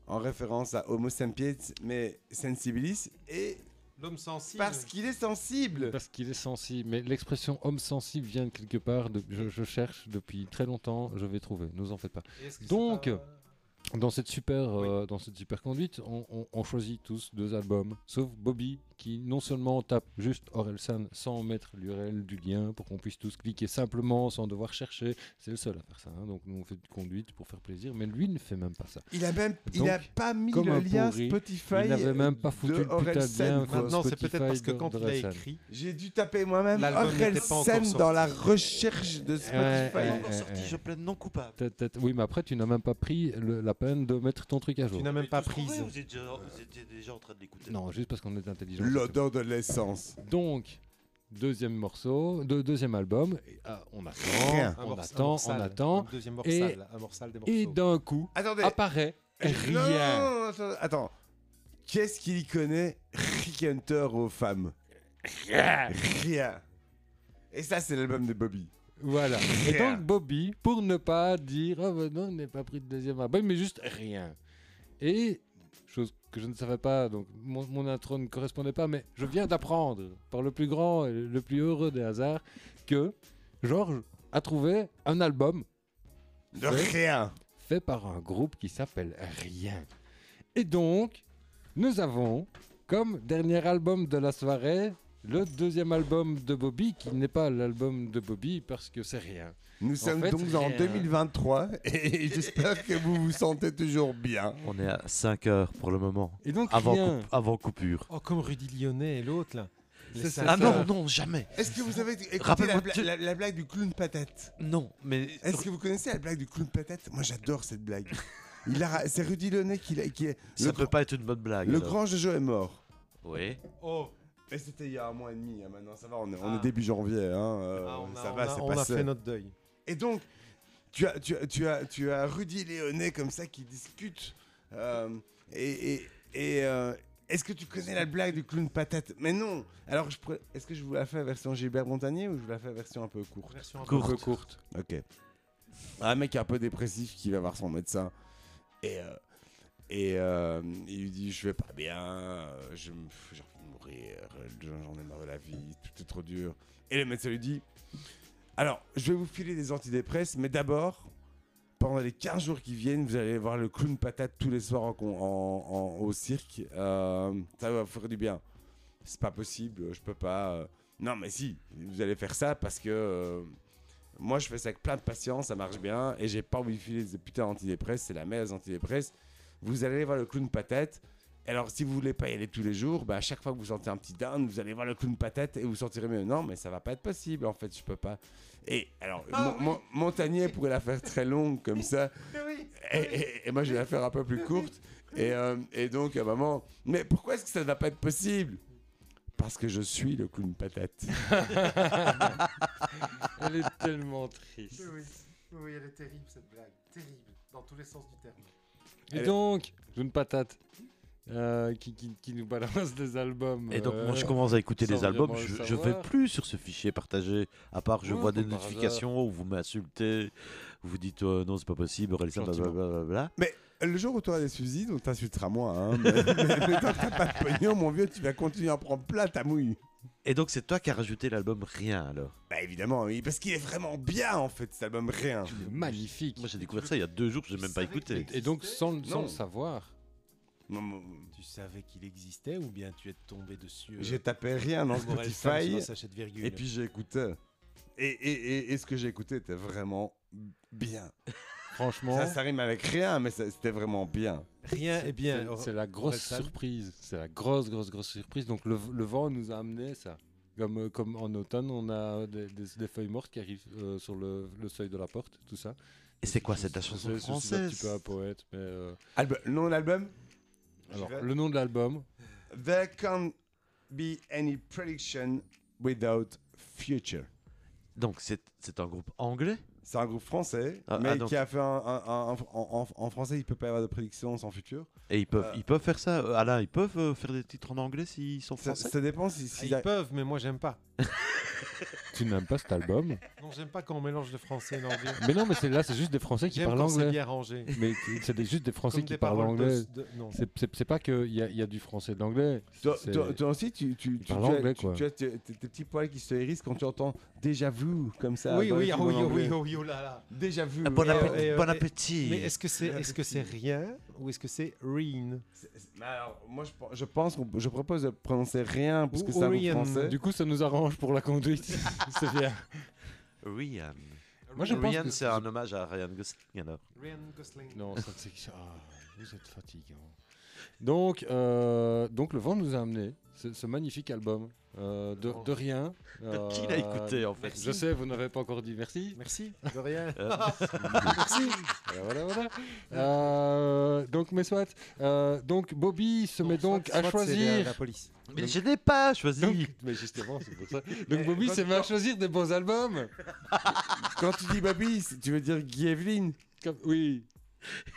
Speaker 3: en référence à Homo sapiens, mais Sensibilis, et
Speaker 5: L'homme sensible.
Speaker 3: parce qu'il est sensible
Speaker 4: Parce qu'il est sensible. Mais l'expression homme sensible vient de quelque part. de- je, je cherche depuis très longtemps. Je vais trouver. Ne vous en faites pas.
Speaker 5: Et est-ce que
Speaker 4: Donc,
Speaker 5: c'est pas-
Speaker 4: Dans cette super, euh, dans cette super conduite, on, on- on choisit tous deux albums, sauf Bobby qui non seulement tape juste Orelsan sans mettre l'URL du lien pour qu'on puisse tous cliquer simplement sans devoir chercher. C'est le seul à faire ça. hein. Donc nous on fait une conduite pour faire plaisir, mais lui ne fait même pas ça.
Speaker 3: Il a même, il
Speaker 4: Donc,
Speaker 3: a pas mis
Speaker 4: comme
Speaker 3: le
Speaker 4: un
Speaker 3: lien
Speaker 4: pourri,
Speaker 3: Spotify.
Speaker 4: il n'avait même pas
Speaker 3: de
Speaker 4: foutu le putain de
Speaker 3: Orelsan,
Speaker 4: lien,
Speaker 3: quoi.
Speaker 5: Maintenant, c'est
Speaker 4: Spotify
Speaker 5: peut-être parce que
Speaker 4: de-
Speaker 5: quand
Speaker 4: de
Speaker 5: il a
Speaker 4: Orelsan.
Speaker 5: écrit,
Speaker 3: J'ai dû taper moi-même
Speaker 5: L'album n'était pas encore
Speaker 3: Orelsan
Speaker 5: sorti.
Speaker 3: dans la recherche de Spotify.
Speaker 4: Ouais,
Speaker 6: Pas
Speaker 4: ouais,
Speaker 6: encore
Speaker 4: ouais,
Speaker 6: sorti,
Speaker 4: ouais.
Speaker 6: je plaide non coupable.
Speaker 4: T'as- t'as- Oui, mais après tu n'as même pas pris le- la peine de mettre ton truc à jour.
Speaker 5: tu n'as même pas
Speaker 6: Vous trouvez
Speaker 5: prise.
Speaker 6: ou Vous étiez déjà, vous étiez déjà en train de l'écouter.
Speaker 4: Non, juste parce qu'on est intelligent.
Speaker 3: L'odeur de l'essence.
Speaker 4: Donc, deuxième morceau, deux- deuxième album, et, ah, on attend,
Speaker 5: Un
Speaker 4: on
Speaker 5: morce- un
Speaker 4: attend, on
Speaker 5: morsal,
Speaker 4: attend,
Speaker 5: un Deuxième
Speaker 4: Et-
Speaker 5: morsal, un morsal des morceaux.
Speaker 4: et d'un coup,
Speaker 3: Attendez,
Speaker 4: apparaît rien.
Speaker 3: Non, attends, attends. Qu'est-ce qu'il y connaît Rick Hunter aux femmes
Speaker 4: Rien.
Speaker 3: Rien. Et ça, c'est l'album de Bobby.
Speaker 4: Voilà. Et
Speaker 3: Rien.
Speaker 4: donc, Bobby, pour ne pas dire, Ah ben non, on n'est pas pris de deuxième album, mais juste rien. Et, chose que je ne savais pas, donc mon, mon intro ne correspondait pas, mais je viens d'apprendre, par le plus grand et le plus heureux des hasards, que Georges a trouvé un album
Speaker 3: De
Speaker 4: Ouais.
Speaker 3: rien.
Speaker 4: fait par un groupe qui s'appelle Rien. Et donc, nous avons comme dernier album de la soirée le deuxième album de Bobby qui n'est pas l'album de Bobby parce que c'est rien.
Speaker 3: Nous sommes
Speaker 4: fait,
Speaker 3: donc en
Speaker 4: rien.
Speaker 3: 2023 et j'espère que vous vous sentez toujours bien.
Speaker 6: On est à 5 heures pour le moment,
Speaker 4: Et donc
Speaker 6: avant,
Speaker 4: rien.
Speaker 6: coup- avant coupure.
Speaker 5: Oh, comme Rudy Lyonnais et l'autre, là. Les
Speaker 4: C'est ça.
Speaker 5: salseurs.
Speaker 6: Ah non, non, jamais.
Speaker 3: Est-ce que vous avez écouté
Speaker 6: Rappelle-moi,
Speaker 3: la, bla-
Speaker 6: tu-
Speaker 3: la- la blague du clown patate
Speaker 6: Non, mais
Speaker 3: Est-ce que vous connaissez la blague du clown patate Moi, j'adore cette blague. Il a ra- C'est Rudy Launay qui, l'a- qui est.
Speaker 6: ça
Speaker 3: le,
Speaker 6: peut
Speaker 3: grand-
Speaker 6: pas être une bonne blague.
Speaker 3: le
Speaker 6: alors.
Speaker 3: grand Jojo est mort.
Speaker 6: Oui.
Speaker 5: Oh,
Speaker 3: Et c'était il y a un mois et demi, hein, maintenant ça va, on est, on est
Speaker 5: Ah.
Speaker 3: début janvier, hein, euh,
Speaker 5: Ah, on a-
Speaker 3: ça
Speaker 5: on
Speaker 3: va,
Speaker 5: a-
Speaker 3: c'est
Speaker 5: on a
Speaker 3: passé.
Speaker 5: fait notre deuil.
Speaker 3: Et donc, tu as, tu as, tu as, tu as Rudy Léonet comme ça qui discute. euh, et et- et, euh, est-ce que tu connais la blague du clown patate Mais non Alors, je pre- est-ce que je vous la fais version Gilbert Montagnier ou je vous la fais version un peu courte
Speaker 5: Version
Speaker 6: Courte.
Speaker 4: Un peu courte.
Speaker 3: Ok. Un mec un peu dépressif qui va voir son médecin. Et, euh, et euh, il lui dit Je vais pas bien, euh, je me- pff, j'ai envie de mourir, euh, j'en ai marre de la vie, tout est trop dur. Et le médecin lui dit Alors, je vais vous filer des antidépresses, mais d'abord, pendant les 15 jours qui viennent, vous allez voir le clown patate tous les soirs en con- en- en- au cirque. Euh, ça va vous faire du bien. C'est pas possible, je peux pas. euh. Non, mais si, vous allez faire ça parce que. euh, moi, je fais ça avec plein de patience, ça marche bien, et j'ai pas envie de filer des putains antidépresses, c'est la merde des antidépresses. Vous allez voir le clown patate. Alors, si vous voulez pas y aller tous les jours, bah, à chaque fois que vous sentez un petit down, vous allez voir le clown patate et vous sentirez mieux. Non, mais ça va pas être possible, en fait, je peux pas. Et alors, Mon- Mon- Montagnier pourrait la faire très longue comme ça. Et, et- et moi, je vais la faire un peu plus courte. Et, euh, et donc, à maman, mais pourquoi est-ce que ça ne va pas être possible Parce que je suis le clown patate.
Speaker 4: Elle est tellement triste.
Speaker 5: Oui, oui, elle est terrible cette blague. Terrible, dans tous les sens du terme.
Speaker 4: Et
Speaker 3: Elle-
Speaker 4: donc, une patate euh, qui, qui, qui nous balance des albums.
Speaker 6: Et donc, moi, je
Speaker 4: euh,
Speaker 6: commence à écouter
Speaker 4: sans
Speaker 6: des albums.
Speaker 4: vraiment le
Speaker 6: Je, je
Speaker 4: savoir.
Speaker 6: vais plus sur ce fichier partagé, à part je
Speaker 4: Ouais,
Speaker 6: vois des
Speaker 4: comme par
Speaker 6: notifications où vous m'insultez, où vous dites euh, non, c'est pas possible, Orelsan,
Speaker 4: Gentiment.
Speaker 6: blablabla.
Speaker 3: Le jour où tu auras des fusils, on t'insultera moins. Hein, mais mais, mais tant que t'as pas de pognon, mon vieux, tu vas continuer à prendre plein ta mouille.
Speaker 6: Et donc, c'est toi qui as rajouté l'album Rien alors.
Speaker 3: Bah évidemment, oui, parce qu'il est vraiment bien en fait cet album, rien.
Speaker 4: il est Magnifique.
Speaker 6: Moi, j'ai découvert ça il y a deux jours, je n'ai même pas
Speaker 5: savais que
Speaker 6: écouté.
Speaker 4: Et donc, sans, le- sans
Speaker 3: Non.
Speaker 4: le savoir.
Speaker 3: Non, non,
Speaker 5: Tu savais qu'il existait ou bien tu es tombé dessus euh,
Speaker 3: J'ai tapé rien dans
Speaker 5: Morel Sam sur
Speaker 3: Spotify
Speaker 5: un sachet de virgule.
Speaker 3: et puis j'ai écouté. Et, et, et, et ce que j'ai écouté était vraiment bien.
Speaker 4: Franchement,
Speaker 3: Ça, ça rime avec rien, mais ça- c'était vraiment bien.
Speaker 5: rien
Speaker 4: c'est-
Speaker 5: est bien.
Speaker 4: c'est-
Speaker 5: Or-
Speaker 4: c'est la grosse
Speaker 5: Orelsan.
Speaker 4: surprise. C'est la grosse, grosse, grosse surprise. Donc, le, le vent nous a amené ça. Comme, euh, comme en automne, on a des, des- des feuilles mortes qui arrivent euh, sur le, le seuil de la porte, tout ça.
Speaker 6: Et c'est quoi
Speaker 4: Je-
Speaker 6: cette
Speaker 4: je-
Speaker 6: chanson
Speaker 4: je- je suis un petit
Speaker 6: française
Speaker 4: peu un poète, mais. euh,
Speaker 3: Albu- nom de l'album J'y
Speaker 4: alors,
Speaker 3: vais.
Speaker 4: le nom de l'album,
Speaker 3: There can't be any prediction without future.
Speaker 6: Donc, c'est c'est un groupe anglais
Speaker 3: C'est un groupe français,
Speaker 6: Ah,
Speaker 3: mais
Speaker 6: ah, donc-
Speaker 3: qui a fait un, un- un- un- en, en- en français, il peut pas y avoir de prédiction sans futur.
Speaker 6: et ils peuvent,
Speaker 3: Euh.
Speaker 6: ils peuvent faire ça. euh, Alain, ils peuvent euh, faire des titres en anglais s'ils sont
Speaker 3: Ça,
Speaker 6: français.
Speaker 3: ça dépend si,
Speaker 5: Ah,
Speaker 3: si la-
Speaker 5: Ils peuvent, mais moi j'aime pas.
Speaker 4: tu n'aimes pas cet album
Speaker 5: Non, j'aime pas quand on mélange le français et l'anglais.
Speaker 4: Mais non, mais c'est- là, c'est juste des Français qui
Speaker 5: J'aime
Speaker 4: parlent
Speaker 5: quand c'est
Speaker 4: anglais.
Speaker 5: bien rangé.
Speaker 4: Mais c'est- c'est des- juste des Français
Speaker 5: Comme
Speaker 4: qui
Speaker 5: des
Speaker 4: parlent
Speaker 5: paroles de-
Speaker 4: anglais.
Speaker 5: de- non.
Speaker 4: C'est- C'est c'est pas qu'il y a, il y a du français et de l'anglais.
Speaker 3: Toi,
Speaker 4: C'est-
Speaker 3: toi- toi aussi, tu, tu, tu, tu
Speaker 4: parle
Speaker 3: as-
Speaker 4: anglais,
Speaker 3: tu-
Speaker 4: quoi.
Speaker 3: tu as tes, tes- tes petits poils qui se hérissent quand tu entends déjà vu comme ça.
Speaker 5: Oui,
Speaker 3: dans les
Speaker 5: oui, ah
Speaker 3: films
Speaker 5: oui,
Speaker 3: en
Speaker 5: oh
Speaker 3: anglais.
Speaker 5: oui, oh oui, oh là là.
Speaker 3: Déjà vu. oh,
Speaker 6: Ah, Bon
Speaker 5: Et, euh,
Speaker 6: appétit.
Speaker 5: et, euh,
Speaker 6: bon
Speaker 5: et-
Speaker 6: appétit.
Speaker 5: Mais est-ce que c'est est-ce que c'est rien ou est-ce que c'est rien
Speaker 3: moi, je, pense- je pense qu'on je propose de prononcer rien parce
Speaker 5: Ou
Speaker 3: que c'est un groupe
Speaker 5: Orion,
Speaker 3: français.
Speaker 4: Du coup, ça nous arrange pour la conduite. c'est bien.
Speaker 6: Rian.
Speaker 4: Moi, je pense
Speaker 6: Rian,
Speaker 4: que
Speaker 6: c'est un hommage à Ryan Gosling alors.
Speaker 5: Ryan Gosling.
Speaker 4: Non, ça c'est que- ah, vous êtes fatigant. Donc, euh, donc le vent nous a amené ce, ce magnifique album euh, de, de rien. euh,
Speaker 6: Oh. Qui l'a écouté en fait Euh,
Speaker 4: Je sais, vous n'avez pas encore dit merci.
Speaker 5: Merci, de rien.
Speaker 6: Ah,
Speaker 4: Voilà, voilà, voilà. Euh, donc, mais soit. euh, donc, Bobby se met donc à choisir.
Speaker 5: la, police.
Speaker 6: Mais je n'ai pas choisi.
Speaker 4: Donc, mais justement, c'est pour ça.
Speaker 6: Eh,
Speaker 4: Donc Bobby s'est mis à choisir des bons albums.
Speaker 3: Quand tu dis Bobby, c'est- tu veux dire Guy Evelyn
Speaker 4: Comme- oui.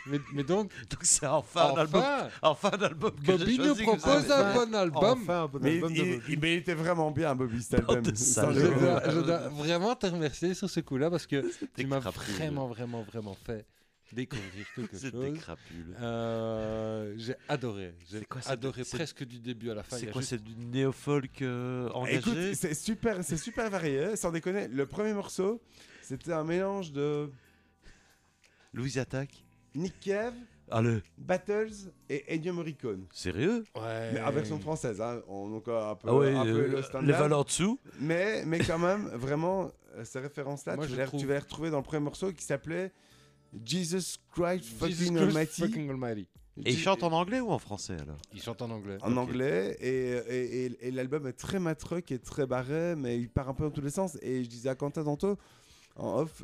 Speaker 4: Mais, mais donc,
Speaker 6: Donc c'est enfin, un album.
Speaker 4: enfin,
Speaker 6: Enfin un album que j'ai
Speaker 4: Bobby nous
Speaker 6: choisi. que vous
Speaker 4: propose
Speaker 6: avez-
Speaker 4: un bon album.
Speaker 5: Enfin, un bon
Speaker 3: mais
Speaker 5: album
Speaker 3: il,
Speaker 5: de
Speaker 3: il-
Speaker 5: Bobby.
Speaker 3: mais il était vraiment bien, Bobby, cet
Speaker 6: Bande
Speaker 3: album.
Speaker 6: de
Speaker 3: Sans
Speaker 6: salauds.
Speaker 4: Je
Speaker 3: déconner.
Speaker 4: dois, je dois vraiment te remercier sur ce coup-là parce que tu m'as
Speaker 6: crapule.
Speaker 4: vraiment, vraiment, vraiment fait découvrir quelque
Speaker 6: C'était
Speaker 4: chose.
Speaker 6: crapule.
Speaker 4: Euh, j'ai adoré. J'ai
Speaker 6: C'est quoi, c'est-
Speaker 4: adoré
Speaker 6: c'est-
Speaker 4: presque du début à la fin. Il y
Speaker 6: C'est
Speaker 4: a
Speaker 6: quoi
Speaker 4: juste-
Speaker 6: C'est du néo-folk euh, engagé
Speaker 3: Écoute, c'est super, c'est super varié, hein, sans déconner. Le premier morceau, c'était un mélange de
Speaker 6: Louise Attaque
Speaker 3: Nick Cave,
Speaker 6: Allez,
Speaker 3: Battles et Ennio Morricone.
Speaker 6: sérieux
Speaker 4: Ouais.
Speaker 3: Mais en version française, hein, on, donc euh, un peu,
Speaker 6: Ah ouais,
Speaker 3: un peu
Speaker 6: euh,
Speaker 3: le
Speaker 6: les
Speaker 3: standard.
Speaker 6: valeurs dessous.
Speaker 3: Mais, mais quand même, vraiment, euh, ces références-là,
Speaker 4: Moi,
Speaker 3: tu,
Speaker 4: je
Speaker 3: vas les-
Speaker 4: trouve-
Speaker 3: tu vas les retrouver dans le premier morceau qui s'appelait Jesus Christ
Speaker 4: Jesus
Speaker 3: Fucking
Speaker 4: Christ
Speaker 3: Almighty.
Speaker 4: fucking Almighty.
Speaker 6: Et ils
Speaker 3: Ji-
Speaker 6: chantent en anglais ou en français alors
Speaker 4: Il chante en anglais.
Speaker 3: en
Speaker 6: ok.
Speaker 3: anglais. Et, et- et- et l'album est très matruc et très barré, mais il part un peu dans tous les sens. Et je disais à Quentin tantôt, en off,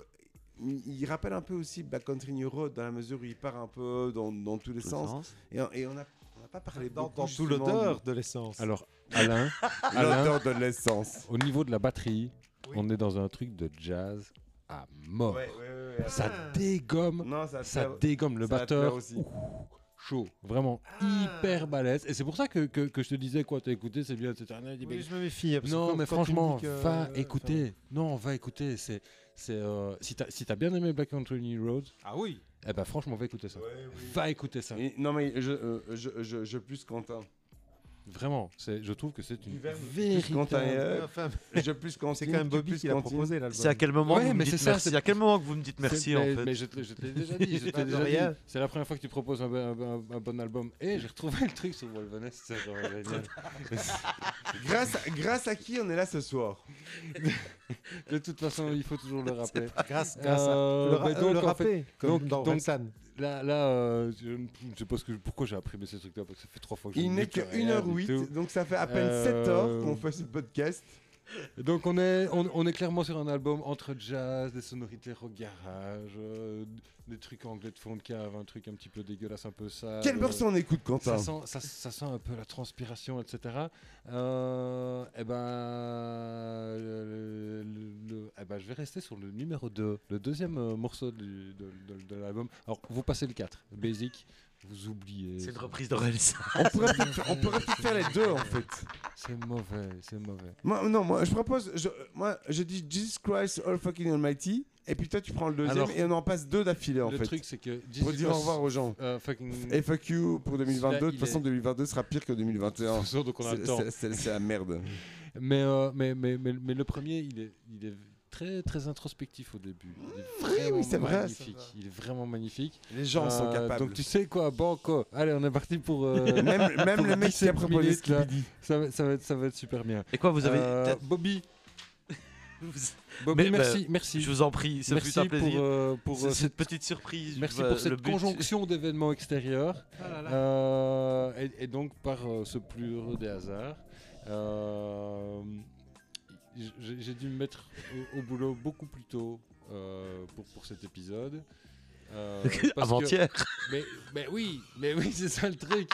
Speaker 3: il il rappelle un peu aussi Backcountry New Road dans la mesure où il part un peu dans, dans tous les
Speaker 6: Tout
Speaker 3: sens.
Speaker 6: sens.
Speaker 3: Et, on- et on a, on a a pas parlé
Speaker 5: Dans,
Speaker 3: beaucoup,
Speaker 5: dans tout
Speaker 3: justement,
Speaker 5: l'odeur de l'essence.
Speaker 4: Alors, Alain,
Speaker 3: de-
Speaker 5: Ah,
Speaker 4: Alain,
Speaker 3: L'odeur de l'essence.
Speaker 4: au niveau de la batterie,
Speaker 5: Oui.
Speaker 4: on est dans un truc de jazz à
Speaker 5: Oh.
Speaker 4: mort.
Speaker 3: Ouais, ouais, ouais, ouais.
Speaker 4: Ça
Speaker 5: Ah.
Speaker 4: dégomme,
Speaker 3: Non, ça,
Speaker 4: ça
Speaker 3: perd-
Speaker 4: dégomme. Le
Speaker 3: ça
Speaker 4: batteur,
Speaker 3: perd aussi.
Speaker 4: chaud, vraiment
Speaker 5: Ah.
Speaker 4: hyper balèze. Et c'est pour ça que, que, que je te disais, quoi, t'as écouté, c'est bien, etc.
Speaker 5: Oui, je me méfie. hein, parce que
Speaker 4: Non,
Speaker 5: quand-
Speaker 4: mais
Speaker 5: quand tu me dis
Speaker 4: franchement,
Speaker 5: que- euh,
Speaker 4: va
Speaker 5: enfin,
Speaker 4: écouter. Non, va écouter. C'est, c'est, euh, si t'as si t'as bien aimé Black Country New Road,
Speaker 5: Ah oui.
Speaker 4: eh ben franchement, va écouter ça.
Speaker 3: Ouais, oui.
Speaker 4: Va écouter ça.
Speaker 3: Et- non mais je, euh, je, je, je plus Quentin.
Speaker 4: Vraiment, c'est, je trouve que c'est une
Speaker 3: Du verbe. Quentin et
Speaker 4: véritable.
Speaker 3: euh,
Speaker 5: Enfin,
Speaker 3: je plus Quentin.
Speaker 5: c'est quand même
Speaker 3: tu
Speaker 5: Bobby
Speaker 3: plus
Speaker 5: qui l'a
Speaker 3: Quentin.
Speaker 5: proposé l'album.
Speaker 6: C'est à quel moment
Speaker 4: Ouais,
Speaker 6: que vous me
Speaker 4: mais
Speaker 6: dites
Speaker 4: c'est ça,
Speaker 6: merci
Speaker 4: c'est-
Speaker 6: À quel moment que vous me dites merci
Speaker 4: C'est-
Speaker 6: en
Speaker 4: mais,
Speaker 6: fait
Speaker 4: mais je te, je te l'ai déjà dit. je te l'ai
Speaker 5: De
Speaker 4: déjà
Speaker 5: rien.
Speaker 4: dit. C'est la première fois que tu proposes un, bon- un bon- un bon album. Et j'ai retrouvé le truc sur Wolvenest. C'est genre génial.
Speaker 3: Grâce, à- grâce à qui on est là ce soir
Speaker 4: De toute façon, il faut toujours le rappeler.
Speaker 5: Grâce,
Speaker 4: Euh,
Speaker 5: Le,
Speaker 4: bah
Speaker 5: ra-
Speaker 4: donc,
Speaker 5: le
Speaker 4: en fait,
Speaker 5: râpé, comme
Speaker 4: donc-
Speaker 5: dans
Speaker 4: donc-
Speaker 5: Orelsan.
Speaker 4: Là, là euh, je ne je ne sais pas ce que, pourquoi j'ai appris mais ce truc-là, parce que ça fait trois fois que je
Speaker 3: Il n'est
Speaker 4: nique rien
Speaker 3: qu'une heure
Speaker 4: du tout.
Speaker 3: 8, donc ça fait à peine
Speaker 4: Euh,
Speaker 3: 7 heures qu'on fait ce podcast.
Speaker 4: Donc on est, on, on est clairement sur un album entre jazz, des sonorités rock garage, euh, des trucs anglais de fond de cave, un truc un petit peu dégueulasse, un peu sale.
Speaker 3: Quelle
Speaker 4: euh,
Speaker 3: morceau on écoute, Quentin
Speaker 4: ça sent, ça, ça sent un peu la transpiration, etc. Euh, eh ben, le- le- le- eh ben, je vais rester sur le numéro 2, le deuxième euh, morceau du- de, de- de l'album. Alors, vous passez le 4, Basic, vous oubliez.
Speaker 6: C'est une reprise d'Orelsan.
Speaker 3: On pourrait peut-être on pourrait peut-être faire les deux en fait.
Speaker 4: C'est mauvais, c'est mauvais.
Speaker 3: Moi, non, moi je propose, je, moi je dis Jesus Christ All Fucking Almighty, et puis toi tu prends le deuxième
Speaker 4: Alors,
Speaker 3: et on en passe deux d'affilée en
Speaker 4: le
Speaker 3: fait.
Speaker 4: truc, c'est que.
Speaker 3: pour
Speaker 4: Jesus
Speaker 3: dire au revoir aux gens.
Speaker 4: euh, fucking.
Speaker 3: Et fuck you pour 2022, de
Speaker 4: il
Speaker 3: toute façon
Speaker 4: est-
Speaker 3: 2022 sera pire que 2021.
Speaker 4: donc on a
Speaker 3: C'est-
Speaker 4: le temps.
Speaker 3: c'est- C'est c'est la merde.
Speaker 4: Mais, euh, mais, mais, mais, mais le premier, il est, il est très, très introspectif au début. Il est vraiment
Speaker 3: oui, c'est vrai,
Speaker 4: magnifique.
Speaker 5: ça va.
Speaker 4: il est vraiment magnifique.
Speaker 3: Les gens sont
Speaker 4: Euh,
Speaker 3: capables.
Speaker 4: Donc tu sais quoi, banco. Allez, on est parti pour. euh,
Speaker 3: Même, même
Speaker 4: pour
Speaker 3: le mec qui a
Speaker 4: 17
Speaker 3: proposé
Speaker 4: minutes, là,
Speaker 3: Skibidi.
Speaker 4: ça, va- ça, va être, ça va être super bien.
Speaker 6: Et quoi, vous avez
Speaker 4: Euh, Bobby, Bobby
Speaker 6: Mais, bah,
Speaker 4: merci, merci.
Speaker 6: Je vous en prie, ce
Speaker 4: merci
Speaker 6: fut un
Speaker 4: pour,
Speaker 6: plaisir.
Speaker 4: euh, pour,
Speaker 6: C'est-
Speaker 4: euh,
Speaker 6: cette petite surprise.
Speaker 4: merci
Speaker 6: euh,
Speaker 4: pour
Speaker 6: le
Speaker 4: cette
Speaker 6: but-
Speaker 4: conjonction d'événements extérieurs.
Speaker 5: Ah là là.
Speaker 4: Euh, et, et donc, par euh, ce plus heureux des hasards, euh, j- j'ai j'ai dû me mettre au, au boulot beaucoup plus tôt euh, pour, pour cet épisode. Euh, parce que-
Speaker 6: Avant-hier.
Speaker 4: mais, mais oui, mais oui, c'est ça le truc.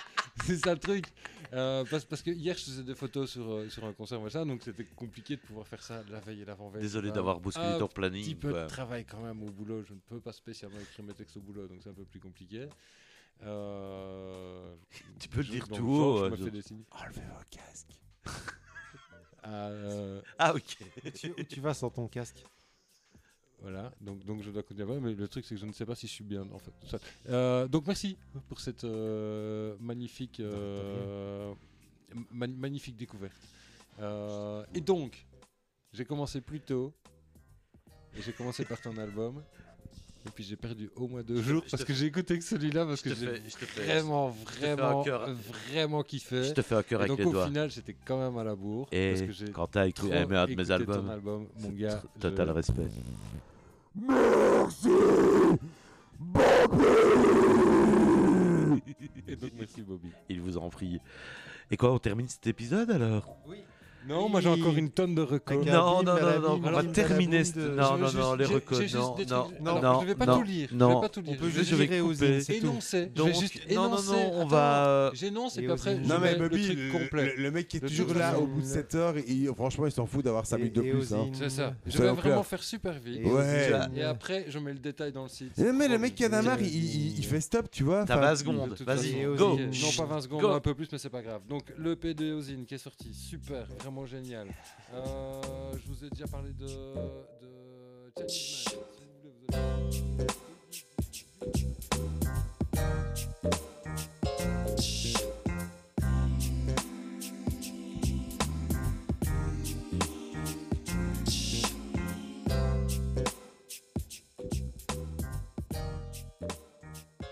Speaker 4: C'est ça le truc. Euh, parce, parce que hier, je faisais des photos sur, euh, sur un concert, voilà, donc c'était compliqué de pouvoir faire ça la veille et l'avant-veille.
Speaker 6: Désolé
Speaker 4: etc.
Speaker 6: d'avoir bousculé
Speaker 4: Ah,
Speaker 6: ton
Speaker 4: Un petit
Speaker 6: planning. bah,
Speaker 4: peu
Speaker 6: quoi.
Speaker 4: de travail quand même au boulot. Je ne peux pas spécialement écrire mes textes au boulot, donc c'est un peu plus compliqué. Euh,
Speaker 6: Tu peux le
Speaker 4: je-
Speaker 6: dire
Speaker 4: dans
Speaker 6: tout
Speaker 4: le genre,
Speaker 6: haut.
Speaker 4: je
Speaker 6: euh,
Speaker 4: me
Speaker 6: je-
Speaker 4: fais des signes.
Speaker 3: Enlevez vos casques.
Speaker 4: Euh,
Speaker 6: Ah, ok.
Speaker 5: tu, tu vas sans ton casque.
Speaker 4: voilà, donc, donc je dois continuer. Mais le truc, c'est que je ne sais pas si je suis bien. En fait, tout ça. Euh, donc merci pour cette euh, magnifique, euh, ma- magnifique découverte. Euh, et donc, j'ai commencé plus tôt. Et j'ai commencé par ton album. Et puis j'ai perdu au moins deux jours
Speaker 6: je te
Speaker 4: parce
Speaker 6: fais-
Speaker 4: que j'ai écouté que celui-là parce
Speaker 6: Je te
Speaker 4: que j'ai
Speaker 6: fais- je te fais-
Speaker 4: vraiment,
Speaker 6: fais un
Speaker 4: vraiment,
Speaker 6: cœur.
Speaker 4: vraiment kiffé.
Speaker 6: je te fais un cœur
Speaker 4: Et
Speaker 6: avec
Speaker 4: donc
Speaker 6: les
Speaker 4: au
Speaker 6: doigts.
Speaker 4: final, j'étais quand même à la bourre. parce
Speaker 6: Et
Speaker 4: que j'ai
Speaker 6: quand t'as
Speaker 4: trop
Speaker 6: écouté aimé un de
Speaker 4: écouté
Speaker 6: mes
Speaker 4: ton
Speaker 6: album,
Speaker 4: album, mon
Speaker 6: c'est
Speaker 4: gars,
Speaker 6: tr- total
Speaker 4: je-
Speaker 6: respect.
Speaker 4: Et donc merci Bobby.
Speaker 6: Il vous en prie. Et quoi, on termine cet épisode alors
Speaker 5: Oui.
Speaker 4: Non, moi j'ai
Speaker 5: Oui.
Speaker 4: encore une tonne de records.
Speaker 5: Avec un
Speaker 6: Non,
Speaker 5: bim,
Speaker 6: non,
Speaker 5: à la
Speaker 6: non, non,
Speaker 5: bim,
Speaker 6: on
Speaker 5: bim, à
Speaker 6: va
Speaker 5: la
Speaker 6: terminer.
Speaker 5: bim
Speaker 6: cette-
Speaker 5: de-
Speaker 6: Non,
Speaker 4: Je-
Speaker 6: non,
Speaker 4: je-
Speaker 6: non, les
Speaker 4: j'ai-
Speaker 6: recos,
Speaker 4: j'ai juste
Speaker 6: non,
Speaker 4: des
Speaker 6: non,
Speaker 4: trucs-
Speaker 6: non,
Speaker 4: Alors, je vais pas
Speaker 6: non,
Speaker 4: tout lire. je
Speaker 6: non.
Speaker 4: vais pas tout lire.
Speaker 5: On peut
Speaker 4: je vais
Speaker 5: juste
Speaker 6: je vais
Speaker 5: virer aux
Speaker 6: couper.
Speaker 5: îles, c'est tout.
Speaker 4: énoncer.
Speaker 6: Donc,
Speaker 4: je vais juste
Speaker 6: non, non,
Speaker 4: énoncer.
Speaker 6: non, on
Speaker 4: Attends,
Speaker 6: va. euh,
Speaker 4: J'énonce
Speaker 5: Et
Speaker 4: et puis
Speaker 5: aux
Speaker 4: après
Speaker 5: îles.
Speaker 4: je
Speaker 3: Non mais
Speaker 4: mets
Speaker 3: Bobby,
Speaker 4: le
Speaker 3: le,
Speaker 4: truc complet.
Speaker 3: le- le mec qui est
Speaker 4: Le
Speaker 3: toujours
Speaker 4: truc
Speaker 3: là au
Speaker 5: complet.
Speaker 3: bout de 7 heures, il, franchement il s'en fout d'avoir 5 minutes de
Speaker 5: Et- et
Speaker 3: plus.
Speaker 5: aux
Speaker 3: hein.
Speaker 5: îles.
Speaker 4: C'est ça. Je
Speaker 3: Ça
Speaker 4: vais
Speaker 3: au clair.
Speaker 4: vraiment faire super vite.
Speaker 5: Et aux
Speaker 3: Ouais.
Speaker 5: îles.
Speaker 4: Et après je mets le détail dans le site.
Speaker 3: Eh, Mais le mec
Speaker 4: Oh,
Speaker 3: qui en a marre, il,
Speaker 4: Promis.
Speaker 3: il- il fait stop, tu vois.
Speaker 6: T'as
Speaker 3: enfin,
Speaker 6: 20
Speaker 4: De
Speaker 6: secondes,
Speaker 4: toute
Speaker 6: vas-y,
Speaker 4: façon,
Speaker 6: go
Speaker 4: ok, Non, pas 20 secondes,
Speaker 6: Go.
Speaker 4: un peu plus, mais c'est pas grave. Donc, le PD Ozine qui est sorti, super, vraiment génial. Euh, je vous ai déjà parlé de. de... Chad Kidman. Si vous voulez, vous allez-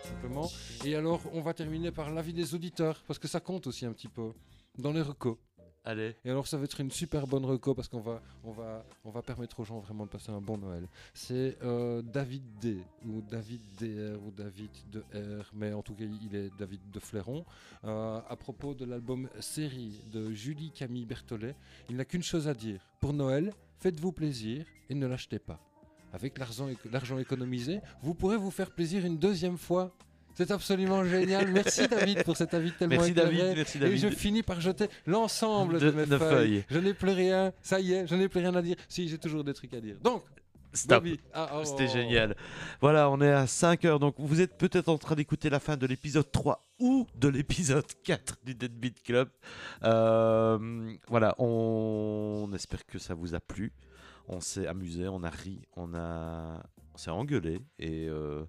Speaker 4: simplement. Et alors, on va terminer par l'avis des auditeurs, parce que ça compte aussi un petit peu dans les recos.
Speaker 6: Allez.
Speaker 4: Et alors, ça va être une super bonne reco parce qu'on va, on va, on va permettre aux gens vraiment de passer un bon Noël. C'est euh, David D ou David DR ou David de R, mais en tout cas, il est David de Flairon. Euh, à propos de l'album Série de Julie Camille Berthollet, il n'a qu'une chose à dire pour Noël, faites-vous plaisir et ne l'achetez pas. Avec l'argent, l'argent économisé, vous pourrez vous faire plaisir une deuxième fois. C'est absolument génial. Merci David pour cet avis tellement
Speaker 6: Merci
Speaker 4: éclairé.
Speaker 6: David, merci
Speaker 4: Et je
Speaker 6: David.
Speaker 4: finis par jeter l'ensemble de,
Speaker 6: De-
Speaker 4: mes
Speaker 6: de
Speaker 4: feuilles.
Speaker 6: feuilles.
Speaker 4: Je n'ai plus rien. Ça y est, je n'ai plus rien à dire. Si, j'ai toujours des trucs à dire. Donc,
Speaker 6: Stop.
Speaker 4: Bobby. Ah, oh.
Speaker 6: C'était génial. Voilà, on est à 5 heures, donc vous êtes peut-être en train d'écouter la fin de l'épisode 3 ou de l'épisode 4 du Deadbeat Club. Euh, voilà, on espère que ça vous a plu. On s'est amusé, on a ri, on a, on s'est engueulé et euh,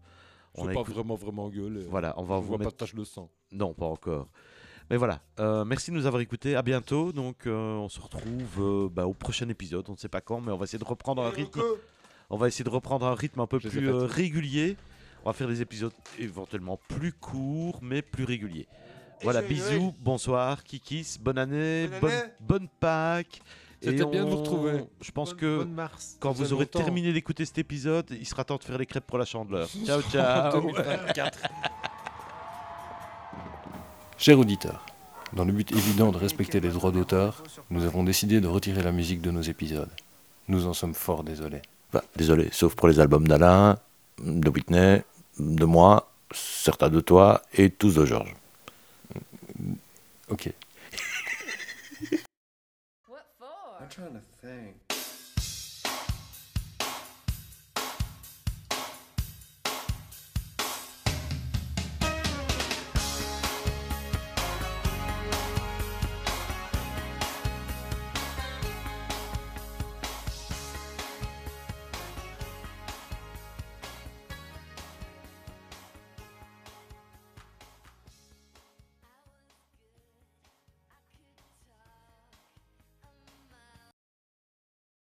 Speaker 4: C'est
Speaker 6: on a
Speaker 4: pas
Speaker 6: écouté-
Speaker 4: vraiment, vraiment gueule.
Speaker 6: Voilà, on va
Speaker 4: On
Speaker 6: vous
Speaker 4: voit
Speaker 6: mettre-
Speaker 4: pas de tache de sang.
Speaker 6: Non, pas encore. Mais voilà, euh, merci de nous avoir écoutés. À bientôt. Donc, euh, on se retrouve euh, bah, au prochain épisode. On ne sait pas quand, mais on va essayer de reprendre un rythme. On va essayer de reprendre un rythme un peu
Speaker 4: Je les ai
Speaker 6: plus
Speaker 4: faites.
Speaker 6: euh, régulier. On va faire des épisodes éventuellement plus courts, mais plus réguliers. Voilà,
Speaker 3: joyeux
Speaker 6: bisous,
Speaker 3: Noël.
Speaker 6: bonsoir, kikis, bonne année,
Speaker 3: Bonne
Speaker 6: bonne,
Speaker 3: année.
Speaker 6: bonne Pâques. Et
Speaker 4: C'était bien de vous retrouver.
Speaker 6: Je pense que
Speaker 5: Bonne mars.
Speaker 6: quand
Speaker 4: Ça faisait
Speaker 6: vous aurez
Speaker 4: longtemps.
Speaker 6: terminé d'écouter cet épisode, il sera temps de faire les crêpes pour la chandeleur. Ciao, ciao.
Speaker 1: Chers auditeurs, dans le but évident de respecter les droits d'auteur, nous avons décidé de retirer la musique de nos épisodes. Nous en sommes fort désolés.
Speaker 2: Bah, désolé, sauf pour les albums d'Alain, de Whitney, de moi, certains de toi et tous de Georges.
Speaker 1: Ok.
Speaker 7: What for?
Speaker 8: I'm trying to think.